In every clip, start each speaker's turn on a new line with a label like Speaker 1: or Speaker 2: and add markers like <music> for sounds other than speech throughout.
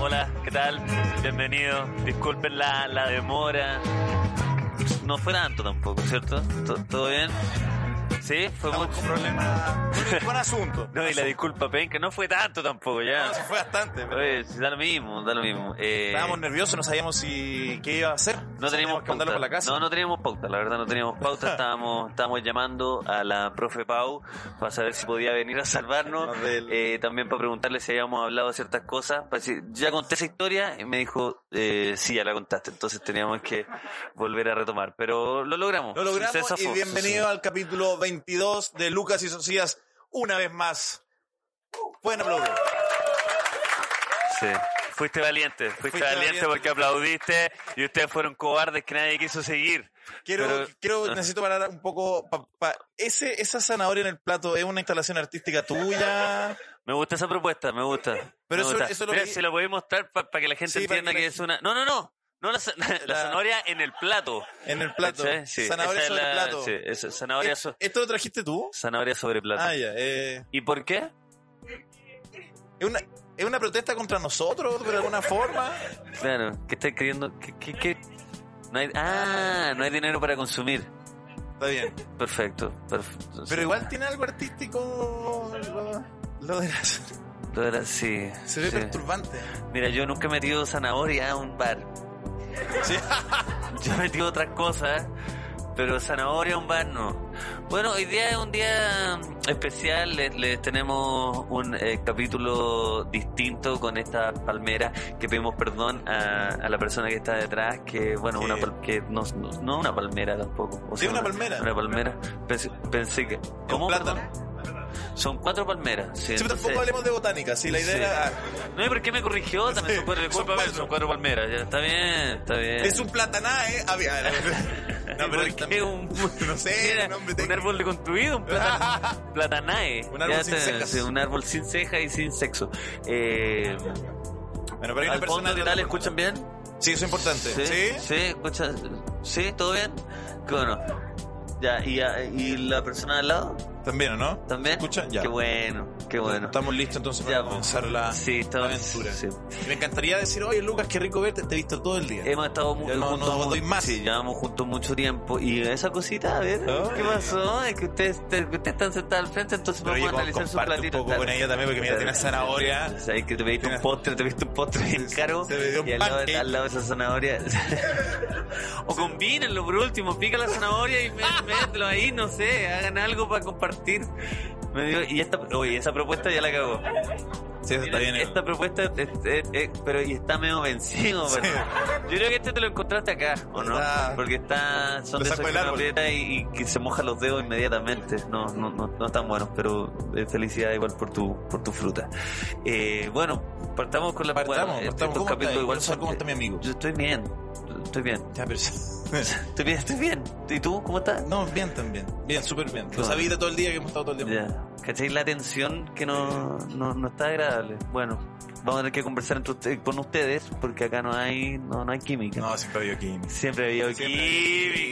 Speaker 1: Hola, ¿qué tal? Bienvenido. Disculpen la, la demora. No fue tanto tampoco, ¿cierto? ¿To- ¿Todo bien? ¿Sí? Fue
Speaker 2: Estamos
Speaker 1: mucho.
Speaker 2: con problemas. Buen, buen asunto.
Speaker 1: <laughs> No, y la disculpa, penca, no fue tanto tampoco,
Speaker 2: No,
Speaker 1: ya.
Speaker 2: se fue bastante. pero
Speaker 1: Oye, sí, da lo mismo, da lo mismo. Eh,
Speaker 2: Estábamos nerviosos, no sabíamos si qué iba a hacer.
Speaker 1: no teníamos
Speaker 2: que
Speaker 1: pauta.
Speaker 2: mandarlo por la casa.
Speaker 1: No, no teníamos pauta, la verdad no teníamos
Speaker 2: <laughs>
Speaker 1: pauta. Estábamos, estábamos llamando a la profe Pau para saber si podía venir a salvarnos.
Speaker 2: Más del-
Speaker 1: Eh, también para preguntarle si habíamos hablado de ciertas cosas. Para decir, ya conté esa historia y me dijo, eh, sí, ya la contaste. Entonces teníamos que volver a retomar. Pero lo logramos.
Speaker 2: Lo logramos
Speaker 1: Se zafó,
Speaker 2: y bienvenido al capítulo 22 de Lucas y Socias una vez más. Pueden aplaudir.
Speaker 1: Sí. Fuiste valiente, fuiste,
Speaker 2: Fuiste
Speaker 1: valiente
Speaker 2: valiente.
Speaker 1: porque aplaudiste y ustedes fueron cobardes que nadie quiso seguir.
Speaker 2: Quiero,
Speaker 1: Pero- <laughs>
Speaker 2: quiero
Speaker 1: ah.
Speaker 2: necesito parar un poco. pa- pa- ese, esa zanahoria en el plato es una instalación artística tuya.
Speaker 1: Me gusta esa propuesta, me gusta.
Speaker 2: Pero
Speaker 1: me
Speaker 2: eso-
Speaker 1: gusta.
Speaker 2: eso lo
Speaker 1: Mira,
Speaker 2: vi-
Speaker 1: se lo voy a mostrar para que la gente
Speaker 2: Sí, para
Speaker 1: entienda
Speaker 2: que
Speaker 1: que,
Speaker 2: la
Speaker 1: es una. No, no, no. No la, za- <laughs> la
Speaker 2: La-
Speaker 1: zanahoria en el plato.
Speaker 2: En el plato.
Speaker 1: ¿Cachai? Sí, esa
Speaker 2: Zanahoria
Speaker 1: es
Speaker 2: sobre
Speaker 1: la-
Speaker 2: el plato.
Speaker 1: Sí, esa- zanahoria,
Speaker 2: Eh,
Speaker 1: so-
Speaker 2: ¿Esto lo trajiste tú?
Speaker 1: zanahoria sobre plato.
Speaker 2: Ah, ya. eh,
Speaker 1: ¿Y por qué?
Speaker 2: es, una, es una protesta contra nosotros, de alguna forma.
Speaker 1: Claro, ¿qué está escribiendo? ¿Qué, qué, qué? No hay, ah, no hay dinero para consumir.
Speaker 2: Está bien.
Speaker 1: Perfecto, perfecto.
Speaker 2: Pero
Speaker 1: Sí.
Speaker 2: igual tiene algo artístico. Lo, lo de las-
Speaker 1: Lo era- sí,
Speaker 2: Se ve
Speaker 1: sí.
Speaker 2: perturbante.
Speaker 1: Mira, yo nunca he metido zanahoria a un bar.
Speaker 2: Sí.
Speaker 1: <laughs> Yo he metido otras cosas, pero zanahoria a un bar no. Bueno, hoy día es un día especial, les, les tenemos un eh, capítulo distinto con esta palmera que pedimos perdón a, a la persona que está detrás, que bueno,
Speaker 2: Sí.
Speaker 1: una pal- que no, no, no una palmera tampoco. O
Speaker 2: Sí, una palmera.
Speaker 1: Una palmera. Pensé, pensé que... ¿Cómo?
Speaker 2: Un plátano.
Speaker 1: perdón? Son cuatro palmeras. Sí,
Speaker 2: Sí, pero
Speaker 1: entonces-
Speaker 2: tampoco hablemos de botánica. Sí, la idea
Speaker 1: Sí.
Speaker 2: era.
Speaker 1: no, ¿y por qué me
Speaker 2: <laughs>
Speaker 1: corrigió? También son cuatro,
Speaker 2: son
Speaker 1: disculpa,
Speaker 2: cuatro.
Speaker 1: son cuatro palmeras. Ya, está bien, está bien.
Speaker 2: Es un plataná, ¿eh? A
Speaker 1: <laughs>
Speaker 2: ver, a ver. No, pero
Speaker 1: ¿Por qué
Speaker 2: también-
Speaker 1: un,
Speaker 2: <laughs> No sé,
Speaker 1: <laughs> Mira,
Speaker 2: un nombre
Speaker 1: un
Speaker 2: técnico.
Speaker 1: árbol deconstruido, un plata- platanae.
Speaker 2: ¿Eh? Un árbol
Speaker 1: Ya
Speaker 2: sin
Speaker 1: está,
Speaker 2: cejas.
Speaker 1: sí, un árbol sin ceja y sin sexo. Eh,
Speaker 2: <laughs> Bueno, pero hay una
Speaker 1: al
Speaker 2: persona.
Speaker 1: fondo, ¿qué tal? ¿Escuchan bien?
Speaker 2: Sí, eso es importante. Sí.
Speaker 1: ¿Sí? ¿Escuchan? ¿Sí? ¿Todo bien? Qué bueno. Ya, ¿y, a- y la persona de al lado
Speaker 2: También, ¿o no?
Speaker 1: también?
Speaker 2: ¿Escucha? Ya.
Speaker 1: Qué bueno, qué bueno.
Speaker 2: Estamos listos entonces
Speaker 1: Ya,
Speaker 2: para
Speaker 1: pues.
Speaker 2: comenzar la,
Speaker 1: Sí,
Speaker 2: la
Speaker 1: estamos-
Speaker 2: aventura.
Speaker 1: sí.
Speaker 2: Me encantaría decir, oye Lucas, qué rico verte, te he visto todo el día.
Speaker 1: Hemos estado mu-
Speaker 2: Ya no-
Speaker 1: juntos
Speaker 2: no
Speaker 1: mu-
Speaker 2: doy más.
Speaker 1: sí, llevamos juntos mucho tiempo. Y esa cosita, a ver,
Speaker 2: Ay.
Speaker 1: ¿qué pasó? Es que ustedes, te- ustedes están sentados al frente, entonces
Speaker 2: Pero
Speaker 1: vamos
Speaker 2: oye,
Speaker 1: a analizar su
Speaker 2: comparte un
Speaker 1: platito.
Speaker 2: poco
Speaker 1: claro.
Speaker 2: con ella también, porque mira,
Speaker 1: Claro.
Speaker 2: tiene zanahoria.
Speaker 1: O sea, es que te pediste un
Speaker 2: Mira.
Speaker 1: postre, te pediste un postre bien caro.
Speaker 2: se me dio un
Speaker 1: y al lado,
Speaker 2: pancake.
Speaker 1: al lado de esa
Speaker 2: <laughs>
Speaker 1: zanahoria. o combínenlo por último, pica la zanahoria y mé- mételo ahí, no sé, hagan algo para compartir. Me dio- y esta, oye, esa propuesta ya la cagó.
Speaker 2: Sí, eso está bien. el-
Speaker 1: Esta propuesta, es- es- es- pero y está medio vencido,
Speaker 2: Sí.
Speaker 1: ¿verdad? Yo creo que este te lo encontraste acá, ¿o no?
Speaker 2: Está-
Speaker 1: Porque está, son de
Speaker 2: Lo saco
Speaker 1: esos que
Speaker 2: del
Speaker 1: uno
Speaker 2: árbol.
Speaker 1: aprieta y, y que se moja los dedos inmediatamente. No, no, no, no están buenos, pero eh, felicidad igual por tu, por tu fruta. Eh, bueno, partamos con la
Speaker 2: Partamos,
Speaker 1: bueno, estos
Speaker 2: partamos. ¿Cómo
Speaker 1: capítulos
Speaker 2: está?
Speaker 1: igual
Speaker 2: Quiero saber
Speaker 1: son-
Speaker 2: ¿Cómo está mi amigo?
Speaker 1: Yo estoy bien, estoy bien,
Speaker 2: Ya, pero...
Speaker 1: estoy bien, estoy bien. ¿Y tú cómo estás?
Speaker 2: No, bien también. Bien, súper bien.
Speaker 1: Qué
Speaker 2: Lo
Speaker 1: bueno.
Speaker 2: sabía de todo el día que hemos estado todo el día.
Speaker 1: Ya, ¿cachai? La tensión que no, no, no está agradable. Bueno, vamos a tener que conversar entre ustedes- con ustedes porque acá no hay, no, no hay química.
Speaker 2: No, siempre había aquí.
Speaker 1: Siempre ha habido
Speaker 2: Siempre
Speaker 1: química,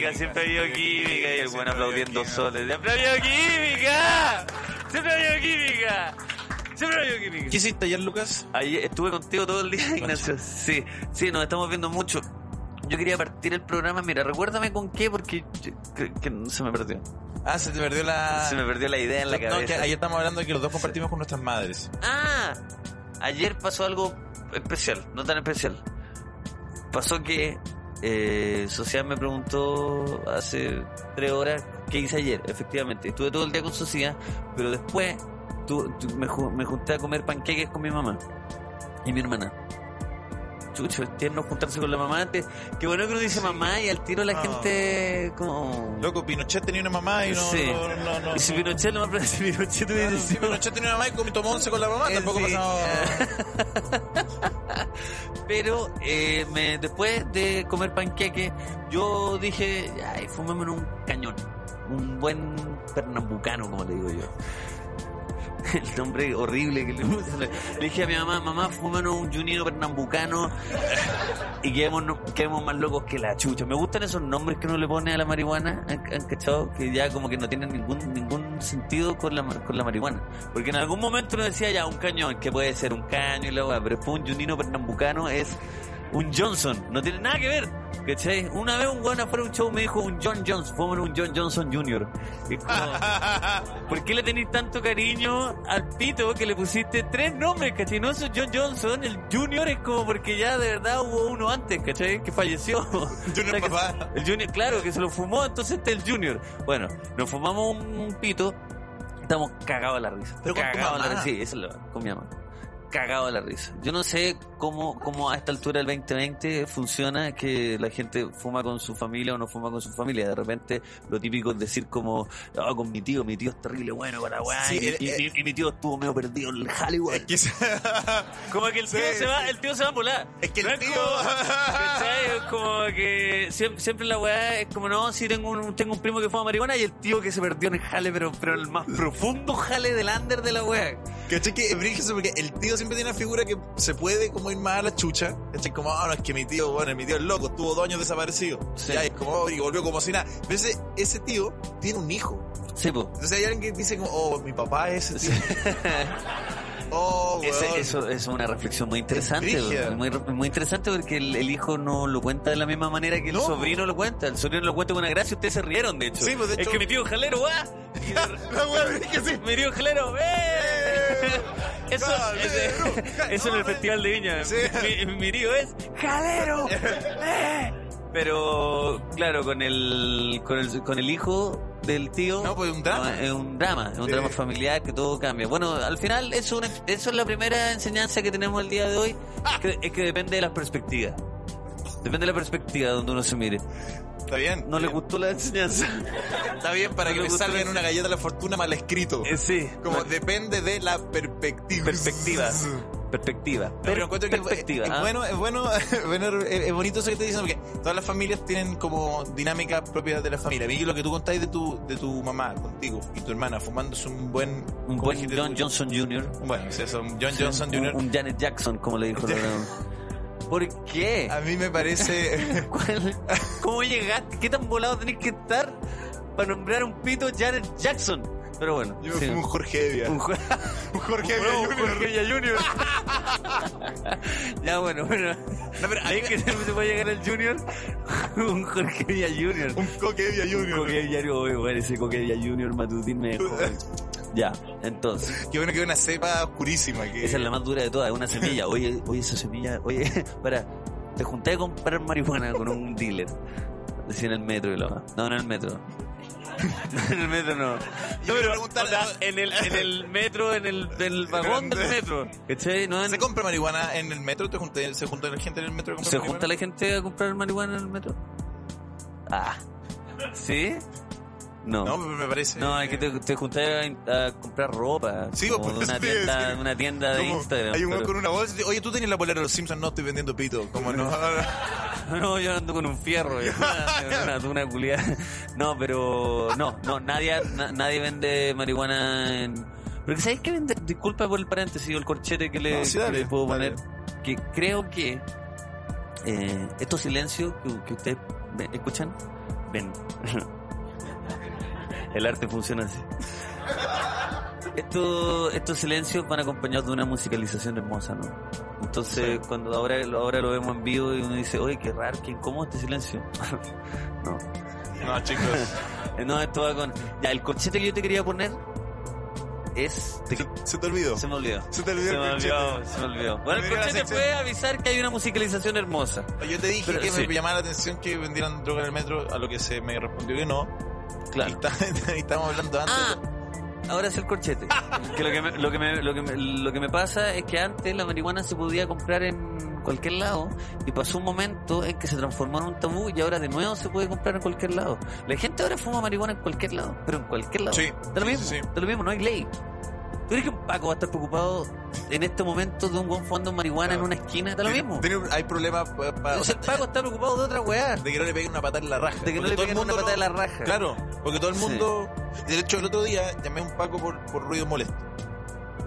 Speaker 2: ha habido
Speaker 1: siempre ha habido
Speaker 2: química,
Speaker 1: química. Y el buen
Speaker 2: siempre ha habido
Speaker 1: aplaudiendo
Speaker 2: química.
Speaker 1: soles. ¡Siempre ha habido química! ¡Siempre ha habido química! ¡Siempre ha habido química!
Speaker 2: ¿Qué hiciste ayer, Lucas?
Speaker 1: Ahí estuve contigo todo el día, Ignacio. Sí, sí, nos estamos viendo mucho. Yo quería partir el programa, mira, recuérdame con qué, porque yo- que- que se me perdió.
Speaker 2: Ah, se te perdió la...
Speaker 1: Se me perdió la idea en la
Speaker 2: No, que
Speaker 1: cabeza.
Speaker 2: ayer estamos hablando de que los dos compartimos con nuestras madres.
Speaker 1: Ah, ayer pasó algo especial, no tan especial. Pasó que eh, Sociedad me preguntó hace tres horas qué hice ayer, efectivamente. Estuve todo el día con Sociedad, pero después tu- tu- me, ju- me junté a comer panqueques con mi mamá y mi hermana. Chucho, es tierno juntarse con la mamá antes. Qué bueno que uno dice mamá y al tiro la
Speaker 2: Ah.
Speaker 1: gente como...
Speaker 2: Loco, Pinochet tenía una mamá y no...
Speaker 1: Sí.
Speaker 2: no, no, no.
Speaker 1: Y si Pinochet no me si Pinochet hubiese
Speaker 2: Claro, si
Speaker 1: sido-
Speaker 2: Pinochet tenía una mamá y comió- tomó once con la mamá,
Speaker 1: Eh,
Speaker 2: tampoco
Speaker 1: sí. <laughs>
Speaker 2: <laughs> pasaba...
Speaker 1: Pero eh, me, después de comer panqueque, yo dije, ay, fumémonos un cañón. un buen pernambucano, como le digo yo. <laughs> El nombre horrible que le puse. Le dije a mi mamá, mamá, fúmanos un junino pernambucano <laughs> y quedemos, no- quedemos más locos que la chucha. Me gustan esos nombres que uno le pone a la marihuana, ¿han, han cachado? Que ya como que no tienen ningún, ningún sentido con la, mar- con la marihuana. Porque en algún momento uno decía ya un cañón, que puede ser un caño y la weá, pero después un junino pernambucano es un Johnson, no tiene nada que ver. ¿Cachai? Una vez un weón afuera de un show me dijo un John Johnson, fue un John Johnson Jr. Y es como, ¿Por qué le tenéis tanto cariño al pito que le pusiste tres nombres, cachai? No, eso es John Johnson, el Junior es como porque ya de verdad hubo uno antes, cachai, que falleció.
Speaker 2: Junior
Speaker 1: que-
Speaker 2: papá.
Speaker 1: El Junior, claro, que se lo fumó, entonces está el Junior. Bueno, nos fumamos un, un pito, estamos cagados de la risa.
Speaker 2: Pero con tu
Speaker 1: cagados de la risa,
Speaker 2: mamá.
Speaker 1: sí, eso es lo, con mi mamá. Cagado de la risa. Yo no sé cómo, cómo a esta altura del 2020 funciona que la gente fuma con su familia o no fuma con su familia. De repente lo típico es decir como, ah, con mi tío, mi tío es terrible, bueno, para weá,
Speaker 2: Sí,
Speaker 1: y,
Speaker 2: el-
Speaker 1: y-
Speaker 2: eh.
Speaker 1: y mi tío estuvo medio perdido en el jale, weón".
Speaker 2: Quizá-
Speaker 1: Como que el tío
Speaker 2: Sí,
Speaker 1: se va, el tío se va a volar.
Speaker 2: <laughs> Es que el tío-
Speaker 1: <laughs> ¿cachai? Es como que siem- siempre, la weá es como, no, sí tengo un, tengo un primo que fuma marihuana y el tío que se perdió en el jale, pero, pero el más profundo jale del under de la weá.
Speaker 2: ¿Cachai? Que es brígido porque el tío siempre tiene una figura que se puede como ir más a la chucha. ¿Cachai? Como, ah, no, es que mi tío, bueno, mi tío es loco, estuvo dos años desaparecido.
Speaker 1: Sí.
Speaker 2: Ya, es como, oh, y volvió como si nada. Pero ese, ese tío tiene un hijo.
Speaker 1: Sí, po.
Speaker 2: Entonces hay alguien que dice como, oh, mi papá es ese tío. oh,
Speaker 1: Ese-
Speaker 2: weón.
Speaker 1: eso es una reflexión muy interesante,
Speaker 2: Es brígida.
Speaker 1: muy, muy interesante porque el, el hijo no lo cuenta de la misma manera que el
Speaker 2: No.
Speaker 1: sobrino lo cuenta. El sobrino lo cuenta con una gracia, ustedes se rieron, de hecho.
Speaker 2: Sí, pues, de
Speaker 1: Es
Speaker 2: hecho-
Speaker 1: que mi tío es jalero, guá. Y de-
Speaker 2: <laughs> La weá brígida, sí.
Speaker 1: <laughs> Mi tío es jalero, ¡eh!
Speaker 2: <laughs>
Speaker 1: Eso,
Speaker 2: Jalero,
Speaker 1: <laughs> ese- eso en el
Speaker 2: jalero.
Speaker 1: Festival de Viña.
Speaker 2: Sí.
Speaker 1: Mi, mi tío es
Speaker 2: <laughs>
Speaker 1: jalero. ¡eh! Pero, claro, con el, con el, con el hijo del tío.
Speaker 2: No, pues un drama.
Speaker 1: no, es un drama, es un
Speaker 2: Sí.
Speaker 1: drama familiar que todo cambia. Bueno, al final eso, es una- eso es la primera enseñanza que tenemos el día de hoy,
Speaker 2: Ah.
Speaker 1: que- es que depende de las perspectivas. Depende de la perspectiva donde uno se mire.
Speaker 2: Está bien.
Speaker 1: No le gustó la
Speaker 2: <laughs>
Speaker 1: enseñanza.
Speaker 2: Está bien para
Speaker 1: no
Speaker 2: que
Speaker 1: le
Speaker 2: me
Speaker 1: gustó
Speaker 2: salven
Speaker 1: ese-
Speaker 2: una galleta de la fortuna mal escrito.
Speaker 1: Eh, sí.
Speaker 2: Como
Speaker 1: No,
Speaker 2: depende de la perspectiva. <laughs>
Speaker 1: Perspectiva. perspectiva.
Speaker 2: Pero encuentro que es-
Speaker 1: perspectiva.
Speaker 2: es,
Speaker 1: ¿ah?
Speaker 2: bueno, es bueno, <laughs> bueno, es es bonito eso que te dicen porque todas las familias tienen como dinámicas propias de la familia. A mí lo que tú contáis de tu, de tu mamá contigo y tu hermana fumándose un buen,
Speaker 1: un
Speaker 2: ¿cómo
Speaker 1: buen
Speaker 2: dijiste
Speaker 1: John
Speaker 2: tú?
Speaker 1: Johnson Jr.
Speaker 2: Bueno, sí, eso, un John Johnson
Speaker 1: Un-
Speaker 2: Jr.
Speaker 1: Un, Janet Jackson, como le dijo.
Speaker 2: <laughs>
Speaker 1: Leonardo. ¿Por qué?
Speaker 2: A mí
Speaker 1: <laughs>
Speaker 2: me parece <laughs>
Speaker 1: ¿Cuál- ¿Cómo llegaste? ¿Qué tan volado tenés que estar para nombrar un pito Janet Jackson? Pero bueno.
Speaker 2: yo me
Speaker 1: sí.
Speaker 2: fumo un Jorge Evia.
Speaker 1: Un
Speaker 2: <laughs> Un
Speaker 1: jue-
Speaker 2: Jorge Evia
Speaker 1: Bueno,
Speaker 2: Jr.
Speaker 1: Jorge Villa Junior. <laughs> ya, bueno, bueno.
Speaker 2: No, pero a mí
Speaker 1: ¿Ves que se puede llegar el Junior? <laughs> un Jorge Villa Junior.
Speaker 2: me- un Coque Evia Jr.
Speaker 1: Coque Villa Junior. Bueno, ese Coque Villa Junior matutín me
Speaker 2: <laughs>
Speaker 1: dejó. Ya, entonces.
Speaker 2: Qué bueno que es una cepa oscurísima. Que...
Speaker 1: Esa es la más dura de todas, es una semilla. Oye, oye, esa semilla, oye, <laughs> para, te junté a comprar marihuana con un dealer. Así en el metro y lo. No, en el metro. <laughs> en el metro no.
Speaker 2: Yo quiero preguntarle-
Speaker 1: onda, en, el, en el metro, en el, en
Speaker 2: <laughs>
Speaker 1: el vagón del metro. ¿Cachai? No en-
Speaker 2: ¿Se compra marihuana en el metro? ¿Te junté- ¿Se junta la gente en el metro? a comprar
Speaker 1: ¿Se
Speaker 2: marihuana?
Speaker 1: junta la gente a comprar marihuana en el metro? Ah. ¿Sí? No. No,
Speaker 2: No, me me parece.
Speaker 1: es que te, te junté a, a comprar ropa.
Speaker 2: Sí,
Speaker 1: como
Speaker 2: pues,
Speaker 1: de una
Speaker 2: <laughs> sí,
Speaker 1: tienda,
Speaker 2: sí.
Speaker 1: una tienda de
Speaker 2: Como,
Speaker 1: Instagram.
Speaker 2: Hay un weón
Speaker 1: pero-
Speaker 2: con una bolsa. y dice, Oye, tú tenés la polera de los Simpsons. No estoy vendiendo pito. Como no.
Speaker 1: <laughs> No, yo ando con un
Speaker 2: <laughs>
Speaker 1: fierro, yo. una, una, una culiá. No, pero no, no, nadie, na- nadie vende marihuana en... Pero ¿sabes qué vende? Disculpa por el paréntesis o el corchete que le,
Speaker 2: No, sí,
Speaker 1: que
Speaker 2: dale,
Speaker 1: le puedo
Speaker 2: dale.
Speaker 1: poner. Que creo que eh, estos silencios que, que ustedes ve- escuchan, ven. <laughs> El arte funciona así. Estos, estos silencios van acompañados de una musicalización hermosa, ¿no? Entonces, cuando ahora, ahora lo vemos en vivo y uno dice, oye, qué raro, qué incómodo este silencio. <laughs> no.
Speaker 2: no, chicos.
Speaker 1: Eh, No, esto va con... Ya, el corchete que yo te quería poner es... te-
Speaker 2: Se, se te olvidó.
Speaker 1: Se me olvidó.
Speaker 2: Se te olvidó
Speaker 1: Se
Speaker 2: el
Speaker 1: me
Speaker 2: corchete.
Speaker 1: olvidó, se me olvidó. Bueno, el
Speaker 2: Primera
Speaker 1: corchete
Speaker 2: sección.
Speaker 1: fue avisar que hay una musicalización hermosa.
Speaker 2: Yo te dije
Speaker 1: Pero,
Speaker 2: que
Speaker 1: sí.
Speaker 2: me llamaba la atención que vendieran droga en el metro, a lo que se me respondió que no. Y,
Speaker 1: Claro.
Speaker 2: está- <laughs> y estábamos hablando antes.
Speaker 1: Ah, ahora es el corchete. <laughs> que lo que, me, lo, que me, lo, que me, lo que me pasa es que antes la marihuana se podía comprar en cualquier lado y pasó un momento en que se transformó en un tabú y ahora de nuevo se puede comprar en cualquier lado. La gente ahora fuma marihuana en cualquier lado, pero en cualquier lado.
Speaker 2: Sí,
Speaker 1: Da lo
Speaker 2: sí,
Speaker 1: mismo,
Speaker 2: sí, sí.
Speaker 1: da lo mismo, no hay ley. ¿Tú crees que Paco va a estar preocupado en este momento de un buen fondo de marihuana en una esquina? Está lo
Speaker 2: Tiene-
Speaker 1: mismo.
Speaker 2: tiene un- hay problemas pa- pa- o
Speaker 1: Entonces
Speaker 2: sea,
Speaker 1: el Paco está preocupado de otra weá.
Speaker 2: de que no le peguen una patada en la raja.
Speaker 1: De que no
Speaker 2: Porque
Speaker 1: le
Speaker 2: todo el
Speaker 1: peguen una
Speaker 2: mundo
Speaker 1: patada en
Speaker 2: lo-
Speaker 1: la raja.
Speaker 2: Claro, porque todo el
Speaker 1: Sí.
Speaker 2: mundo. De hecho, el otro día llamé a un Paco por, por ruido molesto.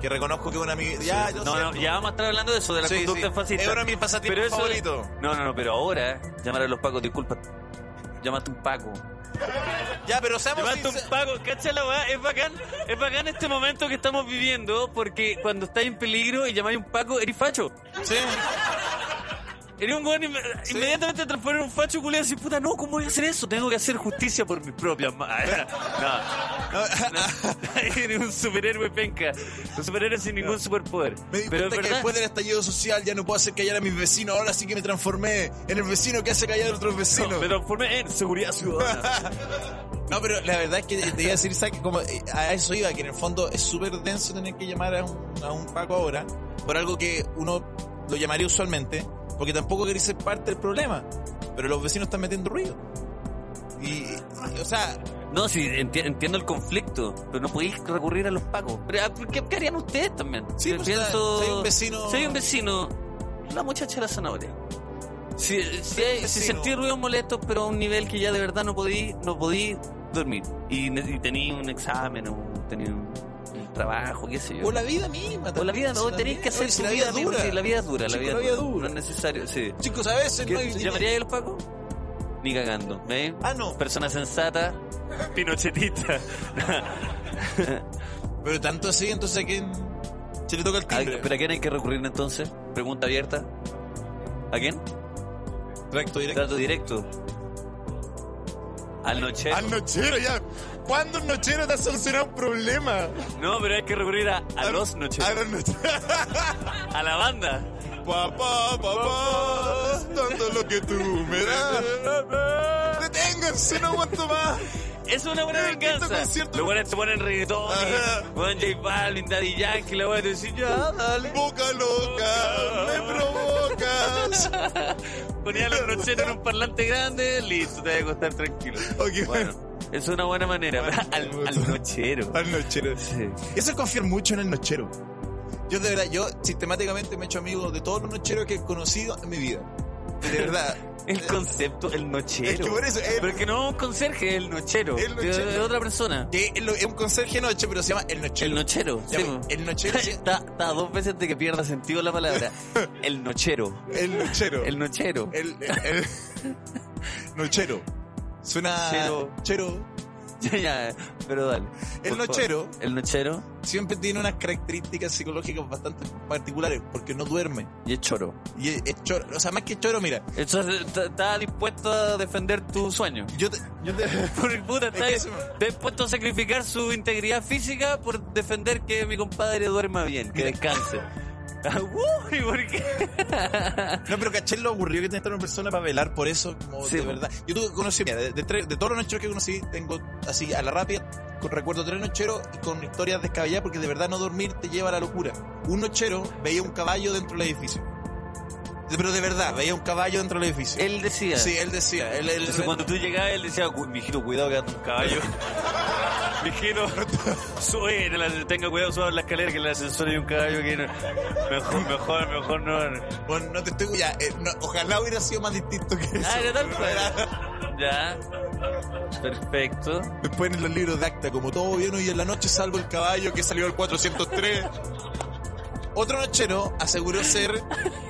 Speaker 2: Que reconozco que es una mi. Ya, yo
Speaker 1: no,
Speaker 2: sé.
Speaker 1: no, ya vamos a estar hablando de eso, de la
Speaker 2: Sí,
Speaker 1: conducta
Speaker 2: sí.
Speaker 1: fascista.
Speaker 2: Es uno de mis
Speaker 1: Pero
Speaker 2: pasatiempos
Speaker 1: eso-
Speaker 2: favoritos.
Speaker 1: No, no, no, pero ahora eh, llamar a los Pacos, disculpa. Llamaste un Paco.
Speaker 2: Ya, pero seamos
Speaker 1: Llamaste un
Speaker 2: sinceros.
Speaker 1: Paco, cacha la weá, es bacán, es bacán este momento que estamos viviendo porque cuando estás en peligro y llamáis un Paco, eres facho.
Speaker 2: Sí.
Speaker 1: Eres un weón inme-
Speaker 2: Sí.
Speaker 1: inmediatamente te transformas en un facho culiado así, puta, no, ¿cómo voy a hacer eso? Tengo que hacer justicia por mis propias <laughs> manos.
Speaker 2: <laughs>
Speaker 1: No, <laughs> eres un superhéroe penca, un superhéroe sin ningún superpoder.
Speaker 2: Me di
Speaker 1: Pero es
Speaker 2: cuenta que
Speaker 1: verdad,
Speaker 2: después del estallido social ya no puedo hacer callar a mis vecinos. Ahora sí que me transformé en el vecino que hace callar a otros
Speaker 1: no,
Speaker 2: vecinos.
Speaker 1: me transformé en seguridad ciudadana.
Speaker 2: <laughs> No, pero la verdad es que te iba a decir, Isaac, como eh, a eso iba, que en el fondo es súper denso tener que llamar a un, a un Paco ahora por algo que uno lo llamaría usualmente, porque tampoco quería ser parte del problema, pero los vecinos están metiendo ruido. Y, y, o sea,
Speaker 1: No, sí, enti- entiendo el conflicto, pero no podéis recurrir a los pacos. Pero, ah, ¿por ¿qué, qué harían ustedes también?
Speaker 2: sí,
Speaker 1: Yo
Speaker 2: pues,
Speaker 1: pienso-
Speaker 2: si hay un vecino...
Speaker 1: si hay un vecino, la muchacha de la zanahoria. Si, si, hay- si
Speaker 2: vecino.
Speaker 1: sentí ruidos molestos, pero a un nivel que ya de verdad no podí, no podí dormir. Y, ne- y tenía un examen, o tenía un, un trabajo, qué sé yo.
Speaker 2: O la vida misma.
Speaker 1: O la vida,
Speaker 2: también,
Speaker 1: no,
Speaker 2: si
Speaker 1: tenéis que hacer
Speaker 2: oye, si
Speaker 1: tu
Speaker 2: la vida
Speaker 1: mismo,
Speaker 2: dura.
Speaker 1: sí, la vida es dura, la
Speaker 2: Chico,
Speaker 1: vida,
Speaker 2: la
Speaker 1: es
Speaker 2: vida
Speaker 1: dura.
Speaker 2: dura.
Speaker 1: No es necesario, sí.
Speaker 2: Chicos, a veces no hay...
Speaker 1: ¿Qué- ¿Llamaría a los pacos? Ni cagando, ¿eh? ¿ves?
Speaker 2: Ah, no,
Speaker 1: Persona sensata, pinochetista.
Speaker 2: pero tanto así, entonces a quién... Se le toca el
Speaker 1: ¿A,
Speaker 2: timbre.
Speaker 1: ¿Pero a quién hay que recurrir entonces? Pregunta abierta. ¿A quién?
Speaker 2: Tracto directo.
Speaker 1: Trato directo. Al noche.
Speaker 3: Al nochero, ya. ¿Cuándo un nochero te ha solucionado un problema?
Speaker 1: No, pero hay que recurrir a, a los
Speaker 3: A
Speaker 1: nocheros.
Speaker 3: los nocheros.
Speaker 2: <laughs>
Speaker 1: A la banda.
Speaker 3: Papá, papá, tanto lo que tú me das. Deténganse, no aguanto más.
Speaker 1: Es una buena
Speaker 3: Eh, quinto
Speaker 1: venganza.
Speaker 3: concierto.
Speaker 1: Los buenos te ponen reggaetón.
Speaker 3: Ajá.
Speaker 1: Juan J Balvin, Daddy Yankee. La voy a decir ya, dale.
Speaker 3: Boca loca, me provocas.
Speaker 1: Ponía a los nocheros en un parlante grande. Listo, te voy a acostar tranquilo.
Speaker 3: <laughs> Ok,
Speaker 1: Bueno, es una buena manera. <laughs> Al, al nochero.
Speaker 3: Al nochero.
Speaker 1: Sí.
Speaker 3: Eso es confiar mucho en el nochero.
Speaker 2: Yo de verdad, yo sistemáticamente me he hecho amigo de todos los nocheros que he conocido en mi vida. De verdad.
Speaker 1: El concepto, el nochero.
Speaker 3: Es que por eso, eh,
Speaker 1: Pero que no es un conserje, el nochero.
Speaker 3: El nochero.
Speaker 1: De, de otra persona.
Speaker 2: que es, lo- es un conserje noche, pero se llama el nochero.
Speaker 1: El nochero.
Speaker 2: Se
Speaker 1: sí,
Speaker 2: llama
Speaker 1: po.
Speaker 2: el nochero. sí.
Speaker 1: Está, está a dos veces de que pierda sentido la palabra. El nochero.
Speaker 3: el nochero.
Speaker 1: El nochero.
Speaker 2: Eh.
Speaker 3: El, el-
Speaker 2: <laughs>
Speaker 3: el- nochero.
Speaker 2: Suena
Speaker 1: Chero.
Speaker 2: chero.
Speaker 1: <laughs> Ya, ya, pero dale.
Speaker 2: El
Speaker 1: por favor.
Speaker 2: nochero
Speaker 1: El nochero
Speaker 2: siempre tiene unas características psicológicas bastante particulares, porque no duerme.
Speaker 1: y el choro.
Speaker 2: Y es, es choro. O sea, más que choro, mira.
Speaker 1: Entonces, está- está dispuesto a defender tu sueño. <laughs>
Speaker 2: Yo te- yo te-
Speaker 1: Por puta, está
Speaker 2: Es que eso-
Speaker 1: está dispuesto a sacrificar su integridad física por defender que mi compadre duerma bien, que descanse. <laughs> Ah, Uy, ¿por qué?
Speaker 2: No, pero caché lo aburrido que tiene estar una persona para velar por eso, como
Speaker 1: Sí,
Speaker 2: de
Speaker 1: po.
Speaker 2: verdad. Yo tuve, conocí, mira, de, de tres- de todos los nocheros que conocí, tengo así a la rápida, con recuerdo tres nocheros y con historias descabelladas, porque de verdad no dormir te lleva a la locura. Un nochero veía un caballo dentro del edificio. De- Pero de verdad, veía un caballo dentro del edificio.
Speaker 1: Él decía.
Speaker 2: sí, él decía, él, él-
Speaker 1: Entonces cuando tú llegabas, él decía, "Cu- mijito, cuidado que anda un caballo. mijito, sube, en la- tenga cuidado, suba la escalera que en el ascensor hay un caballo que no- mejor, mejor, mejor no.
Speaker 2: Bueno, no te estoy, ya, eh, no, ojalá hubiera sido más distinto que eso.
Speaker 1: Ah, era tal
Speaker 2: Pero era-
Speaker 1: cual. Ya. Perfecto.
Speaker 2: Me ponen los libros de acta, como todo bien hoy en la noche, salvo el caballo que salió el 403. Otro nochero aseguró ser.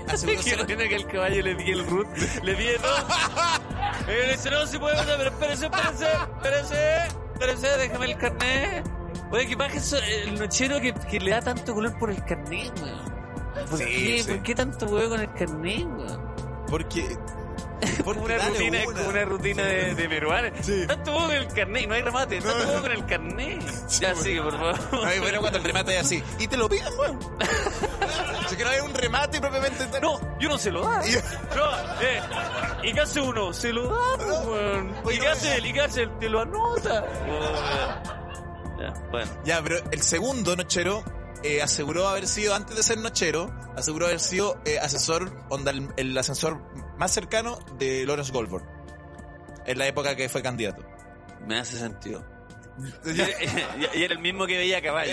Speaker 2: Aseguró
Speaker 1: Qué
Speaker 2: ser
Speaker 1: buena <laughs> que el caballo le di el root, le di el <laughs> root. Y él dice, no, si puede, pero espérese, espérese, espérese, espérese, déjame el carnet. Oye, que baje eso, el nochero que, que le da tanto color por el carnet, weón. ¿Por,
Speaker 2: Sí,
Speaker 1: qué?
Speaker 2: sí.
Speaker 1: ¿Por qué tanto huevo con el carnet, weón?
Speaker 2: porque.
Speaker 1: Como una
Speaker 2: dale
Speaker 1: rutina, como una rutina de, de peruanos.
Speaker 3: Sí.
Speaker 1: Tanto vos con el carnet, no hay remate, tanto vos con el carnet. ya sigue, por favor.
Speaker 2: Ay, bueno, cuando el remate es así. Y te lo piden, weón. O sea, que no hay un remate propiamente tal.
Speaker 1: No, yo no se lo
Speaker 2: <laughs>
Speaker 1: da. No, eh, ¿Y qué hace uno? Se lo da, pues, weón. ¿Y qué hace él? ¿Y qué hace él? Te lo anota. Oh, ya, bueno.
Speaker 2: Ya, pero el segundo nochero eh, aseguró haber sido, antes de ser nochero, aseguró haber sido eh, asesor, onda, el, el asesor más cercano de Lawrence Goldberg. En la época que fue candidato.
Speaker 1: <laughs> Me hace sentido. Y, y- y era el mismo que veía a caballo.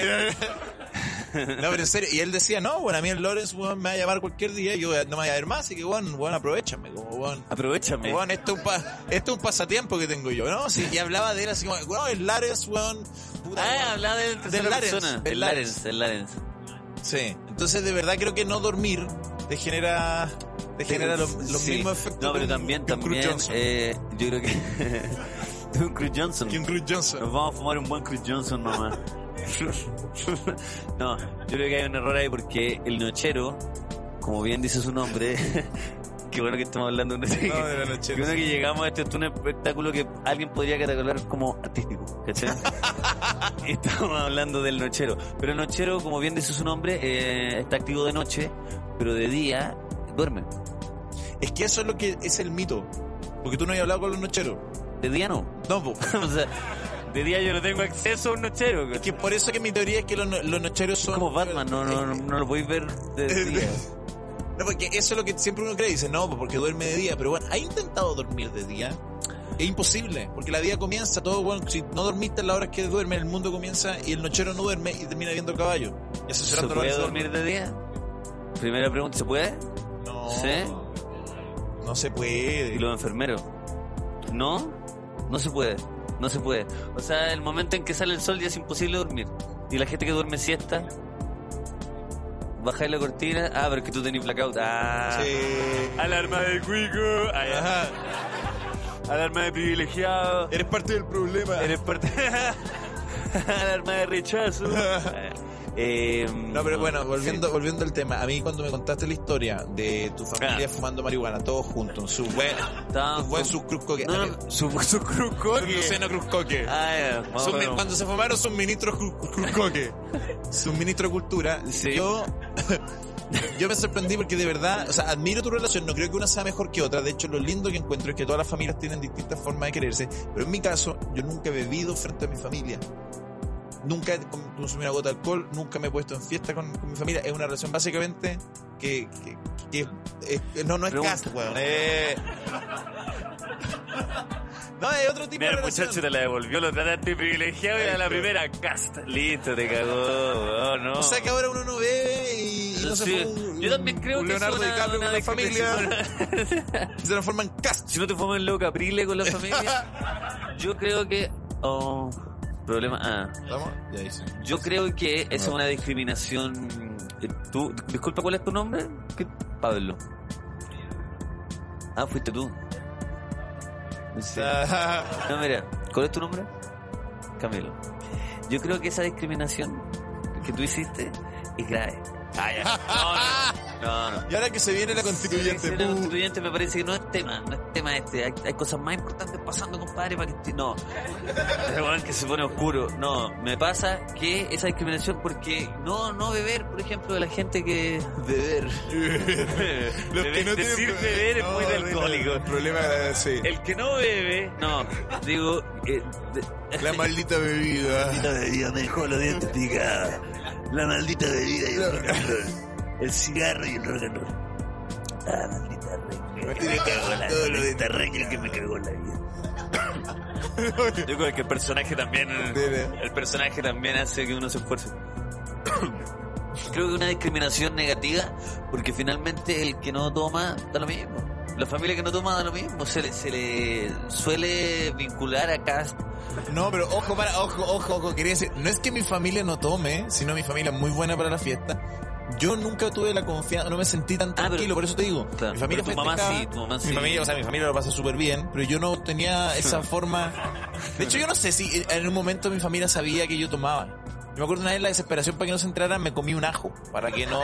Speaker 2: No, pero en serio. Y él decía, no, bueno, a mí el Lawrence, weón, me va a llamar cualquier día y yo no me voy a ver más, así que, weón, weón, aprovechame, como, weón.
Speaker 1: Aprovechame.
Speaker 2: Weón, esto es, un pa- esto es un pasatiempo que tengo yo, ¿no? Sí, y hablaba de él así como, weón, el Lawrence, weón, puta,
Speaker 1: Ah,
Speaker 2: weón.
Speaker 1: hablaba de él en tercera
Speaker 2: Lawrence,
Speaker 1: persona.
Speaker 2: del
Speaker 1: El Larens, el Larens.
Speaker 2: Sí. Entonces, de verdad, creo que no dormir te genera, te genera los, los
Speaker 1: Sí.
Speaker 2: mismos efectos
Speaker 1: No,
Speaker 2: que
Speaker 1: pero
Speaker 2: un-
Speaker 1: también,
Speaker 2: que un Cruz
Speaker 1: también,
Speaker 2: Johnson.
Speaker 1: eh, yo creo que... <laughs> de un Cruz Johnson.
Speaker 2: Que un Cruz
Speaker 1: <laughs>
Speaker 2: Johnson.
Speaker 1: Nos vamos a fumar un buen Chris Johnson nomás. <laughs> no, yo creo que hay un error ahí porque el nochero, como bien dice su nombre, <laughs> qué bueno que estamos hablando de un nochero.
Speaker 2: No, de la
Speaker 1: Qué
Speaker 2: noche.
Speaker 1: bueno que llegamos a este es un espectáculo que alguien podría catalogar como artístico, <laughs> ¿cachai? Estamos hablando del nochero. Pero el nochero, como bien dice su nombre, eh, está activo de noche, pero de día duerme.
Speaker 2: Es que eso es lo que es el mito. Porque tú no habías hablado con los nocheros.
Speaker 1: De día no. <laughs>
Speaker 2: No, po.
Speaker 1: o sea, de día yo no tengo acceso a un nochero. ¿cachai?
Speaker 2: Es que por eso que mi teoría es que los, no- los nocheros son...
Speaker 1: como Batman, no, no, no, no lo podéis ver
Speaker 2: <laughs>
Speaker 1: <laughs> de día.
Speaker 2: Este, No, porque eso es lo que siempre uno cree. Dice, no, pues, porque duerme de día. Pero bueno, ¿ha intentado dormir de día? Es imposible, porque la día comienza todo, bueno, si no dormiste en las horas que duerme, el mundo comienza y el nochero no duerme y termina viendo caballo. Y
Speaker 1: ¿Se
Speaker 2: asesorando
Speaker 1: puede dormir de día? Primera pregunta, ¿se puede?
Speaker 2: No,
Speaker 1: ¿Sí?
Speaker 2: no se
Speaker 1: Y
Speaker 2: puede.
Speaker 1: los enfermeros. ¿No? No se puede. No se puede. O sea, el momento en que sale el sol ya es imposible dormir. Y la gente que duerme siesta, bajáis la cortina. Ah, pero es que tú tenés blackout. Ah.
Speaker 2: Sí.
Speaker 1: Alarma del cuico. Ay,
Speaker 2: Ajá. Eh.
Speaker 1: Alarma de privilegiado.
Speaker 3: Eres parte del problema.
Speaker 1: Eres parte. <laughs> Alarma de
Speaker 2: <laughs>
Speaker 1: rechazo. Eh,
Speaker 2: No, pero bueno, volviendo, volviendo al tema, a mí cuando me contaste la historia de tu familia
Speaker 1: Ah.
Speaker 2: fumando marihuana, todos juntos, su buen,
Speaker 1: Tan-
Speaker 2: su buen eh, sus cruzcoque.
Speaker 1: No, no,
Speaker 2: su,
Speaker 1: <laughs>
Speaker 2: su cruzcoque. Luciano cruzcoque.
Speaker 1: Ah, ya.
Speaker 2: Sus mi-
Speaker 1: Bueno,
Speaker 2: cuando se fumaron sus ministros cru- cruzcoque, sus ministros de cultura,
Speaker 1: Sí.
Speaker 2: yo, <laughs> yo me sorprendí porque de verdad, o sea, admiro tu relación, no creo que una sea mejor que otra, de hecho lo lindo que encuentro es que todas las familias tienen distintas formas de quererse, pero en mi caso, yo nunca he bebido frente a mi familia. Nunca he con- consumido una gota de alcohol, nunca me he puesto en fiesta con, con mi familia. Es una relación básicamente que. que- que- es- no, no es
Speaker 1: Pregunta.
Speaker 2: cast, weón. eh. No, es otro tipo
Speaker 1: Mira, el
Speaker 2: de relación.
Speaker 1: muchacho te la devolvió, lo trataste de privilegiado y a la primera casta. Listo, te cagó. Oh, no.
Speaker 2: O sea que ahora uno no bebe y, y no se
Speaker 1: Sí.
Speaker 2: fue un,
Speaker 1: Yo también creo
Speaker 2: un
Speaker 1: que
Speaker 2: Leonardo
Speaker 1: es una,
Speaker 2: DiCaprio
Speaker 1: una
Speaker 2: con la familia
Speaker 1: descripción.
Speaker 2: <laughs> se transforma en cast.
Speaker 1: Si no te fumas loco caprile con la familia,
Speaker 2: <laughs>
Speaker 1: yo creo que. Oh, problema. Ah,
Speaker 2: ¿Estamos? Ya dice.
Speaker 1: yo creo que eso es una discriminación. eh, Tú, disculpa, ¿cuál es tu nombre? ¿Qué? Pablo. Ah, fuiste tú. Sí.
Speaker 2: Ah,
Speaker 1: No, mira, ¿cuál es tu nombre? Camilo. Yo creo que esa discriminación que tú hiciste es grave. Ah, ya.
Speaker 2: <laughs>
Speaker 1: No, no. no, no.
Speaker 2: <laughs> y ahora que se viene la constituyente. uh.
Speaker 1: Ser constituyente me parece que no es tema, no es tema este. Hay, hay cosas más importantes pasando, compadre, para que... te- No. Pero bueno, que se pone oscuro. No, me pasa que esa discriminación porque no, no beber, por ejemplo, de la gente que... <laughs> Beber.
Speaker 2: Los
Speaker 1: Beber- decir beber es muy de alcohólico.
Speaker 2: El problema eh, sí.
Speaker 1: El que no bebe, no, digo, eh, de-
Speaker 2: La maldita bebida.
Speaker 1: maldita bebida me dejó los dientes picados. La maldita bebida y el rock and roll. El cigarro y el rock and roll. La maldita regla que me cagó la la maldita regla que me cagó la vida. Yo creo que el personaje también eh, el personaje también hace que uno se esfuerce. <coughs> Creo que una discriminación negativa, porque finalmente el que no toma da lo mismo. La familia que no toma da lo mismo. Se le, se le suele vincular a cast
Speaker 2: No, pero ojo, para, ojo, ojo, ojo. Quería decir, no es que mi familia no tome, sino mi familia es muy buena para la fiesta. Yo nunca tuve la confianza, no me sentí tan
Speaker 1: Ah, pero-
Speaker 2: tranquilo, por eso te digo.
Speaker 1: Claro,
Speaker 2: mi familia
Speaker 1: pero tu mamá
Speaker 2: festejaba,
Speaker 1: sí, tu mamá sí.
Speaker 2: Mi familia, o sea, mi familia lo pasa súper bien, pero yo no tenía
Speaker 1: <laughs>
Speaker 2: esa forma. De hecho, yo no sé si en un momento mi familia sabía que yo tomaba. Yo me acuerdo una vez la desesperación para que no se entraran, me comí un ajo, para que no.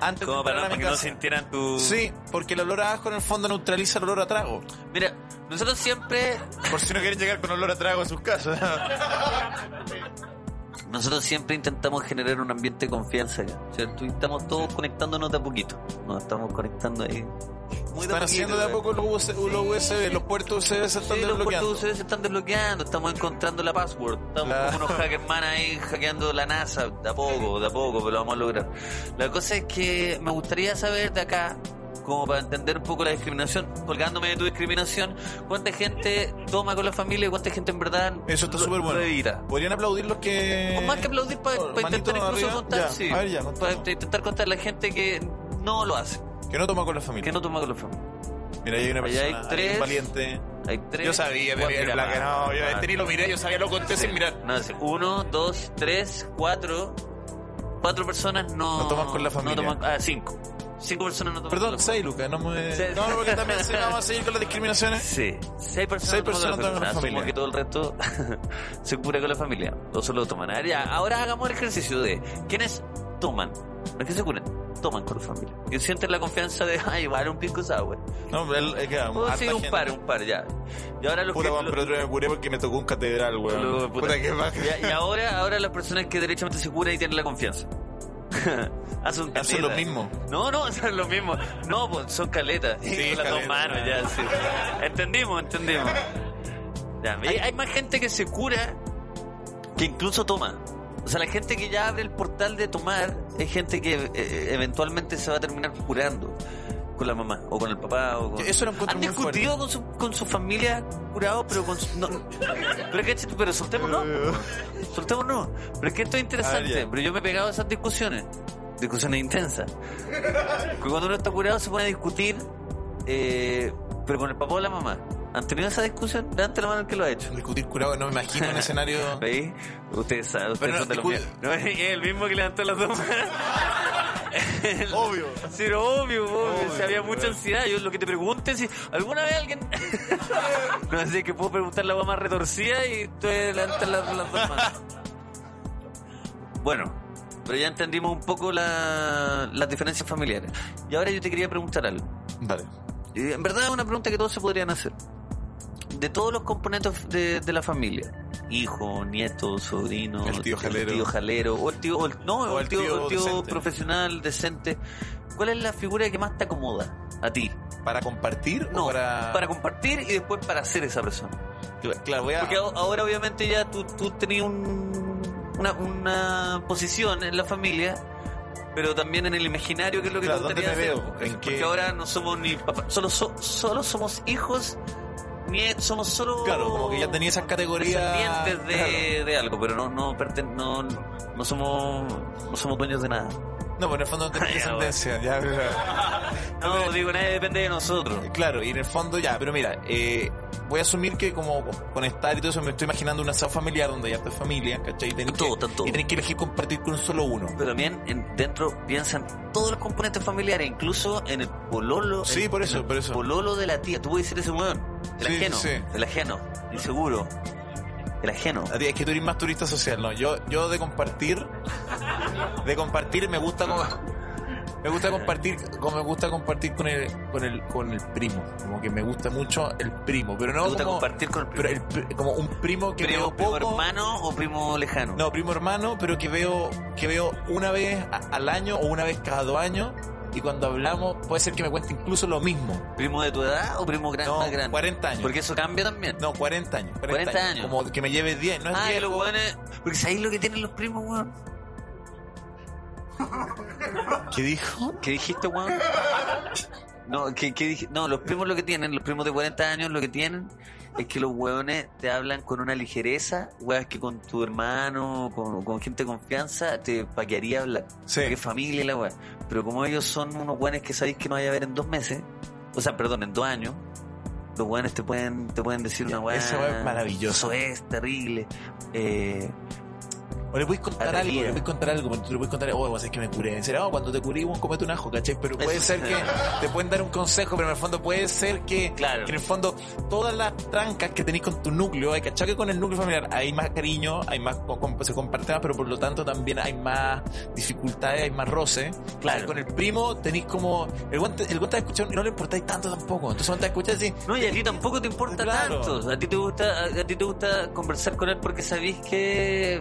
Speaker 2: Antes de
Speaker 1: como
Speaker 2: entrar
Speaker 1: para,
Speaker 2: a mi
Speaker 1: para que no
Speaker 2: casa.
Speaker 1: sintieran tu...
Speaker 2: Sí, porque el olor a ajo en el fondo neutraliza el olor a trago.
Speaker 1: Mira, nosotros siempre,
Speaker 2: Por si no quieren llegar con olor a trago a sus casas.
Speaker 1: <laughs> nosotros siempre intentamos generar un ambiente de confianza acá, ¿cierto? Y estamos todos conectándonos de a poquito. Nos estamos conectando ahí. Muy
Speaker 2: Están haciendo de a poco los USB, los, USB, los puertos USB se están
Speaker 1: Sí, los
Speaker 2: desbloqueando.
Speaker 1: puertos USB se están desbloqueando, estamos encontrando la password. Estamos
Speaker 2: La- <laughs>
Speaker 1: como unos hackerman ahí hackeando la NASA, de a poco, de a poco, pero lo vamos a lograr. La cosa es que me gustaría saber de acá, como para entender un poco la discriminación, colgándome de tu discriminación, cuánta gente toma con la familia y cuánta gente en verdad
Speaker 2: Eso está
Speaker 1: lo-
Speaker 2: súper bueno. Eh,
Speaker 1: lo evita.
Speaker 2: Podrían aplaudir los que.
Speaker 1: O más que aplaudir para
Speaker 2: Manito
Speaker 1: intentar incluso
Speaker 2: arriba,
Speaker 1: contar,
Speaker 2: ya.
Speaker 1: sí,
Speaker 2: A ver, ya, contamos.
Speaker 1: para intentar contar la gente que no lo hace,
Speaker 2: Que no toma con la familia.
Speaker 1: que no toma con la familia.
Speaker 2: Mira, ahí hay una
Speaker 1: Allá hay
Speaker 2: persona. ahí
Speaker 1: tres.
Speaker 2: un valiente.
Speaker 1: Hay tres.
Speaker 2: Yo sabía,
Speaker 1: cuatro,
Speaker 2: bebé,
Speaker 1: mira,
Speaker 2: era la que
Speaker 1: más,
Speaker 2: no. Yo
Speaker 1: más.
Speaker 2: este ni lo miré, yo sabía, lo conté sin mirar.
Speaker 1: No, es uno, dos, tres, cuatro. Cuatro personas no.
Speaker 2: No toman con la familia.
Speaker 1: no toman- ah, cinco. Cinco personas no toman
Speaker 2: Perdón,
Speaker 1: con la
Speaker 2: seis, Lucas, no me.
Speaker 1: Sí.
Speaker 2: No, porque también si no, vamos a seguir con las discriminaciones.
Speaker 1: Sí, seis personas, no toman
Speaker 2: Seis personas toman con la
Speaker 1: Asumo
Speaker 2: familia.
Speaker 1: que todo el resto <laughs> se cura con la familia. O solo toman. A ver, ya, ahora hagamos el ejercicio de quiénes toman. ¿Los que se curan? Toman con la familia. Y sienten la confianza de, <laughs> ay, vale un pisco sour.
Speaker 2: No, pero él, es que
Speaker 1: O
Speaker 2: eh, harta
Speaker 1: sí, un
Speaker 2: gente.
Speaker 1: par, un par, ya. Y ahora los
Speaker 2: Puta,
Speaker 1: que.
Speaker 2: weón, pero otro día me curé porque me tocó un catedral, weón.
Speaker 1: Lo- puta.
Speaker 2: puta. que baja.
Speaker 1: Y, y ahora, ahora las personas que derechamente se curan y tienen la confianza. <laughs> Hacen,
Speaker 2: Hacen lo
Speaker 1: caleta.
Speaker 2: mismo.
Speaker 1: No, no, <laughs> son lo mismo. No, pues son caletas.
Speaker 2: Sí,
Speaker 1: con las dos
Speaker 2: caletas.
Speaker 1: manos, ya, sí. Entendimos, entendimos. Ya, hay, hay más gente que se cura que incluso toma. O sea, la gente que ya abre el portal de tomar es gente que eh, eventualmente se va a terminar curando con la mamá o con el papá o con...
Speaker 2: Eso lo encuentro
Speaker 1: ¿Han
Speaker 2: muy fuerte.
Speaker 1: discutido con su, con su familia curado, pero con
Speaker 2: <laughs>
Speaker 1: su, no. Pero, ¿cachai? pero soltemos no. Soltemos no. Pero es que esto es
Speaker 2: A
Speaker 1: interesante.
Speaker 2: ver, Ah, ya.
Speaker 1: pero yo me he pegado a esas discusiones. Discusiones
Speaker 2: <laughs>
Speaker 1: intensas. Que cuando uno está curado se pone a discutir, eh, pero con el papá o la mamá. ¿Han tenido esa discusión? Levante la mano el que lo ha hecho.
Speaker 2: Discutir curado, no me
Speaker 1: <laughs>
Speaker 2: imagino un escenario.
Speaker 1: ¿Veis? Ustedes saben, ustedes
Speaker 2: Pero no,
Speaker 1: son de los
Speaker 2: discul-
Speaker 1: míos. No, <laughs> es el mismo que levantó las dos manos. El-
Speaker 3: Obvio.
Speaker 1: Sí, no, obvio, obvio.
Speaker 2: Obvio,
Speaker 1: Si había mucha
Speaker 2: weón.
Speaker 1: ansiedad. Yo lo que te pregunte si alguna vez alguien. <laughs> no sé, que puedo preguntar la voz más retorcida y tú levantas las, las dos manos. Bueno, pero ya entendimos un poco la- las diferencias familiares. Y ahora yo te quería preguntar algo.
Speaker 2: Dale.
Speaker 1: Y en verdad es una pregunta que todos se podrían hacer. De todos los componentes de, de la familia, hijo, nieto, sobrino,
Speaker 2: El tío jalero.
Speaker 1: tío jalero, o el tío, o el- no, o el tío, o el tío
Speaker 2: decente.
Speaker 1: profesional decente, ¿cuál es la figura que más te acomoda a ti?
Speaker 2: ¿Para compartir
Speaker 1: No,
Speaker 2: o para.?
Speaker 1: compartir y después para ser esa persona.
Speaker 2: Cla- Claro, voy a.
Speaker 1: Porque a- ahora obviamente ya tú, tú tenías un- una, una posición en la familia. Pero también en el imaginario, que es lo que te
Speaker 2: Claro, ¿dónde
Speaker 1: gustaría
Speaker 2: me
Speaker 1: hacer.
Speaker 2: veo? ¿En
Speaker 1: Porque
Speaker 2: qué?
Speaker 1: ahora no somos ni papás, solo, so- solo somos hijos, nie- somos solo.
Speaker 2: Claro, como que ya tenía esas categorías.
Speaker 1: Descendientes de,
Speaker 2: Claro.
Speaker 1: de algo, pero no no, perten- no no somos no somos dueños de nada.
Speaker 2: No, pero en el
Speaker 1: <laughs>
Speaker 2: fondo no tenés
Speaker 1: Ah, Ya, bueno.
Speaker 2: descendencia. Ya, ya.
Speaker 1: No,
Speaker 2: eh.
Speaker 1: digo, nadie depende de nosotros.
Speaker 2: Claro, y en el fondo ya, pero mira, eh, voy a asumir que como con estar y todo eso me estoy imaginando un asado familiar donde hay harta familia, ¿cachai? Y tenés,
Speaker 1: Está todo,
Speaker 2: que,
Speaker 1: está todo.
Speaker 2: y tenés que elegir compartir con solo uno.
Speaker 1: Pero también en- dentro piensan todos los componentes familiares, incluso en el pololo.
Speaker 2: Sí,
Speaker 1: en-
Speaker 2: por
Speaker 1: en
Speaker 2: eso,
Speaker 1: el
Speaker 2: por eso.
Speaker 1: Pololo de la tía. Tú puedes ser ese weón. El
Speaker 2: Sí,
Speaker 1: ajeno.
Speaker 2: sí.
Speaker 1: El ajeno. Inseguro. El ajeno.
Speaker 2: A ti, Es que tú eres más turista social, ¿no? Yo, yo de compartir, de compartir me gusta como, me gusta compartir, como me gusta compartir con el, con el, con el primo. Como que me gusta mucho el primo, pero no
Speaker 1: Te gusta
Speaker 2: como,
Speaker 1: compartir con el primo.
Speaker 2: pero el pri- como un primo que
Speaker 1: primo,
Speaker 2: veo
Speaker 1: primo
Speaker 2: poco.
Speaker 1: hermano o primo lejano.
Speaker 2: No, primo hermano, pero que veo, que veo una vez a- al año o una vez cada dos años. Y cuando hablamos, puede ser que me cuente incluso lo mismo.
Speaker 1: ¿Primo de tu edad o primo gran,
Speaker 2: No,
Speaker 1: más grande?
Speaker 2: 40 años.
Speaker 1: Porque eso cambia también.
Speaker 2: No, 40 años. 40,
Speaker 1: 40
Speaker 2: años.
Speaker 1: años.
Speaker 2: Como que me lleve 10. No es
Speaker 1: Ah, y
Speaker 2: 10.
Speaker 1: los weones. Porque sabéis lo que tienen los primos, weón.
Speaker 2: ¿Qué dijo?
Speaker 1: ¿Qué dijiste, weón? No, ¿qué, qué dije? no, los primos lo que tienen, los primos de 40 años lo que tienen es que los weones te hablan con una ligereza, weas que con tu hermano, con, con gente de confianza, te paquearía hablar.
Speaker 2: Sí.
Speaker 1: Porque es familia y la wea. Pero como ellos son unos weones que sabéis que no vaya a ver en dos meses, o sea, perdón, en dos años, los weones te pueden, te pueden decir una wea.
Speaker 2: esa wea es maravillosa.
Speaker 1: Eso es terrible. Eh,
Speaker 2: O le puedes contar algo,
Speaker 1: Atrevida.
Speaker 2: le puedes contar algo, tú le puedes contar, oh, vos es que me curé. Será, oh, cuando te curé, vos comete un ajo, ¿cachai?
Speaker 1: <laughs>
Speaker 2: Pero puede
Speaker 1: Eso.
Speaker 2: ser que te pueden dar un consejo, pero en el fondo puede ser que,
Speaker 1: Claro.
Speaker 2: que en el fondo todas las trancas que tenés con tu núcleo, hay ¿cachai? Que con el núcleo familiar hay más cariño, hay más, co- com- se comparte más, pero por lo tanto también hay más dificultades, hay más roce.
Speaker 1: Claro.
Speaker 2: Con el primo tenés como, el guante, el guante de escuchar, no le importáis tanto tampoco. Entonces cuando te escuchas así,
Speaker 1: No, y a ti tampoco te importa
Speaker 2: Claro.
Speaker 1: tanto. A ti te gusta, a, a ti te gusta conversar con él porque sabís que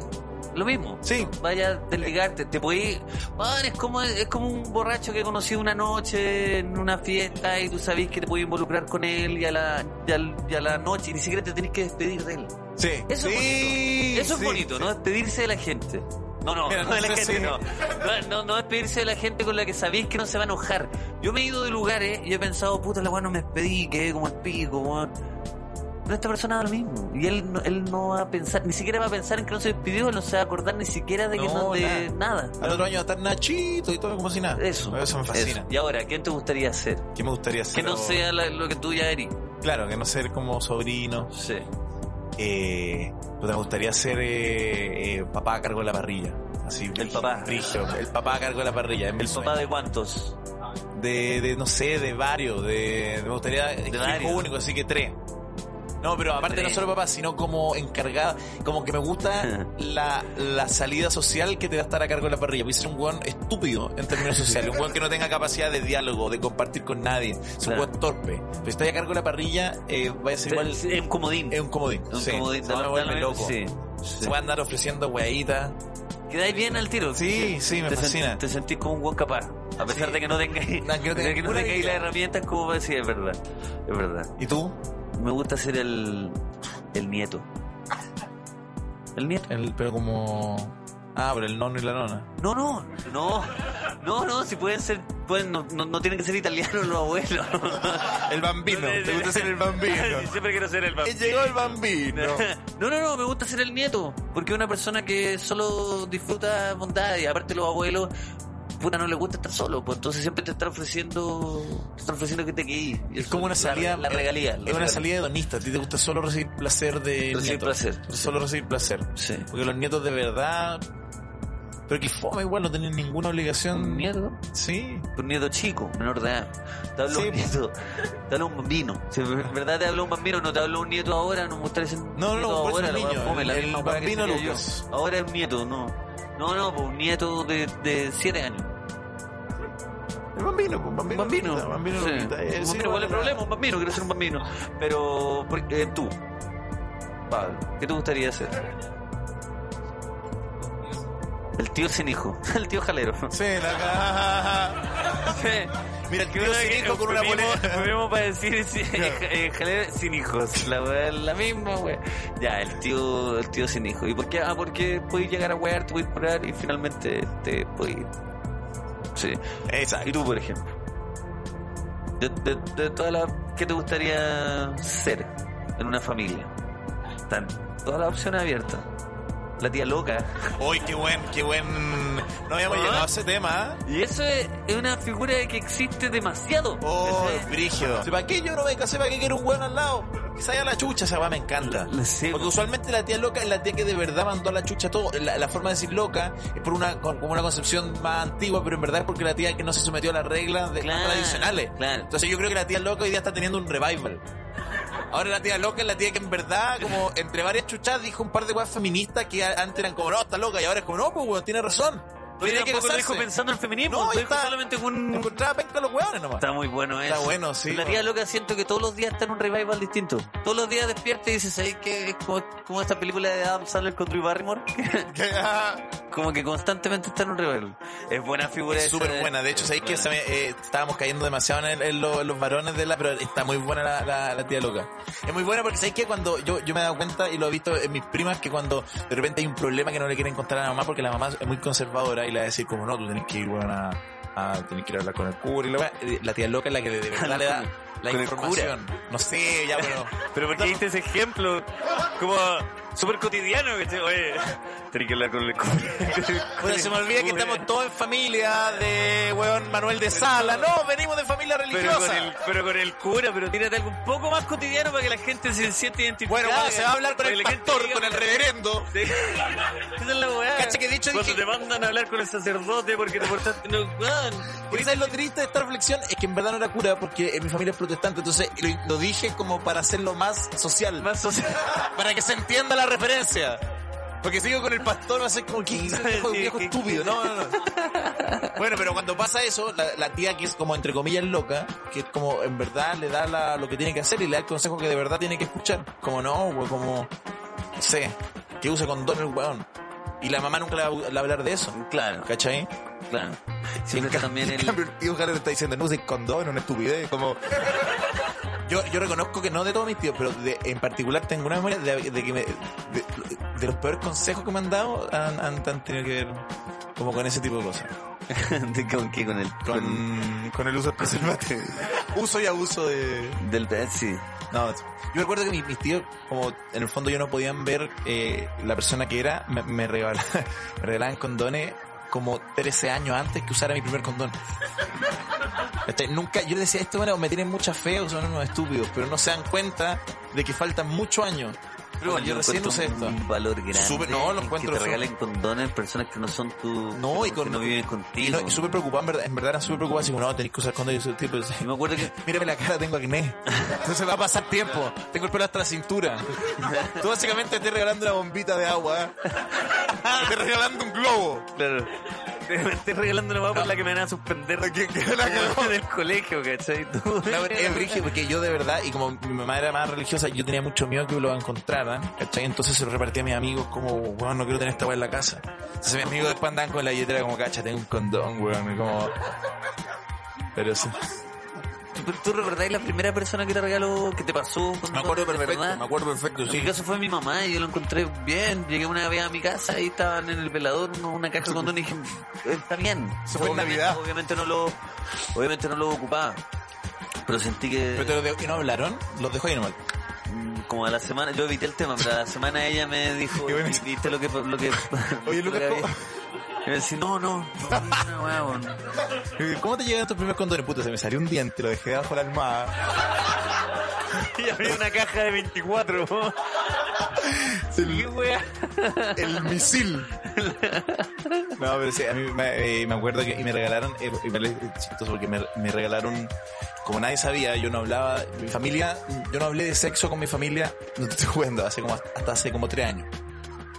Speaker 1: lo mismo.
Speaker 2: sí,
Speaker 1: Vaya a desligarte, te podís. Man, es como es como un borracho que conocí una noche en una fiesta y tú sabís que te podés involucrar con él y a la, y al- y a la noche y ni siquiera te tenés que despedir de él.
Speaker 2: sí.
Speaker 1: Eso es
Speaker 2: Sí,
Speaker 1: Eso es
Speaker 2: sí,
Speaker 1: bonito,
Speaker 2: sí.
Speaker 1: ¿no? Despedirse de la gente. No, no,
Speaker 2: Mira,
Speaker 1: no de la
Speaker 2: no sé
Speaker 1: gente,
Speaker 2: si-
Speaker 1: no. No, no, no despedirse de la gente con la que sabéis que no se va a enojar. Yo me he ido de lugares y he pensado, puta, la weá no me despedí, quedé como el pico, weón. Pero esta persona da lo mismo. Y él, no- él no va a pensar, ni siquiera va a pensar en que no se despidió, él no se va a acordar ni siquiera de que
Speaker 2: No,
Speaker 1: no, de nada.
Speaker 2: Al otro año va a estar Nachito y todo como si nada.
Speaker 1: Eso.
Speaker 2: Eso me fascina.
Speaker 1: eso. Y ahora, ¿quién te gustaría ser?
Speaker 2: ¿Qué me gustaría hacer?
Speaker 1: Que no
Speaker 2: ahora?
Speaker 1: sea la- lo que tú ya eres.
Speaker 2: Claro, que no ser como sobrino.
Speaker 1: Sí.
Speaker 2: Eh, puta, me gustaría ser eh, eh, papá a cargo de la parrilla. Así,
Speaker 1: El papá.
Speaker 2: brígido. el papá a cargo de la parrilla. en
Speaker 1: ¿El papá de cuántos?
Speaker 2: de, de, no sé, de varios, de, me gustaría hijo
Speaker 1: varios.
Speaker 2: único, así que tres. No, pero aparte
Speaker 1: Tres.
Speaker 2: no solo papá, sino como encargada, como que me
Speaker 1: <laughs>
Speaker 2: gusta la, la salida social que te va a estar a cargo de la parrilla. Voy a ser un weón estúpido en términos sociales, un weón que no tenga capacidad de diálogo, de compartir con nadie, es un
Speaker 1: Claro.
Speaker 2: weón torpe. Pero si estoy a cargo de la parrilla, eh, vaya a ser igual,
Speaker 1: Es un comodín.
Speaker 2: es un comodín.
Speaker 1: Un
Speaker 2: sí.
Speaker 1: comodín,
Speaker 2: Se
Speaker 1: da-
Speaker 2: van a
Speaker 1: da
Speaker 2: volver
Speaker 1: lo mismo,
Speaker 2: loco.
Speaker 1: sí.
Speaker 2: Se va a andar ofreciendo weaditas.
Speaker 1: Quedáis bien al tiro.
Speaker 2: Sí, sí, me
Speaker 1: te sen-
Speaker 2: fascina.
Speaker 1: te sentís como un buen capaz. A pesar
Speaker 2: Sí.
Speaker 1: de que no tengáis, <laughs>
Speaker 2: No, que no
Speaker 1: de que
Speaker 2: tenga
Speaker 1: no
Speaker 2: ninguna
Speaker 1: tengáis
Speaker 2: habilidad.
Speaker 1: las herramientas como para decir, es verdad. Es verdad.
Speaker 2: ¿Y tú?
Speaker 1: Me gusta ser el, el nieto. ¿El nieto?
Speaker 2: El, pero como... Ah, pero el nono y la nona.
Speaker 1: No, no, no. No, no, si pueden ser, pueden, no, no, no tienen que ser italianos los abuelos. <laughs>
Speaker 2: El bambino, te gusta ser el <laughs> bambino.
Speaker 1: Siempre quiero ser el papá.
Speaker 2: Y llegó el bambino.
Speaker 1: <laughs> No, no, no, me gusta ser el nieto, porque es una persona que solo disfruta bondad y aparte los abuelos, puta, no les gusta estar solo, pues entonces siempre te están ofreciendo, te están ofreciendo que te quedes. Y
Speaker 2: Es
Speaker 1: eso,
Speaker 2: como una
Speaker 1: la-
Speaker 2: salida.
Speaker 1: La, regalía. la
Speaker 2: Es una
Speaker 1: regalía.
Speaker 2: salida hedonista. A ti te gusta solo recibir placer de.
Speaker 1: Recibir
Speaker 2: nieto.
Speaker 1: placer.
Speaker 2: Solo recibir placer.
Speaker 1: Sí.
Speaker 2: Porque los nietos de verdad. Pero que fome igual, no tienen ninguna
Speaker 1: ¿Un
Speaker 2: obligación.
Speaker 1: nieto?
Speaker 2: Sí.
Speaker 1: Un nieto chico, menor de edad. Te hablo
Speaker 2: Sí,
Speaker 1: un nieto, te hablo un bambino. Si en verdad te hablo un bambino, no te hablo un nieto ahora, no me gustaría ser un
Speaker 2: No, no,
Speaker 1: nieto
Speaker 2: por eso
Speaker 1: ahora,
Speaker 2: el
Speaker 1: la
Speaker 2: niño,
Speaker 1: wea fome, la
Speaker 2: el-
Speaker 1: misma
Speaker 2: el
Speaker 1: wea que
Speaker 2: bambino
Speaker 1: tenía yo.
Speaker 2: Lucas.
Speaker 1: Ahora el nieto, no. No, no, pues un nieto de 7 años.
Speaker 2: El bambino, pues,
Speaker 1: Un
Speaker 2: bambino.
Speaker 1: bambino.
Speaker 2: El bambino.
Speaker 1: Sí.
Speaker 2: lo quita, eh,
Speaker 1: Un
Speaker 2: sí,
Speaker 1: bambino, ¿cuál es el problema? Un bambino, quiero ser un bambino. Pero, ¿por qué- eh, tú, Pablo, ¿qué te gustaría hacer? El tío sin hijo, <laughs> el tío jalero.
Speaker 2: Sí, la
Speaker 1: <laughs>
Speaker 2: Mira, el tío sin hijo con una polera.
Speaker 1: Volvemos para <laughs> decir si- eh, jalero sin hijos. La, wea es la misma, wea. Ya, el tío, el tío sin hijo. ¿Y por qué? Ah, porque puedes llegar a wear, te puedes parar y finalmente te puedes. ir. Sí. ¿Y
Speaker 2: Exacto.
Speaker 1: tú, por ejemplo? De, de, de todas las... ¿Qué te gustaría ser en una familia? Están todas las opciones abiertas. La tía loca.
Speaker 2: Uy, qué buen, qué buen. No habíamos
Speaker 1: Ah.
Speaker 2: llegado a ese tema, ¿eh?
Speaker 1: Y eso es, es una figura que existe demasiado.
Speaker 2: Oh,
Speaker 1: ¿Cachai?
Speaker 2: brígido. ¿Para qué yo no me casé? ¿Para qué quiero un weón al lado? Que se haya la chucha, esa weá me encanta.
Speaker 1: Sí,
Speaker 2: Porque usualmente la tía loca es la tía que de verdad mandó a la chucha todo. La, la forma de decir loca es por una, con- como una concepción más antigua, pero en verdad es porque la tía que no se sometió a las reglas de, más
Speaker 1: claro,
Speaker 2: tradicionales.
Speaker 1: Claro.
Speaker 2: Entonces yo creo que la tía loca hoy día está teniendo un revival. Ahora la tía loca es la tía que en verdad, como entre varias chuchas, dijo un par de weas feministas que a- antes eran como, no, está loca, y ahora es como, no, pues weón, tiene razón.
Speaker 1: Oye,
Speaker 2: Tiene
Speaker 1: tampoco
Speaker 2: que
Speaker 1: lo
Speaker 2: casarse.
Speaker 1: dijo pensando en el feminismo.
Speaker 2: No,
Speaker 1: lo
Speaker 2: ya
Speaker 1: dijo
Speaker 2: está.
Speaker 1: solamente con...
Speaker 2: Encontraba penca a los weones nomás. <laughs>
Speaker 1: Está muy bueno eso.
Speaker 2: Está bueno, sí,
Speaker 1: La
Speaker 2: bueno.
Speaker 1: tía loca siento que todos los días está en un revival distinto. Todos los días despierta y dices, ¿sabes qué? Es como, como esta película de Adam Sandler con Drew Barrymore. <laughs>
Speaker 2: ah,
Speaker 1: como que constantemente está en un revival. Es buena figura.
Speaker 2: Es
Speaker 1: esa,
Speaker 2: súper buena. De hecho,
Speaker 1: es
Speaker 2: sabéis que
Speaker 1: buena.
Speaker 2: se me- eh, estábamos cayendo demasiado en, el- en lo- en los varones de la, pero está muy buena la, la- la tía loca. Es muy buena porque sabéis que cuando yo, yo me he dado cuenta y lo he visto en mis primas que cuando de repente hay un problema que no le quieren contar a la mamá porque la mamá es muy conservadora y le va a decir como no, tú tenés que ir, bueno, a, a- tenés que ir a hablar con el cura y la, weá. Eh, la tía loca es la que
Speaker 1: <laughs>
Speaker 2: de verdad le da la
Speaker 1: Con el
Speaker 2: información. No sé, ya,
Speaker 1: <laughs>
Speaker 2: pero...
Speaker 1: Pero porque diste ese ejemplo como súper cotidiano que te, oye, tenés que hablar con el
Speaker 2: Bueno, se me olvida que estamos todos en familia de weón Manuel de Sala. No, venimos de familia
Speaker 1: pero con,
Speaker 2: religiosa.
Speaker 1: el, pero con el cura, pero tírate algo un poco más cotidiano para que la gente se siente identificada.
Speaker 2: Bueno, cuando se va a hablar con
Speaker 1: Para
Speaker 2: eh, el
Speaker 1: que la gente
Speaker 2: pastor,
Speaker 1: diga,
Speaker 2: con el reverendo.
Speaker 1: Sí. <laughs> Esa es la weá.
Speaker 2: Cacha que de hecho
Speaker 1: Cuando
Speaker 2: dije-
Speaker 1: te mandan a hablar con el sacerdote porque te portaste. No, weón.
Speaker 2: Porque ¿sabes lo triste de esta reflexión? Es que en verdad no era cura porque eh, mi familia es protestante, entonces lo, lo dije como para hacerlo más social,
Speaker 1: Más social.
Speaker 2: para que se entienda la referencia. Porque sigo con el pastor, va a ser como que hizo este <laughs> viejo,
Speaker 1: Mm, Sí,
Speaker 2: viejo
Speaker 1: que-
Speaker 2: estúpido. No, no, no. Bueno, pero cuando pasa eso, la, la tía que es como entre comillas loca, que es como en verdad le da la- lo que tiene que hacer y le da el consejo que de verdad tiene que escuchar. Como no, güey, como, no sé, que use condón el weón. Y la mamá nunca le va a- le va a hablar de eso.
Speaker 1: Claro,
Speaker 2: ¿Cachai?
Speaker 1: claro. Siempre también
Speaker 3: En
Speaker 1: el.
Speaker 2: <laughs>
Speaker 3: cambio, el tío Jara le está diciendo, no uses condón, una estupidez. Como,
Speaker 2: yo, yo reconozco que no de todos mis tíos, pero de- en particular tengo una memoria de, de que me- de, de los peores consejos que me han dado han, han- han tenido que ver como con ese tipo de cosas.
Speaker 1: <laughs> ¿De ¿Con qué? Con el... Con...
Speaker 2: Con, con el uso del preservativo. <laughs> uso y abuso de...
Speaker 1: Del... eh, Sí.
Speaker 2: No, yo recuerdo que mis, mis tíos, como en el fondo yo no podían ver eh, la persona que era, me, me, regala- <laughs> me regalaban condones como 13 años antes que usara mi primer condón. Este, nunca, yo les decía, esto bueno, me tienen mucha fe o son unos estúpidos, pero no se dan cuenta de que faltan muchos años. Pero yo recién usé
Speaker 1: encuentro
Speaker 2: esto.
Speaker 1: Un valor grande.
Speaker 2: Súper- no, lo
Speaker 1: en
Speaker 2: encuentro
Speaker 1: Que te
Speaker 2: súper-
Speaker 1: regalen condones personas que no son tu.
Speaker 2: No, y
Speaker 1: que
Speaker 2: con-
Speaker 1: no viven
Speaker 2: Y,
Speaker 1: contigo.
Speaker 2: no, y súper preocupado, en verdad, en verdad eran súper preocupados, así como, no, tenés que usar condón y yo soy tipo,
Speaker 1: Yo me acuerdo que.
Speaker 2: Mírame la cara, tengo acné. Entonces va a pasar tiempo. Tengo el pelo hasta la cintura. Tú básicamente estás regalando una bombita de agua. ¿eh?
Speaker 3: Te regalando un globo.
Speaker 1: Claro. Me estoy regalando una mamá por la que me van a
Speaker 2: <laughs>
Speaker 1: suspender
Speaker 3: Que-
Speaker 1: <laughs>
Speaker 3: que la cagó.
Speaker 1: en el colegio, ¿cachai? Tú-
Speaker 2: No, es brígido porque yo de verdad, y como mi mamá era más religiosa, yo tenía mucho miedo que lo encontraran. ¿Cachai? Entonces se lo repartía a mis amigos como, weón, no quiero tener esta weá en la casa. Entonces mis amigos después andaban con la billetera como, cacha, tengo un condón, weón. Y como... Pero sí.
Speaker 1: ¿Tú, tú recordáis la primera persona que te regaló, que te pasó? un condón
Speaker 2: Me acuerdo
Speaker 1: de
Speaker 2: perfecto,
Speaker 1: verdad?
Speaker 2: me acuerdo perfecto,
Speaker 1: En mi
Speaker 2: sí.
Speaker 1: caso fue mi mamá y yo lo encontré bien. Llegué una vez a mi casa y estaban en el velador uno- una caja de condones y dije, está bien.
Speaker 3: Se fue en
Speaker 1: Obviamente-
Speaker 3: Navidad.
Speaker 1: Obviamente no lo, obviamente no lo ocupaba. Pero sentí que...
Speaker 2: Pero te lo dejo- ¿y no hablaron? Los dejó ahí nomás.
Speaker 1: Mm, como a la semana, yo evité el tema, pero a la semana ella me dijo,
Speaker 3: Qué bueno.
Speaker 1: viste lo que... Lo que
Speaker 3: Oye, Lucas,
Speaker 1: lo que
Speaker 3: ¿cómo?
Speaker 1: había?" Y me decía, no, no, no, no, no, weón".
Speaker 2: Eh, ¿Cómo te llegan tus primeros condones? Puta, se me salió un diente, lo dejé debajo de la almohada.
Speaker 1: Y abrí una caja de 24, po. ¿Qué wea?
Speaker 3: El
Speaker 1: <laughs>
Speaker 3: misil.
Speaker 2: No, pero sí, a mí me, eh, me acuerdo que y me regalaron, eh, y me le- es chistoso porque me, me regalaron, como nadie sabía, yo no hablaba, mi familia, yo no hablé de sexo con mi familia, no te estoy jugando, hace como, hasta hace como tres años.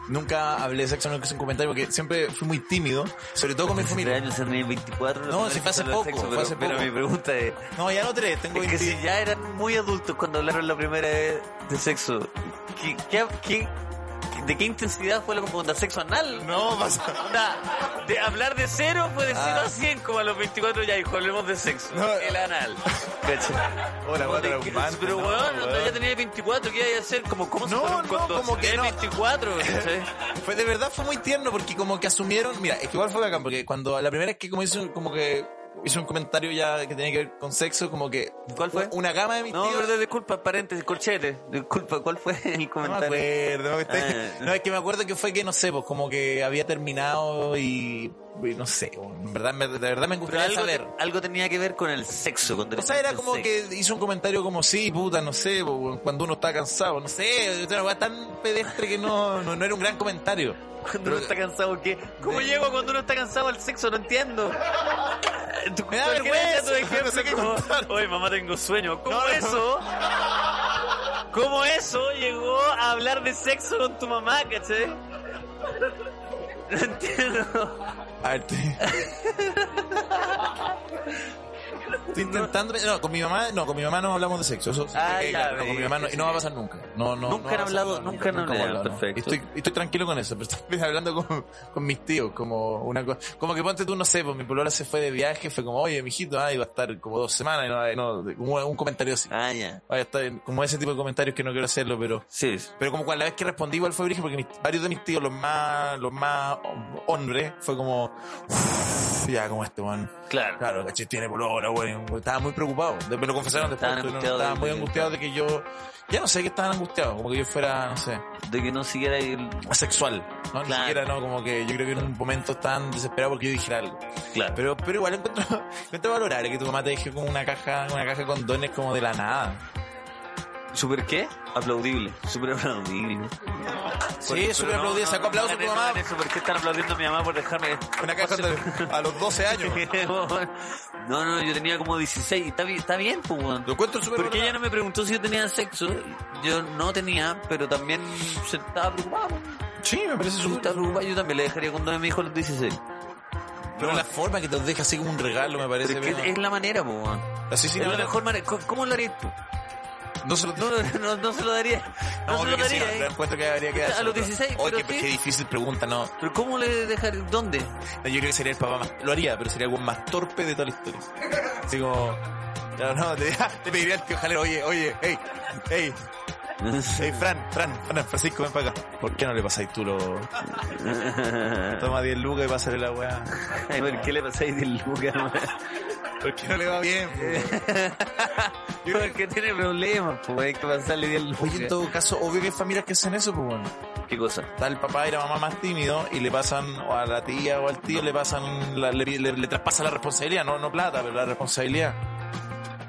Speaker 2: Nunca hablé de sexo, nunca hice un comentario porque siempre fui muy tímido, sobre todo con mi
Speaker 1: Tres
Speaker 2: familia.
Speaker 1: años en el 24.
Speaker 2: No, si fue hace poco,
Speaker 1: pero,
Speaker 2: fue hace
Speaker 1: pero
Speaker 2: poco.
Speaker 1: mi pregunta es...
Speaker 2: No, ya no tres, tengo
Speaker 1: Es que
Speaker 2: 20.
Speaker 1: si ya eran muy adultos cuando hablaron la primera vez de sexo, ¿qué, qué, qué- de qué intensidad fue la pregunta? ¿Sexo anal?
Speaker 3: No, pasa.
Speaker 1: Onda, de hablar de cero fue de 0
Speaker 2: Ah.
Speaker 1: a 100, como a los 24 ya, hijo, hablemos de sexo.
Speaker 2: No.
Speaker 1: El
Speaker 2: <laughs>
Speaker 1: anal. ¿Cachai?
Speaker 2: Hola,
Speaker 1: Como
Speaker 2: hola,
Speaker 1: de-
Speaker 2: traumante,
Speaker 1: pero
Speaker 2: no,
Speaker 1: weón, onda,
Speaker 2: weón.
Speaker 1: ya tenía 24, ¿qué iba a hacer? Como, ¿Cómo
Speaker 2: No,
Speaker 1: se pone un
Speaker 2: no,
Speaker 1: condón?
Speaker 2: como
Speaker 1: Si
Speaker 2: que
Speaker 1: tenés
Speaker 2: no.
Speaker 1: 24,
Speaker 2: <laughs>
Speaker 1: ¿cachai?
Speaker 2: Fue de verdad, fue muy tierno porque como que asumieron, mira, es que igual fue bacán, porque cuando la primera vez que como hizo, un- como que hizo un comentario ya que tenía que ver con sexo, como que...
Speaker 1: ¿Cuál fue?
Speaker 2: Una gama de mis
Speaker 1: No,
Speaker 2: tíos...
Speaker 1: pero disculpa, paréntesis, corchete. Disculpa, ¿cuál fue el
Speaker 2: No
Speaker 1: comentario?
Speaker 2: me acuerdo, no, este-
Speaker 1: Ah.
Speaker 2: no, es que me acuerdo que fue que no sé, pues como que había terminado y, y no sé, en verdad, me- de verdad me
Speaker 1: pero
Speaker 2: gustaría
Speaker 1: algo,
Speaker 2: saber.
Speaker 1: algo tenía que ver con el sexo. Con
Speaker 2: O sea, era
Speaker 1: el
Speaker 2: como
Speaker 1: sexo.
Speaker 2: que hizo un comentario como, sí, puta, no sé, po, cuando uno está cansado, no sé, es una weá tan pedestre que no, no, no era un gran comentario.
Speaker 1: Cuando uno está cansado, ¿qué? ¿Cómo llego cuando uno está cansado al sexo? No entiendo. <laughs> Tu-
Speaker 2: Me da
Speaker 1: cualquier
Speaker 2: vergüenza,
Speaker 1: dato de ejemplo
Speaker 2: no sé qué
Speaker 1: como, <laughs> Oye, mamá, tengo sueño. ¿Cómo eso? ¿Cómo eso llegó a hablar de sexo con tu mamá, caché? No entiendo.
Speaker 2: A ver,
Speaker 1: <laughs>
Speaker 2: estoy... Estoy intentando... No, con mi mamá, no, con mi mamá no hablamos de sexo. Eso,
Speaker 1: Ah,
Speaker 2: eh,
Speaker 1: ya,
Speaker 2: claro, no, con mi mamá no, y no va a pasar nunca. No,
Speaker 1: Nunca
Speaker 2: no, no
Speaker 1: han
Speaker 2: va a pasar
Speaker 1: hablado, nunca han
Speaker 2: hemos
Speaker 1: hablado,
Speaker 2: ¿no?
Speaker 1: perfecto.
Speaker 2: Y Estoy, y estoy tranquilo con eso, pero estoy hablando con, con mis tíos, como una cosa... Como que ponte tú, no sé, pues mi polola se fue de viaje, fue como, oye, mijito, ah, iba a estar como dos semanas, y no, eh, no, de- como un comentario así.
Speaker 1: Ah, ya.
Speaker 2: Oye, está bien, como ese tipo de comentarios que no quiero hacerlo, pero...
Speaker 1: Sí.
Speaker 2: Pero como cuando la vez que respondí igual fue brígido porque mis- varios de mis tíos, los más, los más hombres, fue como, "Uf, ya como este weón.
Speaker 1: Claro.
Speaker 2: Claro, caché, tiene por ahora, weón. Estaba muy preocupado. De- Me lo confesaron después.
Speaker 1: Estaban
Speaker 2: pero no,
Speaker 1: angustiados
Speaker 2: Estaban
Speaker 1: de-
Speaker 2: muy angustiados de que yo, ya no sé que estaban angustiados, como que yo fuera, no sé,
Speaker 1: De que no siguiera el...
Speaker 2: asexual. ¿no? Ni
Speaker 1: Claro.
Speaker 2: siquiera, no, como que yo creo que en un momento estaban desesperados porque yo dijera algo.
Speaker 1: Claro.
Speaker 2: Pero, pero igual encuentro, <laughs> encuentro valorable que tu mamá te deje como una caja, una caja con dones como de la nada.
Speaker 1: ¿Súper qué? Aplaudible. Súper aplaudible.
Speaker 2: Sí, súper aplaudible. Sacó aplausos a tu mamá.
Speaker 1: ¿Por qué están aplaudiendo a mi mamá por dejarme <laughs>
Speaker 2: Una caja de- a los 12 años.
Speaker 1: No, no, yo tenía como 16. y Está, bi- está bien, pues, weón.
Speaker 2: Lo encuentro súper
Speaker 1: Porque ella no me preguntó si yo tenía sexo. Yo no tenía, pero también se estaba preocupado.
Speaker 2: Sí, me parece
Speaker 1: Yo
Speaker 2: súper.
Speaker 1: estaba preocupado, yo también le dejaría condón a mi hijo a los 16.
Speaker 2: Pero la forma que te deja así como un regalo me parece.
Speaker 1: Pero es, que
Speaker 2: bien.
Speaker 1: es la manera, pues, weón.
Speaker 2: Así sí,
Speaker 1: es
Speaker 2: no,
Speaker 1: la
Speaker 2: no,
Speaker 1: mejor manera. ¿Cómo, cómo lo harías tú?
Speaker 2: No se lo
Speaker 1: No, <laughs> no, no se lo daría. No,
Speaker 2: No,
Speaker 1: se
Speaker 2: obvio
Speaker 1: lo
Speaker 2: que sí,
Speaker 1: daría,
Speaker 2: no,
Speaker 1: ¿eh?
Speaker 2: no encuentro que habría que
Speaker 1: A
Speaker 2: dárselo.
Speaker 1: los 16,
Speaker 2: Oye,
Speaker 1: pero
Speaker 2: qué,
Speaker 1: sí.
Speaker 2: qué difícil pregunta, no.
Speaker 1: Pero ¿cómo le dejaría?
Speaker 2: <laughs>
Speaker 1: ¿Dónde?
Speaker 2: Yo creo que sería el papá más. Lo haría, pero sería el weón más torpe de toda la historia. Así como. No, no, te, te pediría al tío Jalero, oye, oye, hey, hey, hey, Fran, Fran, Fran Francisco, ven para acá. ¿Por qué no le pasáis tú lo... Toma 10 lucas y pásale la weá.
Speaker 1: Ay, ¿Por qué le pasáis del <laughs> Lucas?
Speaker 2: ¿Por qué no le
Speaker 1: <laughs>
Speaker 2: va bien?
Speaker 1: Porque tiene problemas, pues hay que pasarle del
Speaker 2: Oye, en
Speaker 1: Lucas.
Speaker 2: todo caso, obvio que hay familias que hacen eso, pues bueno.
Speaker 1: ¿Qué cosa?
Speaker 2: Está el papá y la mamá más tímido y le pasan o a la tía o al tío, le pasan, la- le, le, le traspasan la responsabilidad, no, no plata, pero la responsabilidad.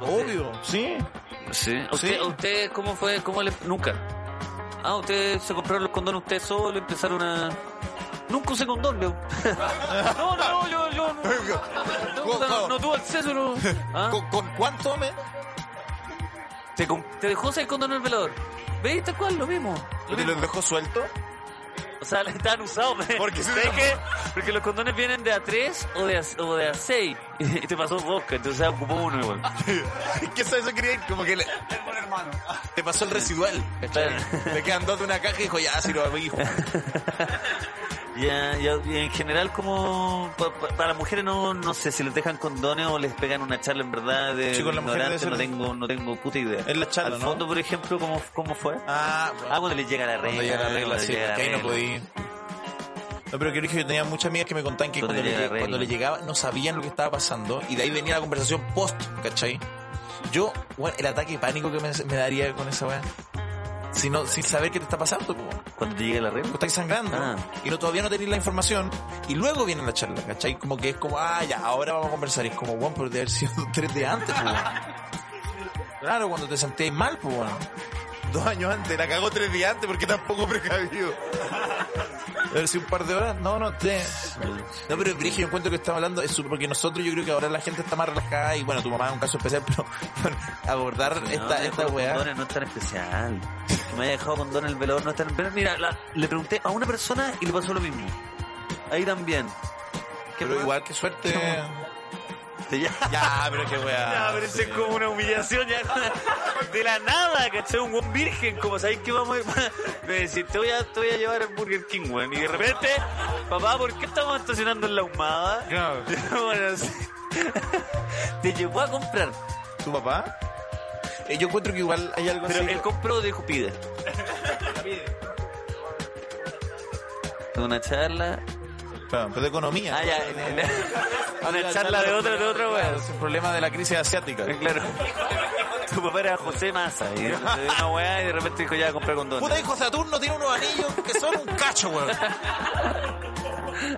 Speaker 2: Obvio, sí.
Speaker 1: Sí. ¿Usted,
Speaker 2: Sí.
Speaker 1: ¿Usted cómo fue? ¿Cómo le.? Nunca. Ah, ustedes se compraron los condones ustedes solos, empezaron a. Nunca usé condón, <laughs> Leo. no, no, no, yo, yo no. No, no, no, no tuve acceso, no. ¿Ah?
Speaker 2: ¿Con, con cuánto me?
Speaker 1: ¿Te, com- te dejó seis condones en el velador. ¿Veis tal cual? Lo mismo. Lo
Speaker 2: ¿Te
Speaker 1: mismo.
Speaker 2: lo dejó <laughs> suelto?
Speaker 1: O sea, estaban usados. me-
Speaker 2: Porque si
Speaker 1: ¿eh? ¿sabes
Speaker 2: no-
Speaker 1: qué? Porque los condones vienen de a tres o de a, o de a seis. <laughs> Y te pasó vodka, entonces ocupó uno igual.
Speaker 2: ¿Qué sabes eso quería? Como que le... Te pasó el residual. ¿cachai? Le quedan dos de una caja y dijo, ya, si lo abrí, hijo.
Speaker 1: Ya, ya, y en general, como pa- pa- para las mujeres, no, no sé si les dejan condones o les pegan una charla en verdad de
Speaker 2: Chicos, las mujeres
Speaker 1: ignorante, no
Speaker 2: debe ser-
Speaker 1: tengo, no tengo puta idea.
Speaker 2: Es la charla,
Speaker 1: Al
Speaker 2: ¿no?
Speaker 1: fondo, por ejemplo, ¿cómo, cómo fue?
Speaker 2: Ah,
Speaker 1: Ah, cuando les llega la regla.
Speaker 2: cuando llega la regla,
Speaker 1: cuando les
Speaker 2: sí,
Speaker 1: llega la
Speaker 2: que ahí no
Speaker 1: regla.
Speaker 2: podí. No, pero quiero que yo tenía muchas amigas que me contaban que
Speaker 1: Cuando
Speaker 2: cuando,
Speaker 1: llega
Speaker 2: le,
Speaker 1: la regla.
Speaker 2: cuando le llegaba no sabían lo que estaba pasando y de ahí venía la conversación post, ¿cachai? Yo, bueno, el ataque de pánico que me, me daría con esa weá. Si no, sin saber qué te está pasando, po.
Speaker 1: Cuando te llega la regla.
Speaker 2: estáis sangrando
Speaker 1: Ah.
Speaker 2: y no todavía no tenéis la información y luego viene la charla, ¿cachai? Como que es como, ah, ya, ahora vamos a conversar. Y es como, bueno, pero debe haber sido <laughs> tres de antes, pues, weón. Claro, cuando te sentíais mal, pues, bueno.
Speaker 3: Dos años antes, la cagó tres días antes porque tampoco precavido.
Speaker 2: Debe haber sido un par de horas. No, no, tres. No, pero Brigio, yo encuentro que estamos hablando, es súper- porque nosotros yo creo que ahora la gente está más relajada y bueno, tu mamá es un caso especial, <laughs> pero bueno, abordar
Speaker 1: no,
Speaker 2: esta, esta
Speaker 1: los
Speaker 2: weá.
Speaker 1: condones no es tan especial. Que me haya dejado condón en el velador no es tan pero Mira, la- le pregunté a una persona y le pasó lo mismo. Ahí también. ¿Qué
Speaker 2: Pero
Speaker 1: más?
Speaker 2: igual, qué suerte.
Speaker 1: Te ll-
Speaker 2: ya, pero qué
Speaker 1: Ya,
Speaker 2: weá.
Speaker 1: pero eso es como una humillación ya <laughs> de la nada, ¿cachai? Un buen virgen, como sabéis que vamos a me decís, te voy a, te voy a llevar al Burger King, weón. Y de repente, papá, ¿por qué estamos estacionando en la humada?
Speaker 2: Claro.
Speaker 1: <laughs> Bueno, sí. Te llevó a comprar,
Speaker 2: ¿Tu papá? Eh, yo encuentro que igual hay algo
Speaker 1: pero
Speaker 2: así.
Speaker 1: él compró dijo pide. Una charla.
Speaker 2: Claro, pero de economía.
Speaker 1: Ah, ya, en- en- <laughs> una charla de otro, de otro, weón.
Speaker 2: Es el problema de la crisis asiática.
Speaker 1: Eh, Claro. <laughs> Tu papá era José Massa. Y de repente una weá y de repente dijo ya a comprar condones.
Speaker 2: Puta hijo Saturno tiene unos anillos que son un cacho, weón.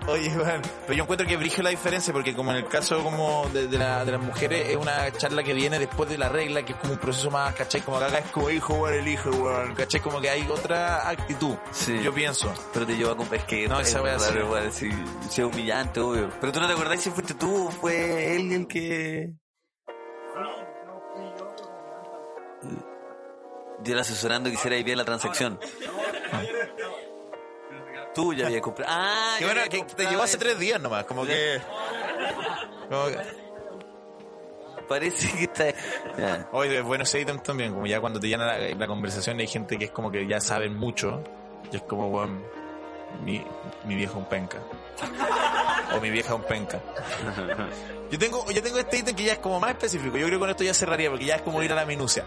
Speaker 2: Oye, weón. Pero yo encuentro que brige la diferencia porque como en el caso como de, de la- de las mujeres es una charla que viene después de la regla, que es como un proceso más, ¿cachai? Como que acá es como hijo, weón, el hijo, weón. ¿Cachai? Como que hay otra actitud.
Speaker 1: Sí.
Speaker 2: Yo pienso.
Speaker 1: Pero te llevó a comprar. Es que
Speaker 2: No, esa
Speaker 1: es
Speaker 2: wea
Speaker 1: raro,
Speaker 2: sí.
Speaker 1: igual, sí. sí, es humillante, obvio. Pero tú no te acordás si fuiste tú o fue él el que. Yo era asesorando que hiciera ahí bien la transacción. Tú ya habías comprado. Ah,
Speaker 2: Que
Speaker 1: ya
Speaker 2: bueno,
Speaker 1: habías
Speaker 2: que te
Speaker 1: comprado
Speaker 2: llevó hace
Speaker 1: eso.
Speaker 2: tres días nomás, como que... como que-
Speaker 1: Parece que está. Ya.
Speaker 2: Hoy es bueno ese ítem también, como ya cuando te llena la, la conversación hay gente que es como que ya saben mucho, y es como, weón, mi, mi vieja un penca. O mi vieja un penca. Yo tengo, yo tengo este ítem que ya es como más específico, yo creo que con esto ya cerraría, porque ya es como ir a la minucia.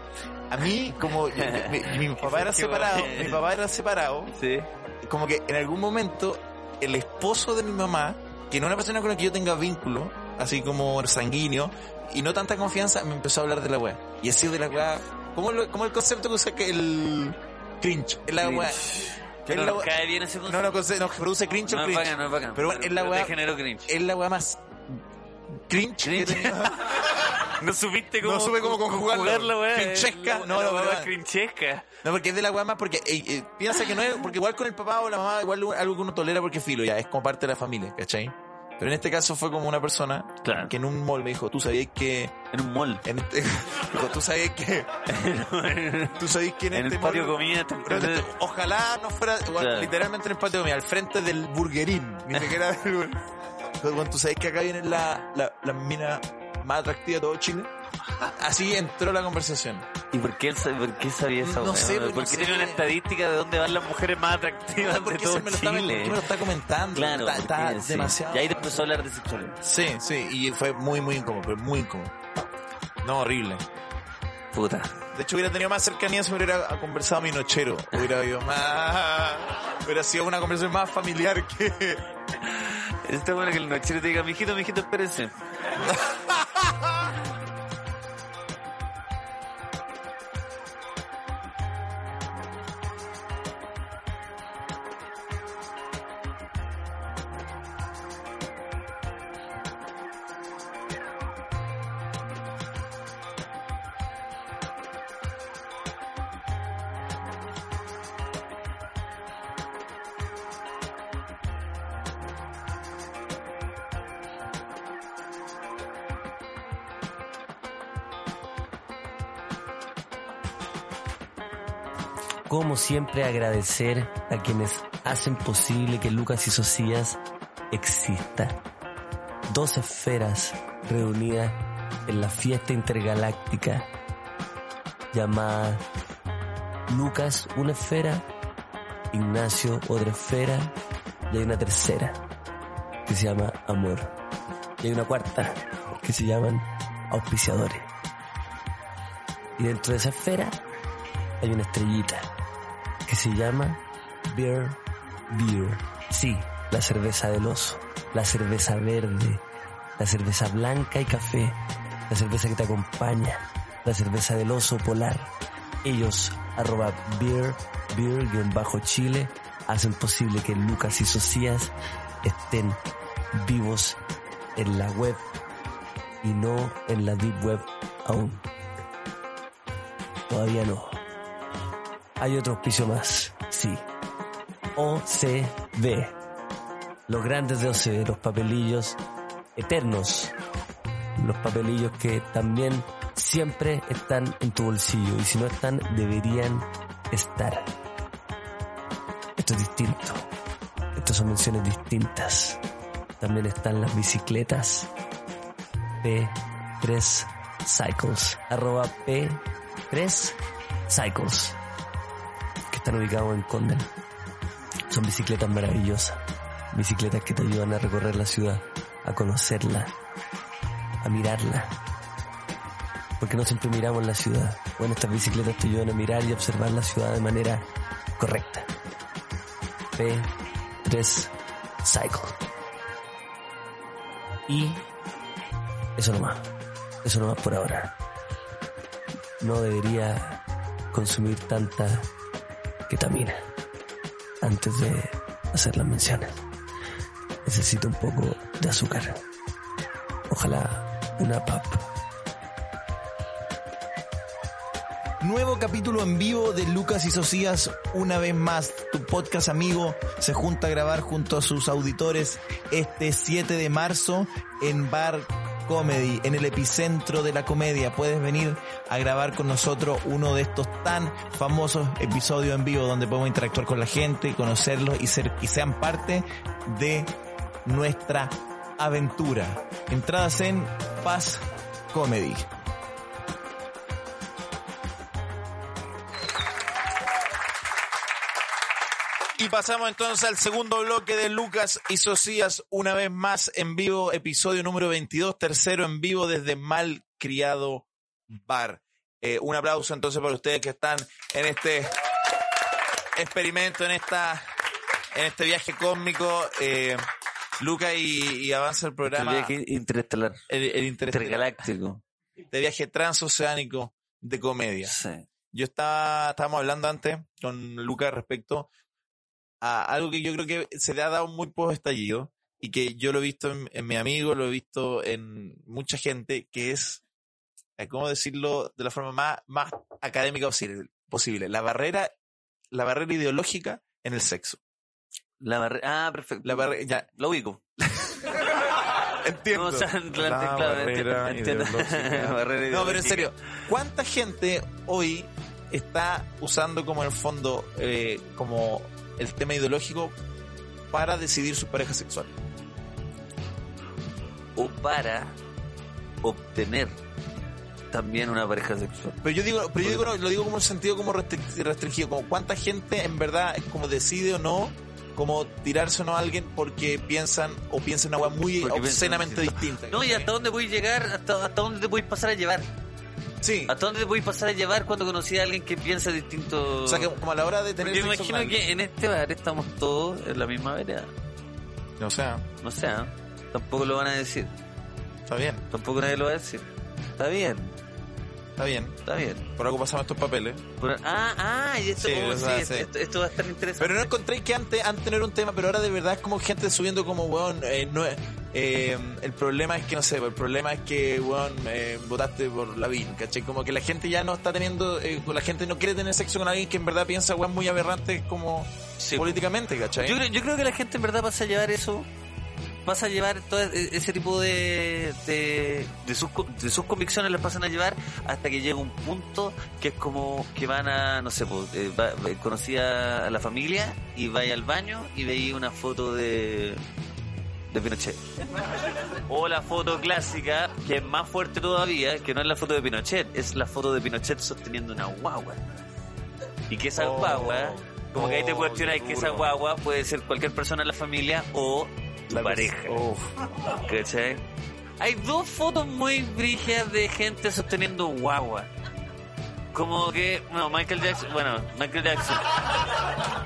Speaker 2: A mí, como yo- mi, mi papá era
Speaker 1: Qué
Speaker 2: separado,
Speaker 1: bueno.
Speaker 2: mi papá era separado,
Speaker 1: Sí.
Speaker 2: como que en algún momento el esposo de mi mamá, que no es una persona con la que yo tenga vínculo, así como sanguíneo, y no tanta confianza, me empezó a hablar de la weá. Y así de la weá. ¿Cómo, lo- cómo el concepto que usa que el cringe? Es la weá.
Speaker 1: Que
Speaker 2: Es
Speaker 1: no
Speaker 2: la
Speaker 1: nos
Speaker 2: weá-
Speaker 1: cae bien ese
Speaker 2: No,
Speaker 1: concepto.
Speaker 2: no, conce- no, produce cringe
Speaker 1: no
Speaker 2: el
Speaker 1: es
Speaker 2: cringe.
Speaker 1: bacán, no es bacán.
Speaker 2: Pero bueno, es la
Speaker 1: Pero
Speaker 2: weá- eh,
Speaker 1: Te generó cringe.
Speaker 2: Es la weá más cringe, que he tenido.
Speaker 1: No supiste
Speaker 2: No
Speaker 1: cómo.
Speaker 2: supe cómo conjugarlo.
Speaker 1: conjugarla, weá.
Speaker 2: Crinchesca.
Speaker 1: Es
Speaker 2: No,
Speaker 1: la
Speaker 2: no,
Speaker 1: weá
Speaker 2: verdad.
Speaker 1: crinchesca.
Speaker 2: No, porque es de la weá más porque eh, eh, piensa que no es, porque igual con el papá o la mamá, igual algo que uno tolera porque filo, ya es como parte de la familia, ¿cachai? Pero en este caso fue como una persona
Speaker 1: Claro.
Speaker 2: que en un mall me dijo, tú sabías que,
Speaker 1: En un mall.
Speaker 2: en este- <laughs> dijo, tú
Speaker 1: <laughs>
Speaker 2: sabías que, tú sabías que en,
Speaker 1: en
Speaker 2: este
Speaker 1: el patio de
Speaker 2: mall-
Speaker 1: comida
Speaker 2: Pero este esto- ojalá no fuera, igual,
Speaker 1: Claro.
Speaker 2: literalmente en el patio de comida, al frente del burguerín, ni siquiera del
Speaker 1: <laughs>
Speaker 2: bur- Pero bueno, tú sabes que acá vienen la- la- las minas más atractivas de todo Chile. Así entró la conversación.
Speaker 1: ¿Y por qué, él sabe- por qué sabía esa
Speaker 2: No
Speaker 1: weá?
Speaker 2: sé, pues,
Speaker 1: ¿Por
Speaker 2: no
Speaker 1: qué
Speaker 2: sé.
Speaker 1: tiene una estadística de dónde van las mujeres más atractivas
Speaker 2: ¿Por
Speaker 1: <laughs>
Speaker 2: qué
Speaker 1: de todo
Speaker 2: se me lo está, por
Speaker 1: Chile?
Speaker 2: qué me lo está comentando?
Speaker 1: Claro,
Speaker 2: está, está
Speaker 1: porque, sí.
Speaker 2: demasiado.
Speaker 1: Y ahí te empezó a hablar de sexualidad.
Speaker 2: Sí, sí, y fue muy, muy incómodo, pero muy incómodo. No, horrible.
Speaker 1: Puta.
Speaker 2: De hecho, hubiera tenido más cercanía si hubiera conversado mi nochero. Hubiera habido más. Hubiera sido una conversación más familiar que.
Speaker 1: Está bueno que el nochero te diga, mijito, mijito, espérense.
Speaker 4: como siempre agradecer a quienes hacen posible que Lucas y Socias exista. Dos esferas reunidas en la fiesta intergaláctica llamada Lucas una esfera, Ignacio otra esfera y hay una tercera que se llama amor. Y hay una cuarta que se llaman auspiciadores. Y dentro de esa esfera hay una estrellita que se llama Beer Beer. Sí, la cerveza del oso, la cerveza verde, la cerveza blanca y café, la cerveza que te acompaña, la cerveza del oso polar. Ellos, arroba Beer Beer-Chile, hacen posible que Lucas y Socias estén vivos en la web y no en la deep web aún. Todavía no hay otro auspicio más. Sí. OCB. Los grandes de OCB, los papelillos eternos. Los papelillos que también siempre están en tu bolsillo y si no están, deberían estar. Esto es distinto. Estas son menciones distintas. También están las bicicletas P3 Cycles. Arroba P3 Cycles que están ubicados en Condel. Son bicicletas maravillosas, bicicletas que te ayudan a recorrer la ciudad, a conocerla, a mirarla. Porque no siempre miramos la ciudad. Bueno, estas bicicletas te ayudan a mirar y observar la ciudad de manera correcta. P3 Cycle. Y eso nomás. Eso nomás por ahora. No debería consumir tanta ketamina antes de hacer las menciones. Necesito un poco de azúcar. Ojalá una pap.
Speaker 2: Nuevo capítulo en vivo de Lucas y Socias. Una vez más, tu podcast amigo se junta a grabar junto a sus auditores este 7 de marzo en Bar Comedy, en el epicentro de la comedia. Puedes venir a grabar con nosotros uno de estos tan famosos episodios en vivo donde podemos interactuar con la gente, conocerlos y, ser, y sean parte de nuestra aventura. Entradas en Paz Comedy. Y pasamos entonces al segundo bloque de Lucas y Socias, una vez más en vivo, episodio número 22, tercero en vivo desde Malcriado Bar. Eh, un aplauso entonces para ustedes que están en este experimento, en esta en este viaje cósmico. Eh, Lucas y, y avanza el programa.
Speaker 1: Tendría que interestelar,
Speaker 2: El, el interestelar,
Speaker 1: intergaláctico.
Speaker 2: de viaje transoceánico de comedia.
Speaker 1: Sí.
Speaker 2: Yo estaba, estábamos hablando antes con Lucas respecto a algo que yo creo que se le ha dado muy poco estallido y que yo lo he visto en, en mi amigo, lo he visto en mucha gente, que es, eh, ¿cómo decirlo de la forma más, más académica posible, posible? La barrera, la barrera ideológica en el sexo.
Speaker 1: La barrera. Ah, perfecto.
Speaker 2: La barrera, ya,
Speaker 1: Lo ubico.
Speaker 2: entiendo.
Speaker 1: No, o sea, claro,
Speaker 3: barrera
Speaker 1: entiendo, entiendo. <laughs> Barrera
Speaker 3: ideológica.
Speaker 2: No, pero en
Speaker 1: ideológica.
Speaker 2: serio, ¿cuánta gente hoy está usando como en el fondo eh, como el tema ideológico para decidir su pareja sexual?
Speaker 1: O para obtener también una pareja sexual.
Speaker 2: Pero yo digo, pero yo digo, no, lo digo como un sentido como restric- restringido, como cuánta gente en verdad es como decide o no como tirarse o no a alguien porque piensan o piensan una weá muy
Speaker 1: Porque piensan
Speaker 2: obscenamente distinta.
Speaker 1: No, y hasta dónde voy a llegar, hasta, hasta dónde te voy a pasar a llevar.
Speaker 2: Sí.
Speaker 1: ¿Hasta dónde te podéis pasar a llevar cuando conocí a alguien que piensa distinto?
Speaker 2: O sea, que como a la hora de tener
Speaker 1: Porque me
Speaker 2: sexo
Speaker 1: imagino
Speaker 2: con alguien.
Speaker 1: que en este bar estamos todos en la misma vereda.
Speaker 2: O sea,
Speaker 1: No sé, ¿eh? tampoco lo van a decir.
Speaker 2: está bien,
Speaker 1: Tampoco nadie lo va a decir. Está bien,
Speaker 2: está bien.
Speaker 1: está bien.
Speaker 2: Por algo pasamos estos papeles.
Speaker 1: Pero- ah, ah, y esto,
Speaker 2: Sí,
Speaker 1: oh,
Speaker 2: o sea,
Speaker 1: sí,
Speaker 2: sí.
Speaker 1: Esto, esto va a estar interesante.
Speaker 2: Pero no encontré que antes, antes no era un tema, pero ahora de verdad es como gente subiendo como, weón, eh, no es- eh, el problema es que, no sé, el problema es que, weón, eh, votaste por la BIN, ¿cachai? Como que la gente ya no está teniendo, eh, la gente no quiere tener sexo con alguien que en verdad piensa, weón, muy aberrante como
Speaker 1: Sí.
Speaker 2: políticamente, ¿cachai?
Speaker 1: Yo creo, yo creo que la gente en verdad pasa a llevar eso, pasa a llevar todo e- ese tipo de, de, de sus, co- de sus convicciones, las pasan a llevar hasta que llega un punto que es como que van a, no sé, pues, eh, va- eh, conocí a la familia y vaya al baño y veía una foto de, de Pinochet. O la foto clásica, que es más fuerte todavía, que no es la foto de Pinochet, es la foto de Pinochet sosteniendo una guagua. Y que esa
Speaker 2: Oh,
Speaker 1: guagua, como que ahí te
Speaker 2: oh,
Speaker 1: cuestionas
Speaker 2: qué
Speaker 1: que esa
Speaker 2: duro.
Speaker 1: guagua puede ser cualquier persona de la familia o tu
Speaker 2: La-
Speaker 1: pareja.
Speaker 2: Uf.
Speaker 1: ¿Cachai? Hay dos fotos muy brígidas de gente sosteniendo guagua. Como que, no, Michael Jackson, bueno, Michael Jackson.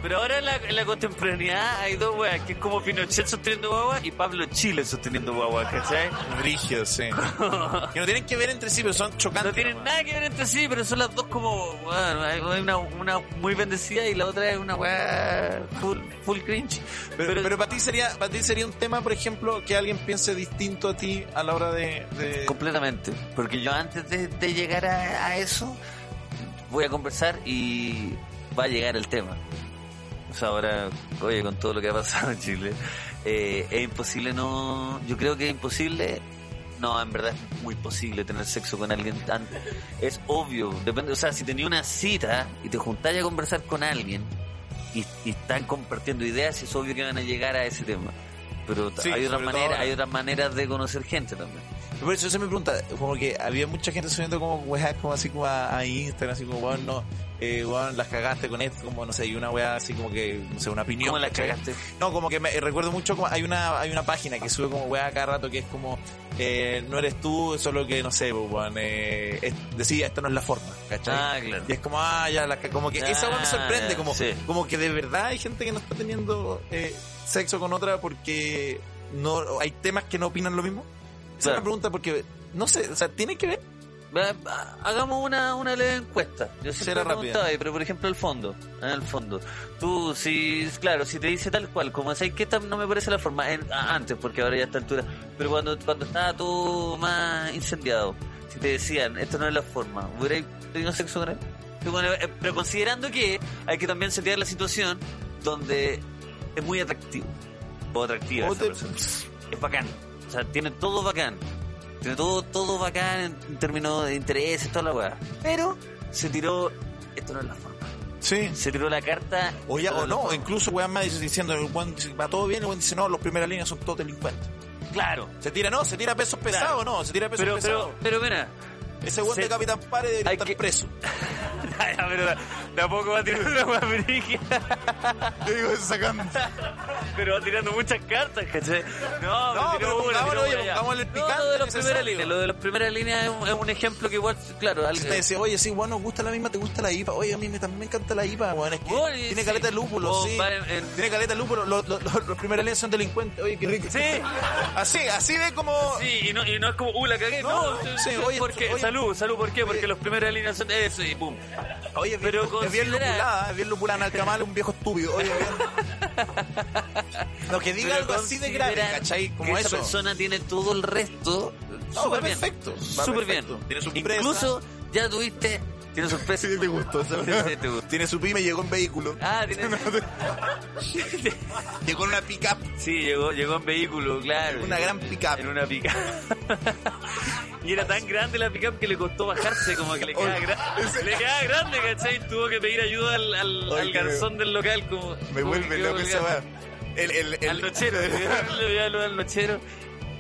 Speaker 1: Pero ahora en la, en la contemporaneidad hay dos weas, que es como Pinochet sosteniendo guagua y Pablo Chile sosteniendo guagua, ¿cachai? <laughs>
Speaker 2: Brígidos, sí. que no tienen que ver entre sí, pero son chocantes.
Speaker 1: No tienen
Speaker 2: nomás.
Speaker 1: nada que ver entre sí, pero son las dos como, bueno, hay hay una, una muy bendecida y la otra es una wea full, full cringe.
Speaker 2: Pero, pero, para ti sería, para ti sería un tema, por ejemplo, que alguien piense distinto a ti a la hora de, de-
Speaker 1: Completamente. Porque yo antes de, de llegar a, a eso, voy a conversar y va a llegar el tema. O sea, ahora, oye, con todo lo que ha pasado en Chile, eh, es imposible no... Yo creo que es imposible... No, en verdad es muy posible tener sexo con alguien tan... Es obvio, depende... O sea, si tenía una cita y te juntáis a conversar con alguien y, y están compartiendo ideas, es obvio que van a llegar a ese tema. Pero
Speaker 2: Sí,
Speaker 1: hay otras
Speaker 2: sobre todo
Speaker 1: maneras,
Speaker 2: ahora.
Speaker 1: hay otras maneras de conocer gente también.
Speaker 2: Por eso se me pregunta, como que había mucha gente subiendo como weas, como así como a, a Instagram, así como, weón, no, eh, weón, las cagaste con esto, como, no sé, y una wea así como que, no sé, una opinión.
Speaker 1: ¿Cómo la
Speaker 2: ¿cachai?
Speaker 1: cagaste?
Speaker 2: No, como que me eh, recuerdo mucho, como hay una hay una página que sube como weá cada rato que es como, eh, no eres tú, solo que, no sé, pues, weón, eh, es- decía, esta no es la forma, ¿cachai?
Speaker 1: Ah, claro. Ah,
Speaker 2: Y es como, ah, ya, la ca- como que esa weá me sorprende, como,
Speaker 1: Sí.
Speaker 2: como que de verdad hay gente que no está teniendo eh, sexo con otra porque no hay temas que no opinan lo mismo. Esa es
Speaker 1: Claro.
Speaker 2: una pregunta porque, no sé, o sea, tiene que ver.
Speaker 1: Va- va- Ah, Hagamos una, una leve encuesta. Yo siempre
Speaker 2: Será rápida.
Speaker 1: preguntaba, eh, pero por ejemplo, al fondo. Al fondo. Tú, si, claro, si te dice tal cual, como sabes que esta no me parece la forma, en- a- antes, porque ahora ya está altura, pero cuando, cuando estaba todo más incendiado, si te decían, esto no es la forma, ¿hubierais tenido sexo con él? Y bueno, eh, pero considerando que hay que también sentir la situación donde es muy atractivo. O atractiva.
Speaker 2: O
Speaker 1: esa
Speaker 2: te-
Speaker 1: persona. es bacán. O sea, tiene todo bacán. Tiene todo, todo bacán en, en términos de intereses, toda la weá. Pero se tiró. Esto no es la forma.
Speaker 2: Sí.
Speaker 1: Se tiró la carta.
Speaker 2: O, ya,
Speaker 1: esto
Speaker 2: o
Speaker 1: es la
Speaker 2: no, o
Speaker 1: forma.
Speaker 2: incluso weá más dice- diciendo, el weón dice, va todo bien, el weón dice, no, los primeras líneas son todos delincuentes.
Speaker 1: Claro.
Speaker 2: Se tira, no, se tira pesos pesados, no, se tira pesos
Speaker 1: Pero,
Speaker 2: pesados.
Speaker 1: pero, pero, mira. <laughs>
Speaker 2: Ese weón
Speaker 1: se-
Speaker 2: de Capitán Pare debería
Speaker 1: hay
Speaker 2: estar
Speaker 1: que- <laughs>
Speaker 2: preso.
Speaker 1: Ya, pero ta- tampoco va a tirar una weá brígida,
Speaker 3: Yo digo,
Speaker 1: <laughs>
Speaker 3: sacando.
Speaker 1: Pero va tirando muchas cartas, ¿cachai? No,
Speaker 2: No,
Speaker 1: me tiró
Speaker 2: pero
Speaker 1: una, tiró
Speaker 2: pongámoslo,
Speaker 1: una,
Speaker 2: oye,
Speaker 1: ya.
Speaker 2: pongámosle el
Speaker 1: No,
Speaker 2: picante
Speaker 1: Lo de las
Speaker 2: necesario.
Speaker 1: primeras líneas. Lo de las primeras líneas es un, es un ejemplo que igual, claro,
Speaker 2: Si
Speaker 1: alguien.
Speaker 2: te decía, oye, sí, bueno, gusta la misma, te gusta la IPA. Oye, a mí me, también me encanta la IPA, weón. Es que
Speaker 1: Oye,
Speaker 2: tiene
Speaker 1: sí. Oh,
Speaker 2: caleta de lúpulo,
Speaker 1: O
Speaker 2: sí.
Speaker 1: va en- en-
Speaker 2: Tiene caleta de lúpulo. Los, los, los- los primeros aliens son delincuentes. Oye, qué rico. <laughs>
Speaker 1: Sí.
Speaker 2: Así, así de como.
Speaker 1: Sí, y no, y no es como, uh, la cagué,
Speaker 2: No,
Speaker 1: no.
Speaker 2: sí, oye,
Speaker 1: porque,
Speaker 2: oye.
Speaker 1: salud, salud, ¿por qué? Porque los primeros líneas son eso y pum.
Speaker 2: Oye, es bien-
Speaker 1: Pero
Speaker 2: es bien
Speaker 1: considera-
Speaker 2: lupulada, es bien lupulada. Nalcamal es un viejo estúpido. Oye, bien. No, que diga
Speaker 1: Pero
Speaker 2: algo así de grave,
Speaker 1: consideran
Speaker 2: ¿cachai?
Speaker 1: que
Speaker 2: Como
Speaker 1: Esa
Speaker 2: eso.
Speaker 1: persona tiene todo el resto
Speaker 2: No,
Speaker 1: súper
Speaker 2: va
Speaker 1: bien.
Speaker 2: perfecto. va
Speaker 1: Súper bien.
Speaker 2: perfecto. Tiene su empresa.
Speaker 1: Incluso ya tuviste, tiene sorpresa. <laughs>
Speaker 3: Sí, te gustó. ¿sabes?
Speaker 1: Te gustó.
Speaker 2: Tiene su pyme, llegó en vehículo.
Speaker 1: Ah,
Speaker 2: <laughs>
Speaker 1: tiene...
Speaker 2: Llegó en una pick-up.
Speaker 1: Sí, llegó, llegó en vehículo, claro.
Speaker 2: Una gran pick-up.
Speaker 1: En una pick <laughs> y era tan grande la pick que le costó bajarse, como que le quedaba, gra- le quedaba grande, ¿cachai? Tuvo que pedir ayuda al, al,
Speaker 3: Oye,
Speaker 1: al
Speaker 3: que me-
Speaker 1: garzón del local. Como,
Speaker 3: Me
Speaker 1: como
Speaker 3: vuelve
Speaker 1: que
Speaker 3: loco
Speaker 1: quedó
Speaker 3: esa
Speaker 1: colgado.
Speaker 3: weá. El, el,
Speaker 1: al
Speaker 3: el,
Speaker 1: nochero, le
Speaker 2: <laughs>
Speaker 1: voy a hablar al nochero.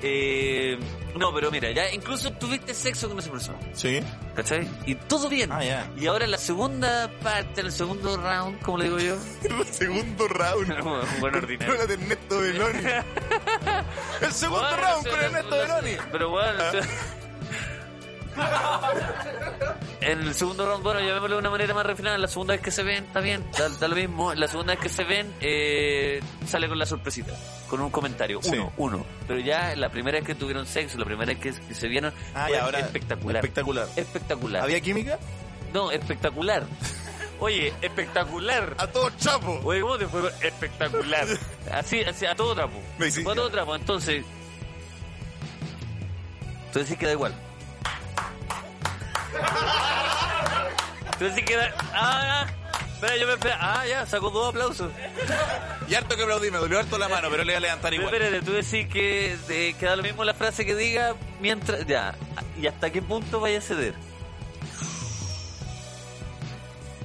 Speaker 1: Eh, no, pero mira, ya incluso tuviste sexo con esa persona,
Speaker 2: Sí.
Speaker 1: ¿cachai? Y todo bien.
Speaker 2: Ah, <laughs> ya.
Speaker 1: Y ahora en la segunda parte, en el segundo round, como le digo yo, <laughs>
Speaker 3: el segundo round.
Speaker 1: un buen ordinario.
Speaker 3: Con de
Speaker 1: <laughs>
Speaker 3: Ernesto Beloni. El segundo
Speaker 1: Bueno,
Speaker 3: round
Speaker 1: no sé,
Speaker 3: con
Speaker 1: no-
Speaker 3: Ernesto
Speaker 1: no sé,
Speaker 2: Ah.
Speaker 3: Beloni.
Speaker 1: Pero bueno, o sea, En el segundo round, bueno, llamémoslo de una manera más refinada. La segunda vez que se ven, está bien, da, da lo mismo. La segunda vez que se ven, eh, sale con la sorpresita, con un comentario.
Speaker 2: Sí.
Speaker 1: Uno, uno. Pero ya la primera vez que tuvieron sexo, la primera vez que, que se vieron,
Speaker 2: Ah,
Speaker 1: fue
Speaker 2: y ahora-
Speaker 1: espectacular.
Speaker 2: Espectacular.
Speaker 1: espectacular.
Speaker 2: ¿Había química?
Speaker 1: No,
Speaker 2: <laughs>
Speaker 1: espectacular. Oye, espectacular.
Speaker 3: A todo chapo.
Speaker 1: Oye, ¿cómo te fue?
Speaker 2: <laughs>
Speaker 1: Espectacular. Así, así, a todo trapo.
Speaker 3: Me hiciste.
Speaker 1: Fue a todo trapo, entonces. Entonces sí queda igual. Entonces sí queda. Ah, ah. Espera, yo me espera. Ah, ya, sacó dos aplausos.
Speaker 2: Y harto que aplaudí, me dolió harto la mano, pero le voy a levantar
Speaker 1: Pero
Speaker 2: igual.
Speaker 1: espérate, tú decís que eh, queda lo mismo la frase que diga mientras. Ya. ¿Y hasta qué punto vaya a ceder?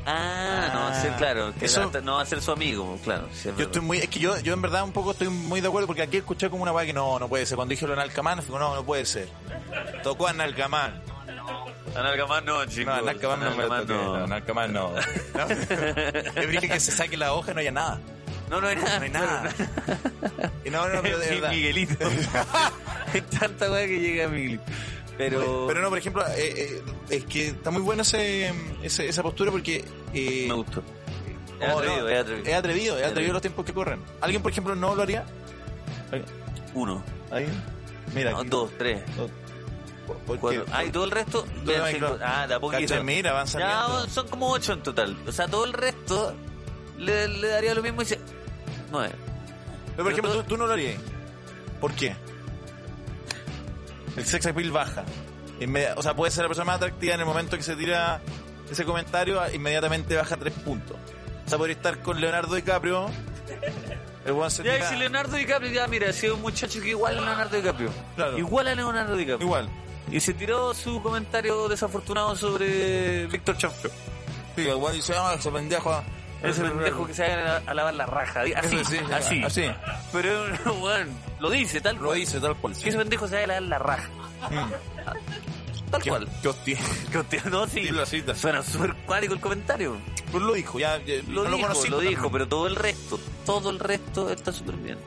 Speaker 1: Ah, no va a ser,
Speaker 2: Ah,
Speaker 1: claro. que
Speaker 2: eso-
Speaker 1: hasta- no va a ser su amigo, claro. sí, es
Speaker 2: Yo
Speaker 1: verdad.
Speaker 2: estoy muy, es que yo, yo en verdad un poco estoy muy de acuerdo porque aquí escuché como una weá que no, no puede ser. Cuando dije lo de Nalcamán, fue no, no puede ser. Tocó a Nalcamán.
Speaker 1: Analgamán no, chicos.
Speaker 2: No, a Nalcamán no me lo toqué. No,
Speaker 1: <laughs>
Speaker 2: Nalcamán no. No. Yo dije que se saque la hoja y no haya nada.
Speaker 1: No, no hay nada.
Speaker 2: No
Speaker 1: <laughs>
Speaker 2: hay nada. Y no, no, pero de
Speaker 1: Sí,
Speaker 2: verdad.
Speaker 1: Miguelito. <laughs> Hay tanta weá que llega a Miguelito. Pero,
Speaker 2: Pero no, por ejemplo, eh, eh, es que está muy buena ese, ese- esa postura porque... eh,
Speaker 1: me gustó. Es
Speaker 2: no,
Speaker 1: atrevido,
Speaker 2: no, eh,
Speaker 1: es atrevido.
Speaker 2: es atrevido, es
Speaker 1: Es atrevido.
Speaker 2: atrevido los tiempos que corren. ¿Alguien, por ejemplo, no lo haría?
Speaker 1: Uno,
Speaker 2: ¿Alguien? Mira,
Speaker 1: no,
Speaker 2: aquí-
Speaker 1: dos, tres,
Speaker 2: ¿Por- por qué?
Speaker 1: cuatro. Ah, y todo el resto. vean,
Speaker 2: Ay,
Speaker 1: sí,
Speaker 2: no.
Speaker 1: Ah, de a poquito.
Speaker 2: Cacha, mira, van
Speaker 1: Ya
Speaker 2: saliendo.
Speaker 1: son como ocho en total. O sea, todo el resto le, le daría lo mismo y dice. Nueve.
Speaker 2: Pero por ejemplo,
Speaker 1: Pero
Speaker 2: tú, tú no lo harías. ¿Por qué? El sex appeal baja. Inmedi- o sea, puede ser la persona más atractiva en el momento que se tira ese comentario, a- inmediatamente baja tres puntos. O sea, podría estar con Leonardo DiCaprio. El buen se
Speaker 1: Ya, y
Speaker 2: tira-
Speaker 1: si Leonardo DiCaprio, ya mira, ha sido un muchacho que igual a Leonardo DiCaprio.
Speaker 2: Claro.
Speaker 1: Igual a Leonardo DiCaprio.
Speaker 2: Igual.
Speaker 1: Y se tiró su comentario desafortunado sobre Víctor Chanfleur.
Speaker 2: Sí, igual dice, ah, ese pendejo.
Speaker 1: Ese pendejo que se haga a lavar la raja. di- Así,
Speaker 2: Eso sí,
Speaker 1: así.
Speaker 2: Así.
Speaker 1: Pero, <laughs> bueno, lo dice tal
Speaker 2: Lo
Speaker 1: cual.
Speaker 2: dice tal cual.
Speaker 1: Que ese pendejo se haga a lavar la raja.
Speaker 2: Mm.
Speaker 1: Tal
Speaker 2: Qué-
Speaker 1: cual.
Speaker 2: Qué hostia.
Speaker 1: Que usted no,
Speaker 2: <laughs>
Speaker 1: sí.
Speaker 2: Dilo así, tal-
Speaker 1: Suena súper cuálico el comentario.
Speaker 2: Pues lo dijo, ya. ya-
Speaker 1: Lo
Speaker 2: no
Speaker 1: dijo,
Speaker 2: conocí,
Speaker 1: lo
Speaker 2: pero
Speaker 1: dijo, pero todo el resto, todo el resto está súper bien.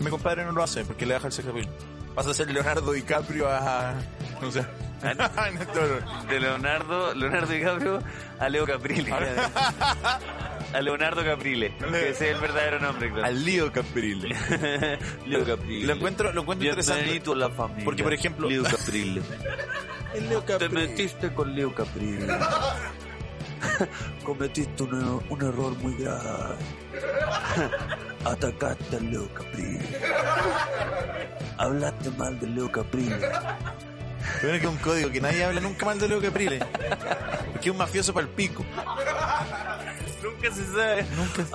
Speaker 2: Mi compadre no lo hace porque le baja el sex appeal. Pasa a ser Leonardo DiCaprio a. No sé.
Speaker 1: Ah,
Speaker 2: <laughs>
Speaker 1: De Leonardo, Leonardo DiCaprio a Leo <laughs> Caprile. a Leonardo Caprile, que ese es el verdadero nombre, claro.
Speaker 2: Al lío Caprile.
Speaker 1: <laughs> Leo Caprile.
Speaker 2: Lo encuentro, lo encuentro interesante.
Speaker 1: Bienvenido a la familia.
Speaker 2: Porque, por
Speaker 1: <laughs>
Speaker 2: ejemplo-
Speaker 1: Leo Caprile.
Speaker 2: El lío
Speaker 1: Te metiste con Leo Caprile. <laughs> Cometiste un, er-, un error muy grave. <laughs> Atacaste a Leo Caprile. Hablaste mal de Leo Caprile.
Speaker 2: Bueno, que es un código que nadie habla nunca mal de Leo Caprile. Porque es un mafioso para el pico.
Speaker 1: Nunca se sabe.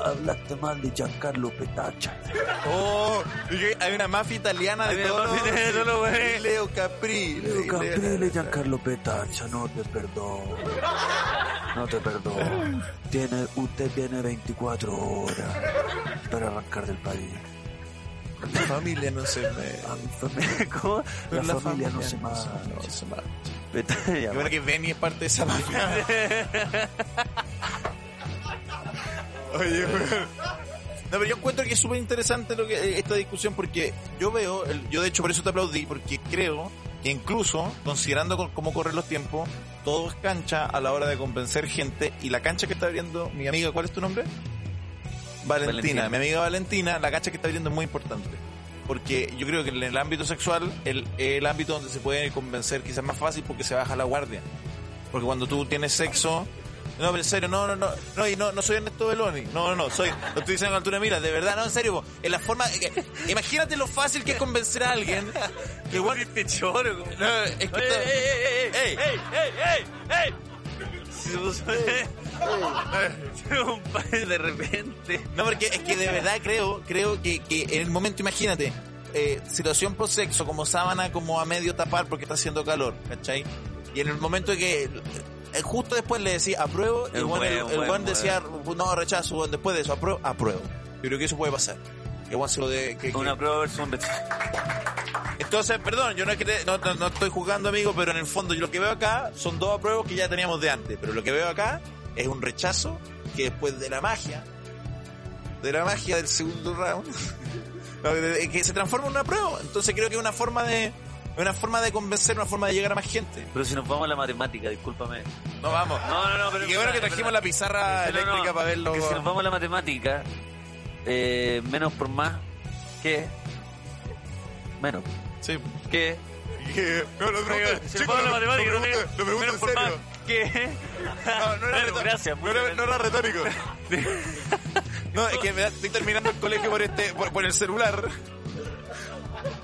Speaker 1: Hablaste mal de Giancarlo Petacha.
Speaker 2: Oh, dije, hay una mafia italiana
Speaker 1: Hay
Speaker 2: de
Speaker 1: una
Speaker 2: todos
Speaker 1: mafia
Speaker 2: los-
Speaker 1: de todos los güeyes.
Speaker 2: Leo Caprile.
Speaker 5: Leo Caprile, Giancarlo Petaccia, no te perdono. No te perdono. Tiene, usted tiene 24 horas para arrancar del país.
Speaker 2: La familia no se me...
Speaker 5: A mi familia,
Speaker 1: <laughs> ¿Cómo?
Speaker 5: la, familia, no se más.
Speaker 2: no se mata.
Speaker 1: Petacha.
Speaker 2: Y bueno que Benny es parte de esa mafia.
Speaker 3: Oye, weón.
Speaker 2: No, pero yo encuentro que es súper interesante lo que, eh, esta discusión porque yo veo, el- yo de hecho por eso te aplaudí, porque creo que incluso, considerando con- cómo corren los tiempos, todo es cancha a la hora de convencer gente y la cancha que está abriendo mi amiga, ¿cuál es tu nombre? Valentina,
Speaker 1: Valentina.
Speaker 2: mi amiga Valentina, la cancha que está abriendo es muy importante. Porque yo creo que en el ámbito sexual, el, el ámbito donde se puede convencer quizás más fácil porque se baja la guardia. Porque cuando tú tienes sexo. No, pero en serio, no, no, no, no, y no, no soy Ernesto Beloni. No, no, no, soy, lo estoy diciendo con altura de mira, de verdad, no, en serio, po. en la forma, eh, imagínate lo fácil que es convencer a alguien que igual,
Speaker 1: Este choro. como-
Speaker 2: no, es que
Speaker 1: ¡Ey,
Speaker 2: está-
Speaker 1: ey, ey, ey!
Speaker 2: Ey.
Speaker 1: ¡Ey, ey, ey! ¡Ey! Se puso- Se puso un padre de repente.
Speaker 2: no, porque es que de
Speaker 1: eh.
Speaker 2: verdad creo, creo que, que en el momento, imagínate, eh, situación por sexo, como sábana, como a medio tapar porque está haciendo calor, ¿cachai? Y en el momento que, eh, justo después le decía, apruebo, y
Speaker 1: Es eh.
Speaker 2: el buen, el-
Speaker 1: buen,
Speaker 2: el
Speaker 1: buen,
Speaker 2: buen decía, no, rechazo, buen, después de eso, apruebo, apruebo. Yo creo que eso puede pasar. Que igual se lo de, que- que-
Speaker 1: Una prueba versus un rechazo.
Speaker 2: Entonces, perdón, yo no, es que te- no, no- no estoy juzgando, amigo, pero en el fondo yo lo que veo acá son dos apruebos que ya teníamos de antes, pero lo que veo acá es un rechazo que después de la magia, de la magia del segundo round, no, de- de- que se transforma en una prueba. Entonces creo que es una forma de... Es una forma de convencer, una forma de llegar a más gente.
Speaker 1: Pero si nos vamos a la matemática, discúlpame.
Speaker 2: No vamos.
Speaker 1: No, no, no, pero.
Speaker 2: y qué bueno que trajimos la pizarra
Speaker 1: No, no,
Speaker 2: eléctrica
Speaker 1: no.
Speaker 2: para verlo.
Speaker 1: Que si nos vamos a la matemática, eh, menos por más que. Menos
Speaker 2: Sí.
Speaker 1: que.
Speaker 3: Que- No, lo pregunto.
Speaker 1: Si nos
Speaker 3: Chicos,
Speaker 1: vamos a la
Speaker 3: lo, lo
Speaker 1: matemática, no
Speaker 3: pregunto,
Speaker 1: tiene-
Speaker 3: lo pregunto en
Speaker 1: menos por más
Speaker 3: serio.
Speaker 1: que.
Speaker 3: No, no era
Speaker 1: Bueno,
Speaker 3: retórico.
Speaker 1: gracias,
Speaker 3: No era- no
Speaker 2: <laughs>
Speaker 3: era retórico.
Speaker 2: No, es que me da- estoy terminando el colegio por este, por, por el celular.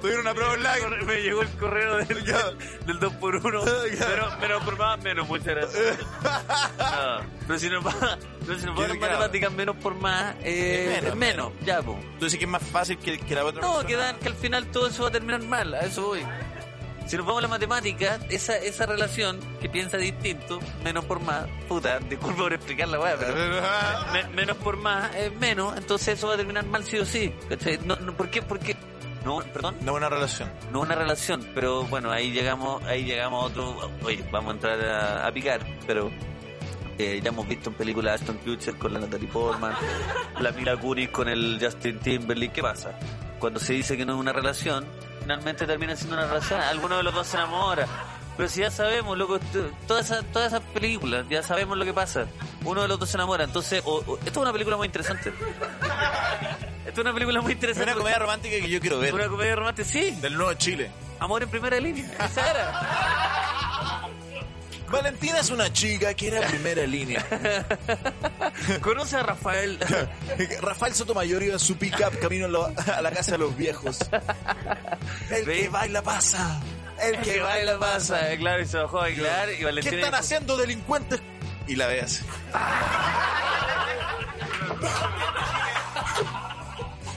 Speaker 3: Tuvieron una prueba online.
Speaker 1: Me llegó el correo del,
Speaker 3: Ya.
Speaker 1: <laughs> del 2x1. Menos, menos por más, menos, muchas gracias. No, pero si nos vamos pero si nos vamos a la
Speaker 2: Claro.
Speaker 1: matemática, menos por más, eh,
Speaker 2: Es menos,
Speaker 1: menos, ya, po.
Speaker 2: Tú dices que es más fácil que, que la otra
Speaker 1: No,
Speaker 2: persona.
Speaker 1: que, dan- que al final todo eso va a terminar mal, a eso voy. Si nos vamos a la matemática, esa, esa relación que piensa distinto, menos por más, puta, disculpa por explicar la weá, pero me- menos por más es menos, entonces eso va a terminar mal sí o sí. ¿cachai? No, no, ¿Por qué? ¿Por qué? No, perdón,
Speaker 2: No es una relación.
Speaker 1: no es una relación, pero bueno, ahí llegamos, ahí llegamos a otro, oye, vamos a entrar a, a picar, pero eh, ya hemos visto en películas Ashton Kutcher con la Natalie
Speaker 2: <laughs>
Speaker 1: Portman, la Mila Kunis con el Justin Timberlake, ¿qué pasa? Cuando se dice que no es una relación, finalmente termina siendo una relación, alguno de los dos se enamora. Pero si ya sabemos, loco, t- todas esas todas esas películas, ya sabemos lo que pasa. Uno de los dos se enamora, entonces, o- o- esto es una película muy
Speaker 2: <laughs>
Speaker 1: interesante. Esto es una película muy
Speaker 2: Es
Speaker 1: interesante.
Speaker 2: una comedia romántica que yo quiero ver.
Speaker 1: Una comedia romántica, sí.
Speaker 2: Del nuevo Chile.
Speaker 1: Amor en primera
Speaker 2: <laughs>
Speaker 1: línea. Esa era.
Speaker 2: Valentina es una chica que era primera línea.
Speaker 1: Conoce a Rafael.
Speaker 2: <laughs>
Speaker 1: <laughs>
Speaker 2: Rafael Sotomayor iba en su pick-up camino a, lo- a la casa de los viejos. El
Speaker 1: ¿Ve?
Speaker 2: que baila pasa. El que
Speaker 1: Que
Speaker 2: baila
Speaker 1: baila
Speaker 2: pasa.
Speaker 1: pasa. Claro, y se bajó a bailar. Y
Speaker 2: ¿Qué
Speaker 1: Valentina.
Speaker 2: están haciendo delincuentes? Y la veas.